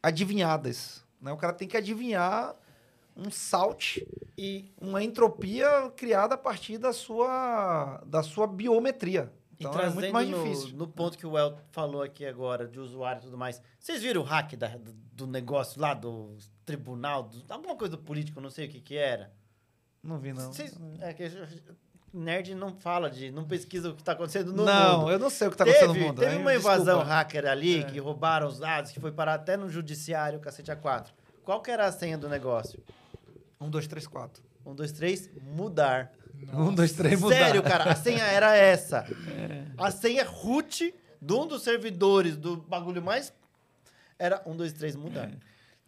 D: adivinhadas. Né? O cara tem que adivinhar um salt,
B: E,
D: uma entropia criada a partir da sua, da sua biometria.
B: e
D: Então é
B: trazendo
D: muito mais
B: no,
D: difícil.
B: no ponto que o El falou aqui agora, de usuário e tudo mais, vocês viram o hack da- do, do negócio lá, do tribunal, do- alguma coisa do político, não sei o que que era?
D: Não vi, não.
B: Vocês- é que nerd não fala de, não pesquisa o que tá acontecendo no
D: não,
B: mundo.
D: eu não sei o que tá
B: teve,
D: acontecendo no mundo.
B: Teve
D: aí,
B: uma
D: desculpa. É.
B: invasão hacker ali, que roubaram os dados, que foi parar até no judiciário, cacete A4. Qual que era a senha do negócio?
D: Um, dois, três, quatro.
B: Um, dois, três, mudar.
D: Um, dois, três, mudar. É.
B: Sério, cara, a senha era essa. A senha é root de um dos servidores do bagulho mais... Era um, dois, três, mudar.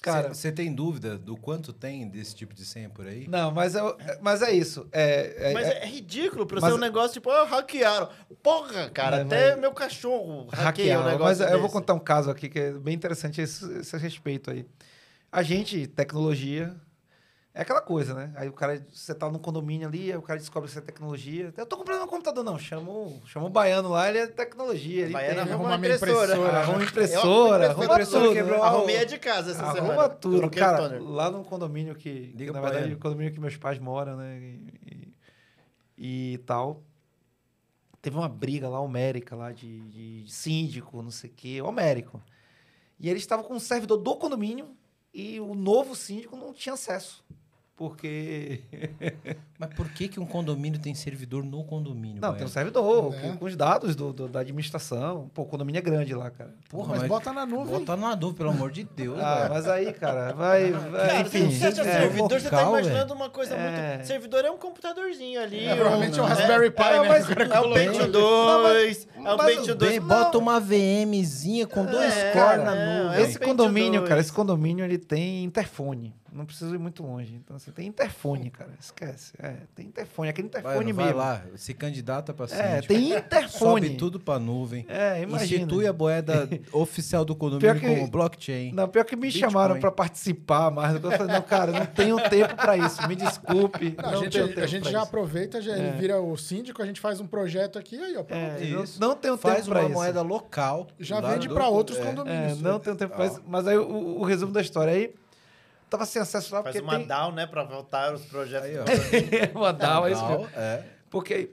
D: Cara,
A: você tem dúvida do quanto tem desse tipo de senha por aí?
D: não, mas, eu, mas é isso. É, é,
B: Mas
D: é-
B: é, ridículo pra
D: mas-
B: ser um negócio tipo, ah, hackearam. Porra, cara,
D: Não,
B: até
D: mas-
B: meu cachorro hackeia
D: hackear.
B: um negócio
D: mas eu vou
B: desse.
D: contar um caso aqui que é bem interessante esse, esse respeito aí. A gente, tecnologia, é aquela coisa, né? Aí o cara, você tá num condomínio ali, aí o cara descobre essa tecnologia. Eu tô comprando um computador, não. Chama o, chama o baiano lá, ele é tecnologia. Ele
B: Baiana
D: tem-
B: arruma
C: arruma
B: uma
C: uma
B: impressora.
C: impressora,
B: Eu
D: arruma
B: arrumo
D: impressora, arruma
B: impressora,
D: tudo.
B: quebrou.
D: né?
B: Arrumei a de casa essa semana.
D: Arruma tudo,
B: Troquei o
D: cara.
B: toner.
D: Lá num condomínio que, que
A: Liga
D: na
A: pro
D: verdade,
A: Baiano.
D: o condomínio que meus pais moram, né? E, e, e tal. Teve uma briga lá, homérica, lá de, de síndico, não sei o quê, homérico. E eles estavam com um servidor do condomínio e o novo síndico não tinha acesso. Porque.
A: Mas por que, que um condomínio tem servidor no condomínio?
D: Não,
A: Baiano?
D: tem um servidor
C: Né?
D: que- com os dados do, do- da administração. Pô, o condomínio é grande lá, cara.
A: Porra,
C: mas,
A: mas-
C: bota na nuvem.
A: Bota na dúvida, pelo amor de Deus,
D: Ah,
A: velho.
D: mas aí, cara, vai. vai
B: é. Cara,
D: enfim,
B: se você acha
A: é,
B: servidor,
A: local,
B: você tá imaginando
A: velho.
B: uma coisa
D: É.
B: muito... Servidor é um computadorzinho ali.
C: É, provavelmente é um
B: né?
C: Raspberry Pi,
B: É,
C: né?
B: mas
C: O cara
B: é o Pentium
D: colocou. Não, mas-
B: 2, é o
D: mas
B: Pentium
D: o
B: 2.
A: Bem, bota uma VMzinha com dois
B: É,
A: core na
B: é,
A: nuvem.
B: é um
D: esse
B: pente
D: condomínio,
B: dois.
D: cara, esse condomínio ele tem interfone. Não preciso ir muito longe. Então, assim, tem interfone, cara. Esquece. É, tem interfone. Aquele
A: Vai,
D: interfone
A: vai
D: é mesmo.
A: lá, se candidata pra
D: é,
A: síndico.
D: tem
A: Sobe
D: interfone.
A: tudo pra nuvem.
D: É, imagina.
A: Institui a moeda oficial do condomínio
D: Pior que-
A: como blockchain.
D: Não, pior que me
A: Bitcoin.
D: chamaram pra participar, mas eu falei, não, cara, não tenho tempo pra isso. Me desculpe.
C: Não, a
D: não
C: gente,
D: tenho
C: a
D: tempo
C: gente
D: pra
C: já
D: isso.
C: aproveita, já ele vira o síndico, a gente faz um projeto aqui, aí, ó. pra-
D: É, não,
A: Isso.
D: não tenho
A: Faz
D: tempo pra
A: uma
D: isso.
A: moeda local.
C: Já
A: lá
C: vende
A: do-
C: pra outros
A: é.
D: É,
C: condomínios.
D: não tenho tempo pra isso. Mas aí o, o resumo da história aí. Tava sem acesso lá
B: Faz
D: porque
B: uma
D: tem
B: down, né? Pra voltar os projetos.
A: Aí, ó.
D: uma DAO, é isso mesmo.
A: Local, é.
D: Porque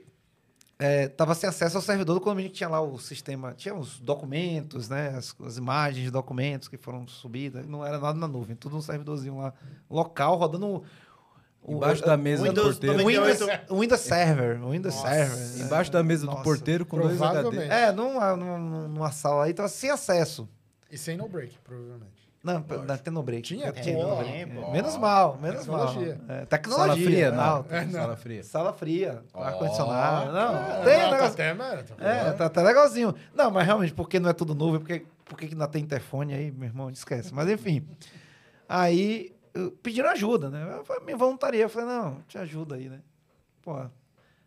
D: é, tava sem acesso ao servidor do condomínio que tinha lá o sistema, tinha os documentos, né? As, as imagens de documentos que foram subidas, não era nada na nuvem, tudo um servidorzinho lá local, rodando um,
A: Embaixo da mesa do
B: Windows
A: porteiro.
D: O Windows,
B: 98.
D: o Windows Server. o Windows Server. né?
A: né? Embaixo da mesa do
D: Nossa.
A: porteiro com dois HD.
C: Provavelmente.
D: É, numa, numa, numa sala aí, tava sem acesso.
C: E sem no break, provavelmente.
D: Não, na Tenobreak.
C: Tinha?
D: Eu tinha
C: Pô,
D: Tenobreak.
B: é, pô.
D: Menos mal, menos
C: Tecnologia.
D: mal. É,
A: Sala
D: tecnologia.
A: fria,
D: não.
A: não. Sala fria.
D: Sala fria,
A: Ó.
D: ar-condicionado. Não,
C: Ah,
D: tem né? um
C: tá
D: negócio.
C: até, mano, tá
D: É,
C: bom.
D: tá, tá legalzinho. Não, mas realmente, porque não é tudo novo, porque, porque que não tem interfone aí, meu irmão, esquece. Mas enfim. Aí eu- pediram ajuda, né? Eu falei, me voluntaria. Eu falei, não, te ajuda aí, né? Pô,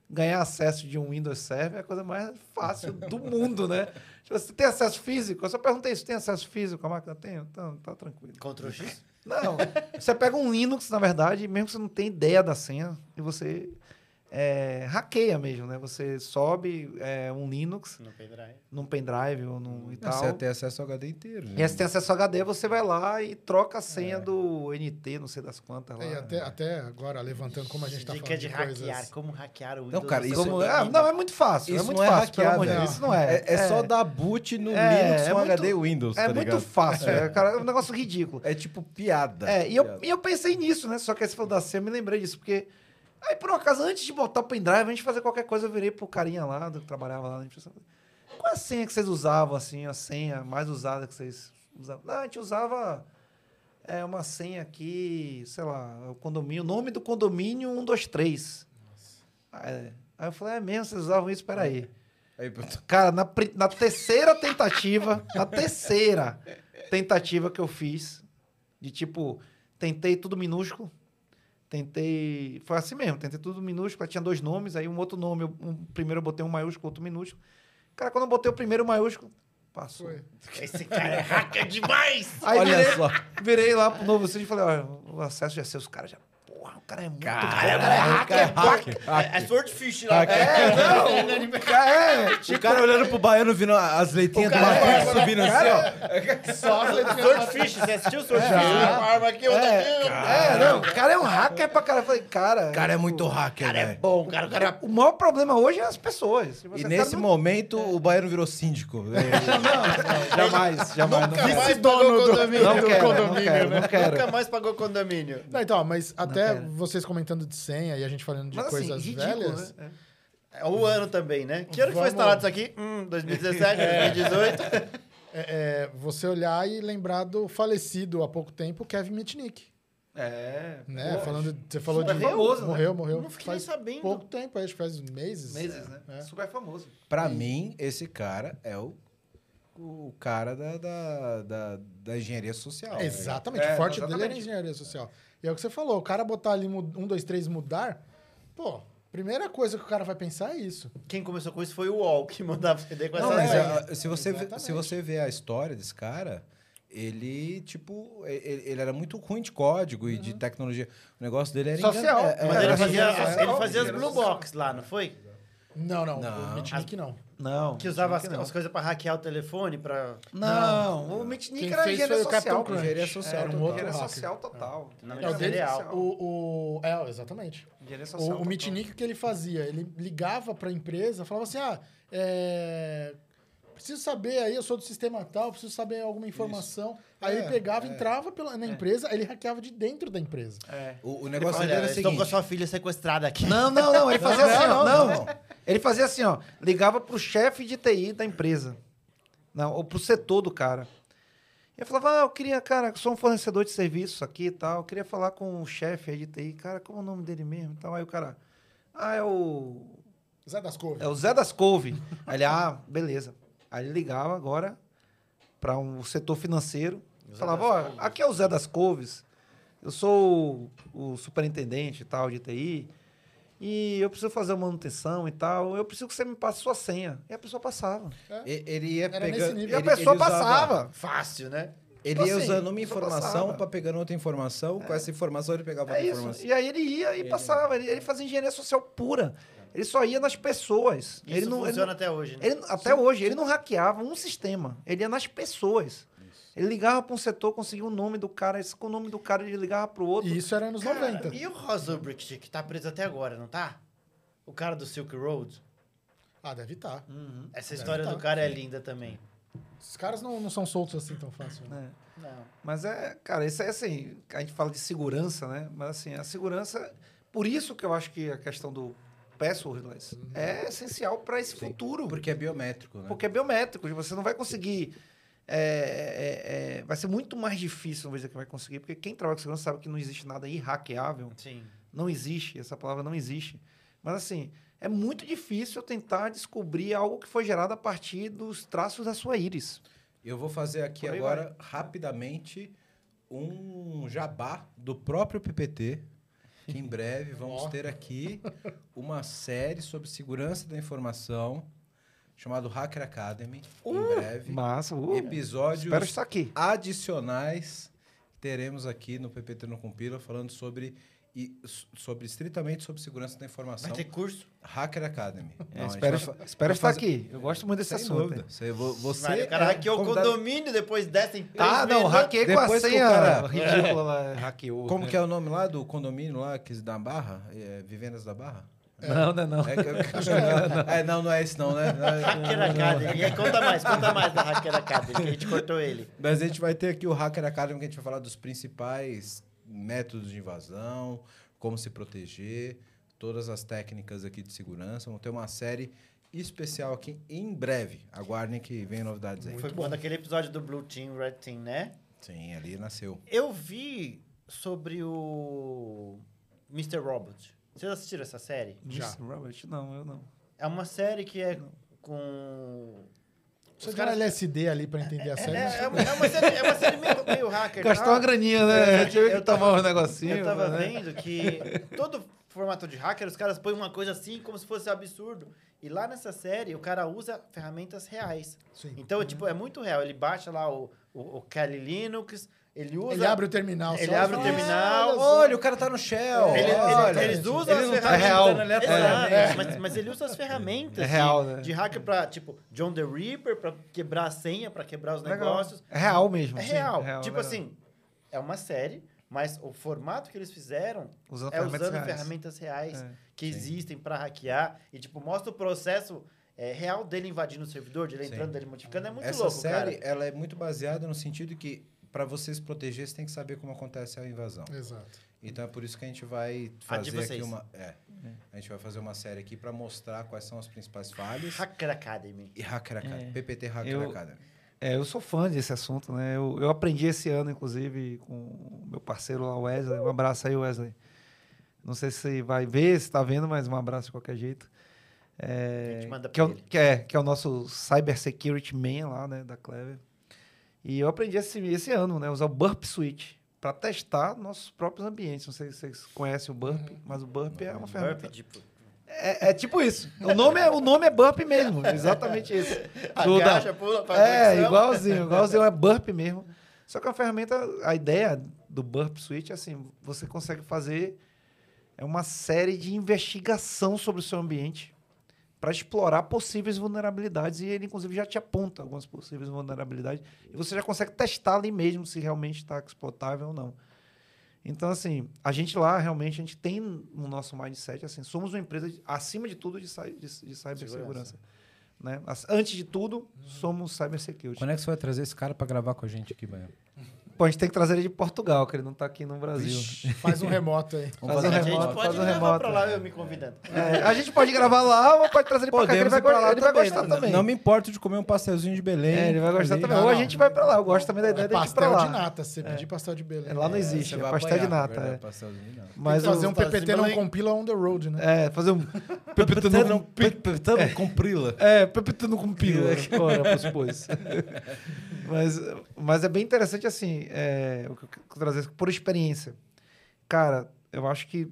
D: ganhar acesso de um Windows Server é a coisa mais fácil do mundo, né? Tipo, você tem acesso físico? Eu só perguntei se tem acesso físico, a máquina tem? Então, tá tranquilo.
B: Ctrl X?
D: Não. você pega um Linux, na verdade, mesmo que você não tenha ideia da senha, e você é, hackeia mesmo, né? Você sobe é, um Linux
B: No pendrive.
D: num pendrive ou num e
A: Não,
D: tal.
A: Você tem acesso ao HD inteiro. né?
D: E aí você tem acesso ao HD, você vai lá e troca a
A: É.
D: senha do NT, não sei das quantas lá.
C: E até, até agora, levantando como a gente tá
B: Dica
C: falando
B: de
C: de
B: hackear.
C: coisas...
B: Como hackear o Windows.
A: Não, cara,
B: você
A: isso-
D: Como-
B: domina.
D: ah, não, é muito fácil. é
A: Isso
D: muito
A: não é
D: fácil, pelo amor de
A: hackeável.
D: Deus. Isso não é.
A: É, é só dar boot no
D: É,
A: Linux
D: é
A: com
D: muito-
A: HD Windows,
D: É
A: tá
D: muito
A: ligado?
D: fácil. É, cara, é um negócio ridículo.
A: É tipo piada.
D: É, e eu,
A: Piada.
D: e eu pensei nisso, né? Só que aí você falou da senha, eu me lembrei disso, porque. Aí, por um acaso, antes de botar o pendrive, antes de fazer qualquer coisa, eu virei pro carinha lá, do que trabalhava lá na impressão. Qual é a senha que vocês usavam, assim, a senha mais usada que vocês usavam? Não, a gente usava é, uma senha aqui, sei lá, o condomínio, o nome do condomínio 123. Aí, aí eu falei, é mesmo, vocês usavam isso? Peraí.
A: Aí, pronto.
D: Cara, na, pri- na terceira tentativa, na terceira tentativa que eu fiz, de tipo, tentei tudo minúsculo, tentei. Foi assim mesmo, tentei tudo minúsculo, aí tinha dois nomes, aí um outro nome, eu- um, primeiro eu botei um maiúsculo, outro minúsculo. Cara, quando eu botei o primeiro maiúsculo, passou.
C: Foi.
B: Esse cara é hacker demais!
D: Aí
A: Olha
D: virei,
A: só.
D: virei lá pro novo sítio e falei, ó, o acesso já é seu, os caras já. Porra, o cara é muito.
B: Cara,
D: bom,
B: o cara é
D: é
B: hacker,
D: hacker.
B: hacker. É, é swordfish lá.
A: Hacker.
B: É,
D: O cara é.
A: O cara olhando pro baiano, vindo as leitinhas do
B: cara
A: Matrix
B: vai-
A: subindo assim, ó.
C: Só as letrinhas
B: swordfish, você assistiu swordfish?
D: Já.
B: Uma arma aqui, outra aqui.
D: É, não, o cara é um hacker pra cara. Eu falei, cara.
A: O cara é muito hacker,
B: cara é
A: velho.
B: bom, cara. O cara
D: O maior problema hoje é as pessoas. Se
A: E
D: você
A: nesse
D: tá no-
A: momento, o baiano virou síndico. né?
D: Jamais, jamais. Não,
B: Nunca
D: quero.
B: mais
C: dono
B: pagou
C: do-
B: condomínio.
D: não, quero, não
C: condomínio,
D: quero,
C: né?
D: não quero.
B: Nunca mais pagou condomínio.
C: Não, então, mas até
D: pera.
C: vocês comentando de senha e a gente falando de
D: Mas assim,
C: coisas
D: ridículo,
C: velhas.
D: né?
B: É o ano também, né? Que ano que foi
C: Vamos.
B: instalado isso aqui? Hum, 2017, 2018.
C: É, é, você olhar e lembrar do falecido há pouco tempo Kevin Mitnick.
D: É.
C: Né? Falando, de- você falou
D: Super
C: de.
D: famoso, né?
C: morreu, morreu.
B: Não fiquei nem
C: faz
B: sabendo.
C: pouco tempo, acho que faz meses.
D: Meses, né?
C: É.
D: Super famoso.
A: Pra mim, esse cara é o, o cara da, da, da, da engenharia social. né?
C: Exatamente.
D: É,
C: o forte
D: exatamente.
C: dele era engenharia social. E é o que você falou, o cara botar ali mu- um, dois, três, mudar, pô, primeira coisa que o cara vai pensar é isso.
B: Quem começou com isso foi o UOL, que mandava CD com
A: Não,
B: essa
A: mas
C: é,
B: ideia.
A: a- a- se, você, vê-
C: exatamente.
A: se você vê a história desse cara, ele, tipo, e- ele, ele era muito ruim de código e de tecnologia. O negócio dele era
D: Social,
A: engan- é- é-
D: mas
B: Mas ele
A: era
B: fazia,
A: social.
D: social.
B: ele fazia as
D: Era
A: é,
B: Blue
D: social.
B: Box lá, não foi?
C: Não, não,
A: Não.
C: o Mitnick não.
D: Não.
B: Que usava as,
D: não.
B: as coisas pra hackear o telefone, pra...
D: Não, o Mitnick
C: Quem
D: era
C: fez
D: engenharia
C: foi o Capitão
D: social.
C: Crunch. Ah,
A: engenharia social
D: Era um
A: total.
D: outro
C: Era hacker.
D: social total.
B: Não,
C: É, o
B: Engenharia
C: dele,
B: social.
C: o, o, é, exatamente.
D: Engenharia social
C: O, o
D: total.
C: Mitnick, o que ele fazia? Ele ligava para a empresa, falava assim: ah, é, preciso saber aí, eu sou do sistema tal, preciso saber alguma informação. Aí
A: É,
C: ele pegava, entrava pela, na empresa, aí ele hackeava de dentro da empresa.
D: É.
A: O, o negócio
B: Olha,
A: dele era o
B: eu estou com a
A: seguinte.
B: sua filha sequestrada aqui.
D: Não, não, não. Ele fazia
A: Não,
D: assim, ó.
A: não,
D: Não.
A: não.
D: Ele fazia assim, ó. Ligava pro chefe de TI da empresa. Não, ou pro setor do cara. Eu falava, ah, eu queria, cara, sou um fornecedor de serviço aqui e tal. Eu queria falar com o chefe aí de TI. Cara, como é o nome dele mesmo? e Tal. Aí o cara, ah, é o.
C: Zé das Couves.
D: É o Zé das Couve. Aí ele, ah, beleza. Aí ele ligava agora para um setor financeiro. falava, ó, aqui é o Zé das Couves. Eu sou o, o superintendente e tal de TI. E eu preciso fazer uma manutenção e tal. Eu preciso que você me passe sua senha. E a pessoa passava.
A: e- Ele ia
C: Era nesse
A: pegando.
C: nível.
D: E a
A: ele-
D: pessoa
A: ele usava-
D: passava.
B: Fácil, né?
A: Ele ia
D: assim,
A: usando uma
D: a pessoa
A: informação
D: passava.
A: pra pegando outra informação. Com essa informação, ele pegava
D: É
A: outra
D: isso.
A: informação.
D: E aí ele ia e passava. Ele, ele fazia engenharia social pura. Ele só ia nas pessoas.
B: Isso
D: ele não, ele não-
B: funciona até hoje, né?
D: Ele- até hoje, ele não hackeava um sistema. Ele ia nas pessoas. Ele ligava para um setor, conseguia o nome do cara, esse com o nome do cara, ele ligava para o outro.
C: E isso era nos
B: Cara,
C: 90.
B: E o Rosenbrick, que tá preso até agora, não tá? O cara do Silk Road.
C: Ah, deve estar.
B: Essa história
C: tá.
B: do cara é linda também.
C: Os caras não, não são soltos assim tão fácil. Né?
D: né?
B: Não.
D: Mas é, cara, isso é assim, a gente fala de segurança, né? Mas assim, a segurança, Por isso que eu acho que a questão do passwordless é essencial para esse futuro.
A: Porque é biométrico, né?
D: Porque é biométrico, você não vai conseguir. é, é, é, vai ser muito mais difícil, não vou dizer que vai conseguir, porque quem trabalha com segurança sabe que não existe nada irraqueável.
B: Sim.
D: Não existe, essa palavra não existe. Mas assim, é muito difícil eu tentar descobrir algo que foi gerado a partir dos traços da sua íris.
A: Eu vou fazer aqui
D: Por aí
A: agora, rapidamente, um jabá do próprio PPT. Que em breve vamos
C: Ó.
A: ter aqui uma série sobre segurança da informação, chamado Hacker Academy. em breve.
D: Massa, uh,
A: É Episódios
D: espero estar aqui.
A: adicionais que teremos aqui no PPT Não Compila, falando sobre, e, s- sobre estritamente sobre segurança da informação.
B: Vai ter curso?
A: Hacker Academy. Não, a gente
D: espero
A: vai-
D: estar- espero estar
A: fazer-
D: aqui. Eu gosto muito desse
A: Sem
D: assunto.
A: dúvida. Você, vo- você
B: Vai, o cara
A: é
B: hackeou o
A: convidado-
B: condomínio, depois descem três
D: Ah, não,
B: vezes,
D: hackeei com a
A: Depois que o
D: senha
A: cara-
D: ridícula lá, hackeou.
A: Como que é o nome lá do condomínio lá que da Barra? É, Vivendas da Barra?
D: Não, não, não.
A: É, que- eu acho que não. É, não, não é esse não, né? Não é-
B: Hacker Academy. E aí, conta mais, conta mais da Hacker Academy, que a gente cortou ele.
A: Mas a gente vai ter aqui o Hacker Academy, que a gente vai falar dos principais métodos de invasão, como se proteger, todas as técnicas aqui de segurança. Vamos ter uma série especial aqui em breve. Aguardem que vem novidades aí.
B: Foi quando aquele episódio do Blue Team, Red Team, né?
A: Sim, ali nasceu.
B: Eu vi sobre o Mr. Robot. Vocês assistiram essa série?
D: Já.
C: Já.
D: Robert, não, eu não.
B: É uma série que é com...
C: Precisa
B: Os
C: de um
B: caras-
C: LSD ali pra entender a
B: É,
C: série.
B: é- é uma, é uma série, é uma série meio, meio hacker.
D: Gastou
B: tal.
D: uma graninha, né?
B: Eu-
D: Tive que
B: Ah, eu
D: tomar
B: tava-
D: um negocinho.
B: Eu tava
D: né?
B: vendo que todo formato de hacker, os caras põem uma coisa assim como se fosse absurdo. E lá nessa série, o cara usa ferramentas reais.
C: Sim.
B: Então, é, tipo, é muito real. Ele baixa lá o, o, o Kali Linux, ele usa...
C: Ele abre o terminal.
B: ele
C: só
B: abre o
C: fala,
B: terminal,
C: "Ah,
A: Olha, o cara tá no Shell.
B: Ele- ele-
A: olha.
B: eles usam
A: Ele
B: as
A: não tá
B: ferramentas.
A: digitando aleatoriamente.
B: Exato, Mas, mas ele usa as ferramentas
D: né? É
B: de-
D: real,
B: de,
D: né?
B: hacker pra, tipo, John the Reaper, pra quebrar a senha, pra quebrar os
D: Legal.
B: negócios.
D: É real mesmo.
B: É
D: sim,
B: real. tipo
D: legal.
B: assim, é uma série, mas o formato que eles fizeram
D: Usando
B: é
D: ferramentas
B: usando
D: reais.
B: ferramentas reais
D: É.
B: que existem pra hackear e tipo mostra o processo é, real dele invadindo o servidor, dele
A: Sim.
B: entrando, dele modificando, é muito
A: Essa
B: louco,
A: série,
B: cara.
A: ela é muito baseada no sentido que para você se proteger, você tem que saber como acontece a invasão.
C: Exato.
A: Então é por isso que a gente vai
B: A
A: fazer
B: de
A: aqui
B: vocês.
A: uma, é, a gente vai fazer uma série aqui para mostrar quais são as principais falhas
B: Hacker Academy.
A: e Hacker Academy,
D: É.
A: PPT Hacker
D: Eu-
A: Academy.
D: É, eu sou fã desse assunto, né? Eu, eu aprendi esse ano, inclusive, com o meu parceiro lá, o Wesley. Um abraço aí, Wesley. Não sei se você vai ver, se está vendo, mas um abraço de qualquer jeito. É,
B: A gente manda
D: que, é,
B: pra
D: o-
B: ele.
D: que é que é o nosso Cyber Security Man lá, né, da Clever. E eu aprendi esse, esse ano, né, usar o Burp Suite para testar nossos próprios ambientes. Não sei se vocês conhecem o Burp, mas o Burp é uma ferramenta.
B: Uhum. Burp, tipo,
D: É, é tipo isso. O nome é o nome é Burp mesmo, exatamente isso. Do- da-
B: agacha, pula, faz
D: é,
B: flexão.
D: igualzinho, igualzinho é burp mesmo. Só que é uma ferramenta, a ideia do burp switch é assim, você consegue fazer é uma série de investigação sobre o seu ambiente para explorar possíveis vulnerabilidades e ele inclusive já te aponta algumas possíveis vulnerabilidades e você já consegue testar ali mesmo se realmente está explotável ou não. Então assim, a gente lá realmente a gente tem no nosso mindset assim, somos uma empresa de- acima de tudo de, cy- de, de cibersegurança né? As- Antes de tudo,
C: Uhum.
D: somos cybersecurity.
A: é que você vai trazer esse cara para gravar com a gente aqui, Baiano?
D: Pô, a gente tem que trazer ele de Portugal, que ele não tá aqui no Brasil.
C: Faz um remoto aí.
A: Vamos
D: Faz
A: fazer né?
D: um
B: a
A: um
B: gente
D: remoto,
B: pode
D: faz um
B: levar pra
D: remoto.
B: lá, eu me convidando.
D: É, a gente pode gravar lá ou pode trazer ele pra cá, que ele vai,
A: ir pra
D: go-
A: lá
D: ele vai
A: também.
D: gostar
A: Não-
D: também.
A: Não me importo de comer um pastelzinho de Belém.
D: É, ele vai gostar
A: ali.
D: também.
C: Não,
D: ou a
C: não.
D: gente vai pra lá, eu gosto também da ideia
C: É
D: de a gente ir pra
C: pastel de
D: lá.
C: nata. Se pedir pastel de Belém.
D: É, lá não
A: Você
D: existe,
A: vai
D: é pastel de
A: apanhar,
D: nata.
A: verdade,
D: é.
A: pastelzinho de nata.
D: Mas
C: fazer
D: o,
C: um PPT não
B: Belém.
C: compila on the road, né?
D: É, fazer um... PPT
A: Pepitano,
D: não...
A: pepitano, comprila.
D: É, PPT não compila.
A: É,
D: Ora, pois, pois. mas, mas é bem interessante, assim, é, o que eu quero trazer por experiência. Cara, eu acho que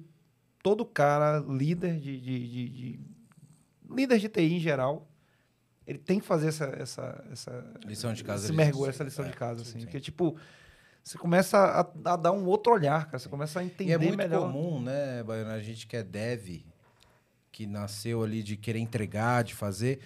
D: todo cara, líder de, de, de- de- líder de TI em geral, ele tem que fazer essa, essa, essa,
A: Lição de casa.
D: esse
A: lição.
D: mergulho, essa lição de casa, assim.
A: sim.
D: Porque, tipo, você começa a, a dar um outro olhar, cara. Você começa a entender
A: E é muito
D: melhor.
A: comum, né, Baiano? A gente que é dev, que nasceu ali de querer entregar, de fazer,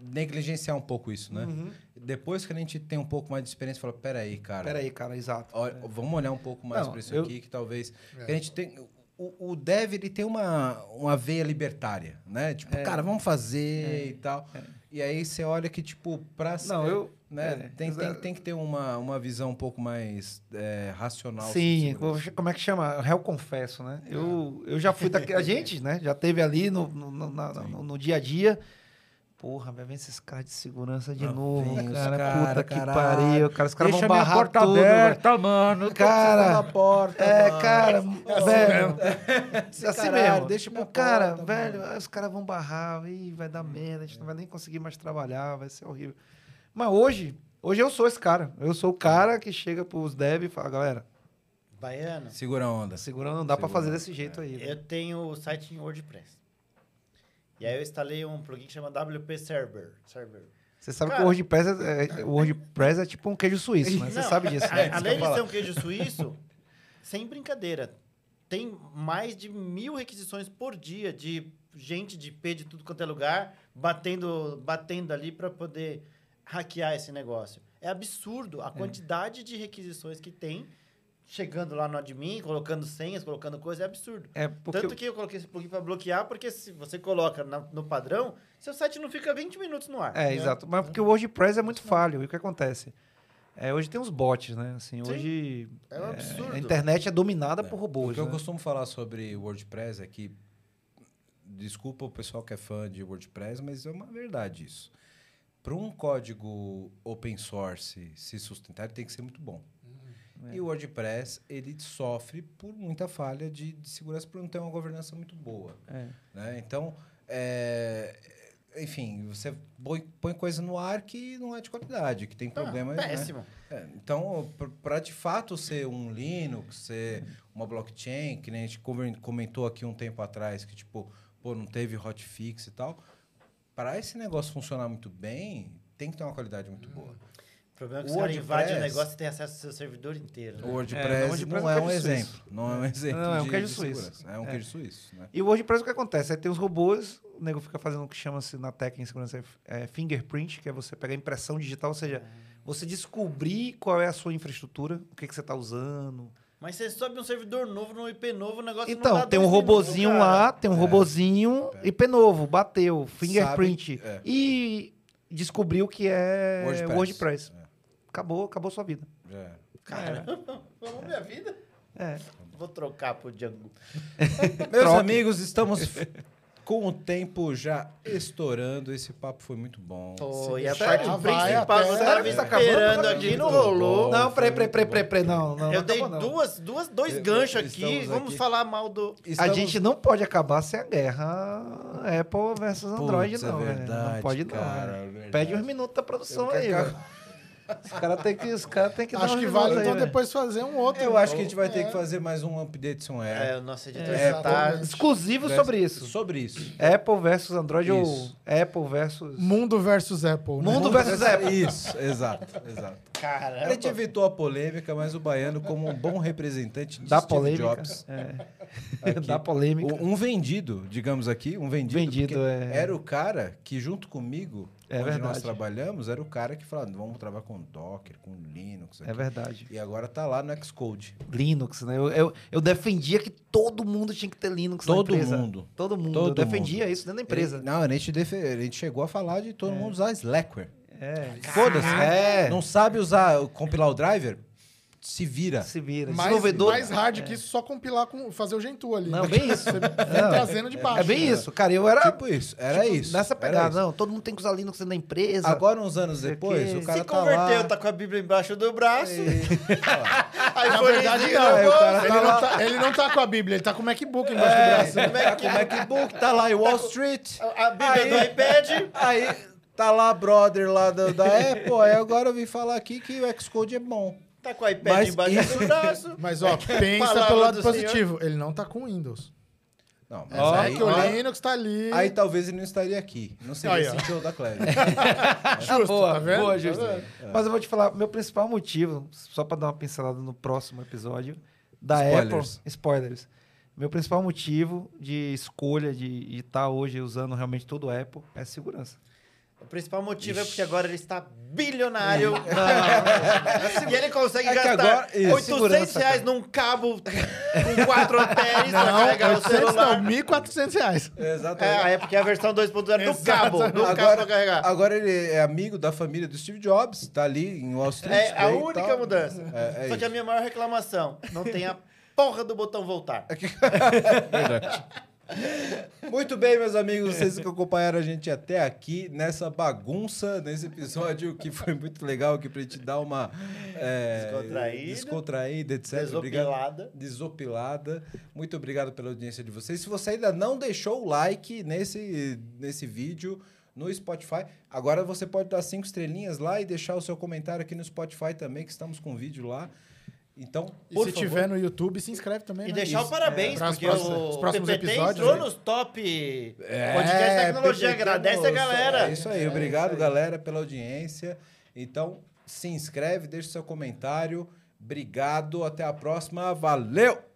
A: negligenciar um pouco isso, né?
D: Uhum.
A: Depois que a gente tem um pouco mais de experiência, fala, peraí, cara.
D: Peraí, cara, exato.
A: Ó, Vamos olhar um pouco mais
D: Não,
A: para isso
D: eu-
A: aqui, que talvez.
C: É.
A: que a gente tem. O, o dev ele tem uma, uma veia
D: É.
A: libertária, né? Tipo, cara, vamos fazer e tal. E aí você olha que, tipo, pra.
D: Não, eu,
A: né?
D: É,
A: tem, tem,
D: exato.
A: tem que ter uma, uma visão um pouco mais é, racional.
D: Sim,
A: sobre isso. É.
D: como- como é que chama? Réu confesso, né? Eu, eu já fui daqui. A gente, né? Já teve ali no, no, no- na- no- no dia a dia. Porra, vai ver esses caras de segurança de
A: Lá
D: novo,
A: Ah, vem os
D: cara.
A: cara,
D: puta que
A: caralho.
D: pariu, cara. Os caras
A: Deixa
D: vão
A: minha
D: barrar
A: porta
D: tudo, velho.
A: aberta, mano.
D: Cara,
A: Cara, porta,
D: É,
A: mano. assim
D: cara, velho.
A: Esse
D: assim
A: caralho,
D: mesmo.
A: deixa pra
D: Não, cara,
A: porta, Hum, é.
D: velho, aí os caras vão barrar, ih, vai dar merda, a gente não vai nem conseguir mais trabalhar, vai ser horrível. Mas hoje, hoje eu sou esse cara. Eu sou o cara que chega pros dev e fala, galera,
B: Baiano,
A: Segura a onda.
D: segura Tá não dá pra
A: Segura,
D: fazer desse jeito aí. velho.
B: eu tenho o site em WordPress. E aí eu instalei um plugin que chama WP Server. Server.
D: Você sabe que
B: Cara.
D: o WordPress é, é- o WordPress é tipo um queijo suíço, né? Você
B: Não,
D: sabe disso,
B: a-
D: né?
B: Além
A: que eu
B: de
A: ia
B: ser um queijo suíço, sem brincadeira, tem mais de mil requisições por dia de gente de IP de tudo quanto é lugar batendo, batendo ali para poder hackear esse negócio. É absurdo a quantidade de requisições que tem chegando lá no admin, colocando senhas, colocando coisa, é absurdo.
D: É porque
B: Tanto que eu coloquei esse plugin para bloquear, porque se você coloca na- no padrão, seu site não fica 20 minutos no ar.
D: É, exato. Mas porque o WordPress é muito falho. E o que acontece? É, hoje tem uns bots, né? Assim,
B: Sim.
D: hoje
B: É um absurdo.
D: a internet é dominada por
A: O
D: robôs,
A: que eu
D: né?
A: costumo falar sobre WordPress é que. Desculpa o pessoal que é fã de WordPress, mas é uma verdade isso. Para um código open source se sustentar, ele tem que ser muito bom.
D: Hum, é.
A: E o WordPress, ele sofre por muita falha de, de segurança, por não ter uma governança muito boa.
D: É.
A: né? Então, é, enfim, você boi- põe coisa no ar que não é de qualidade, que tem
B: Tá,
A: problemas. né?
B: péssimo.
A: É, então, para de fato ser um Linux, ser uma blockchain, que nem a gente cover- comentou aqui um tempo atrás, que tipo, pô, não teve hotfix e tal, para esse negócio funcionar muito bem, tem que ter uma qualidade muito boa.
B: O problema é que
A: O
B: os caras
A: WordPress-
B: invadem o negócio e têm acesso ao seu servidor inteiro.
A: O
B: Né?
A: WordPress,
D: É, o WordPress
A: não
D: é
A: é
D: um
A: um
D: queijo suíço.
A: exemplo. Não é um exemplo.
D: Não, é um
A: de-
D: queijo
A: de
D: suíço.
A: segurança. É um
D: É.
A: queijo suíço, né?
D: E o WordPress, o que acontece? Aí tem os robôs, o nego fica fazendo o que chama-se na técnica em segurança é, fingerprint, que é você pegar impressão digital, ou seja,
B: Ah.
D: você descobrir qual é a sua infraestrutura, o que, que você está usando,
B: Mas você sobe um servidor novo, num IP novo, o negócio não
D: Então,
B: dá
D: tem um
B: dois
D: robozinho
B: minutos, cara.
D: lá, tem um
A: É.
D: robozinho, IP novo, bateu, fingerprint.
A: Sabe, é.
D: E descobriu que é WordPress. Acabou, acabou sua vida.
A: Já era.
B: Caramba, falou minha vida.
D: É.
B: Vou trocar pro Django.
A: Meus
D: Troca.
A: amigos, estamos f- com o tempo já estourando. Esse papo foi muito bom.
B: Pô, e a
C: deixar,
B: parte
C: vai
B: principal,
C: até-
B: eu
C: Sério
B: tava
C: que
D: tá acabando?
B: esperando
D: Tá
B: aqui, não
A: acabando.
B: rolou.
A: Não,
D: Não, peraí, peraí, peraí, peraí, peraí. Não, não,
B: Eu
D: não
B: dei
D: acabou, não.
B: duas, duas, dois
A: Eu-
B: ganchos
A: estamos
B: aqui. Vamos
A: aqui.
B: falar mal do.
D: A
A: Estamos-
D: gente não pode acabar sem a guerra Apple versus Android,
A: Putz, é
D: não. né?
A: verdade,
D: não pode,
A: cara, é
D: não. né?
A: verdade.
D: Pede uns minutos da produção aí. velho. Os caras têm que, os cara tem que dar
C: Acho
D: uns
C: que
D: minutos
C: vale
D: aí,
C: então
D: velho.
C: depois fazer um outro.
A: Eu acho que a gente vai ter
C: É.
A: que fazer mais um update on air.
B: É, o nosso editor
C: É,
B: já tá.
C: exatamente.
D: Exclusivo sobre isso.
A: Sobre isso.
D: Apple versus Android
A: Isso.
D: ou Apple versus...
C: Mundo versus Apple. né?
D: Mundo versus Apple. É,
A: Isso, exato, exato. A gente
B: Caramba.
A: evitou a polêmica, mas o baiano, como um bom representante de
D: Da
A: Steve
D: polêmica.
A: Jobs,
D: É.
A: Aqui.
D: Da polêmica.
A: o- um vendido, digamos aqui, um vendido.
D: Vendido,
A: porque
D: é.
A: Era o cara que, junto comigo,
D: É
A: onde nós
D: verdade.
A: trabalhamos, era o cara que falava, vamos trabalhar com Docker, com Linux.
D: É
A: aqui."
D: verdade.
A: E agora tá lá no Xcode.
D: Linux, né? Eu, eu, eu defendia que todo mundo tinha que ter Linux
A: Todo
D: na empresa.
A: mundo.
D: Todo mundo.
A: Todo
D: eu defendia
A: mundo.
D: isso dentro da empresa.
A: Ele- não, a gente, defe- a gente chegou a falar de todo mundo usar Slackware.
D: É.
A: Foda-se.
D: É.
A: Não sabe usar, compilar o driver? Se vira.
D: Se vira.
C: Mais,
D: Desenvolvedor.
C: mais hard que isso, só compilar com. fazer o Gentoo ali.
D: Não, bem isso.
C: Você vem
D: Não.
C: trazendo de baixo.
D: É bem isso, cara. Eu era.
A: Tipo isso. Era
D: tipo,
A: isso.
D: Nessa
A: era
D: pegada.
A: isso.
D: Não, todo mundo tem que usar Linux dentro da empresa.
A: Agora, uns anos
D: Sei
A: depois,
D: que-
A: o cara
B: Se
A: tá lá...
B: converteu, tá com a Bíblia embaixo do braço.
A: e- tá lá.
B: Aí
C: Na
B: foi
C: verdade,
B: ligar,
C: não. é,
A: Aí o cara
C: Ele,
A: tá
C: não
A: lá.
C: tá, ele não tá com a Bíblia, ele tá com o MacBook embaixo do braço.
A: É, tá com o MacBook, tá lá em Wall Street.
B: A Bíblia
A: Aí-
B: do iPad.
A: Aí tá lá brother lá da, da Apple. Aí agora eu vim falar aqui que o Xcode é bom.
B: Tá com o iPad
A: Mas
B: embaixo
A: isso-
B: do braço.
C: Mas ó, pensa
B: Palavra
C: pelo lado
B: do Senhor.
C: positivo. Ele não tá com Windows.
A: Não, mas
C: Mas é
A: aí,
C: que o
A: aí-
C: Linux tá ali.
A: aí talvez ele não estaria aqui. Não seria
C: Aí, ó.
A: esse show da Cleve. é
C: justo,
D: Ah, boa,
C: tá vendo?
D: boa,
C: Tá
D: justo.
C: vendo?
D: Mas eu vou te falar, meu principal motivo, só pra dar uma pincelada no próximo episódio da
A: Spoilers.
D: Apple, spoilers. Meu principal tá motivo de escolha de estar hoje usando realmente todo o Apple é segurança.
B: O principal motivo é porque agora ele está bilionário. e ele consegue
A: É que
B: gastar
A: agora- é
B: 800
A: segurança,
B: reais num cabo com quatro amperes pra
C: Não,
B: carregar o
C: 800 não,
B: celular.
C: 1.400 reais.
A: Exatamente.
B: É, é porque é a versão 2.0 do
A: Exato.
B: cabo, É do cabo pra carregar.
A: agora ele é amigo da família do Steve Jobs, tá ali em Wall Street.
B: É a
A: bem e
B: única
A: tal.
B: mudança.
A: É, é
B: Só que a
A: isso.
B: minha maior reclamação, não tem a porra do botão voltar.
A: É Muito bem, meus amigos, vocês que acompanharam a gente até aqui nessa bagunça, nesse episódio que foi muito legal, aqui pra gente dar uma é,
B: Descontraída.
A: descontraída, etc.
B: Desopilada.
A: Obrigado. Desopilada. Muito obrigado pela audiência de vocês. Se você ainda não deixou o like nesse, nesse vídeo no Spotify, agora você pode dar cinco estrelinhas lá e deixar o seu comentário aqui no Spotify também, que estamos com vídeo lá. Então,
C: E
A: por
C: se
A: favor,
C: tiver no YouTube, se inscreve também.
B: E
A: é
C: né?
B: deixar o
C: Isso.
B: parabéns,
C: Para os
B: porque
C: próximos- os
B: o
C: próximos
B: PPT
C: episódios,
B: entrou
C: né?
B: nos top
A: É,
B: podcast tecnologia.
A: PPT
B: Agradece a
A: nosso.
B: galera.
A: É isso aí, obrigado, galera, pela audiência. Então, se inscreve, deixa seu comentário. Obrigado, até a próxima. Valeu!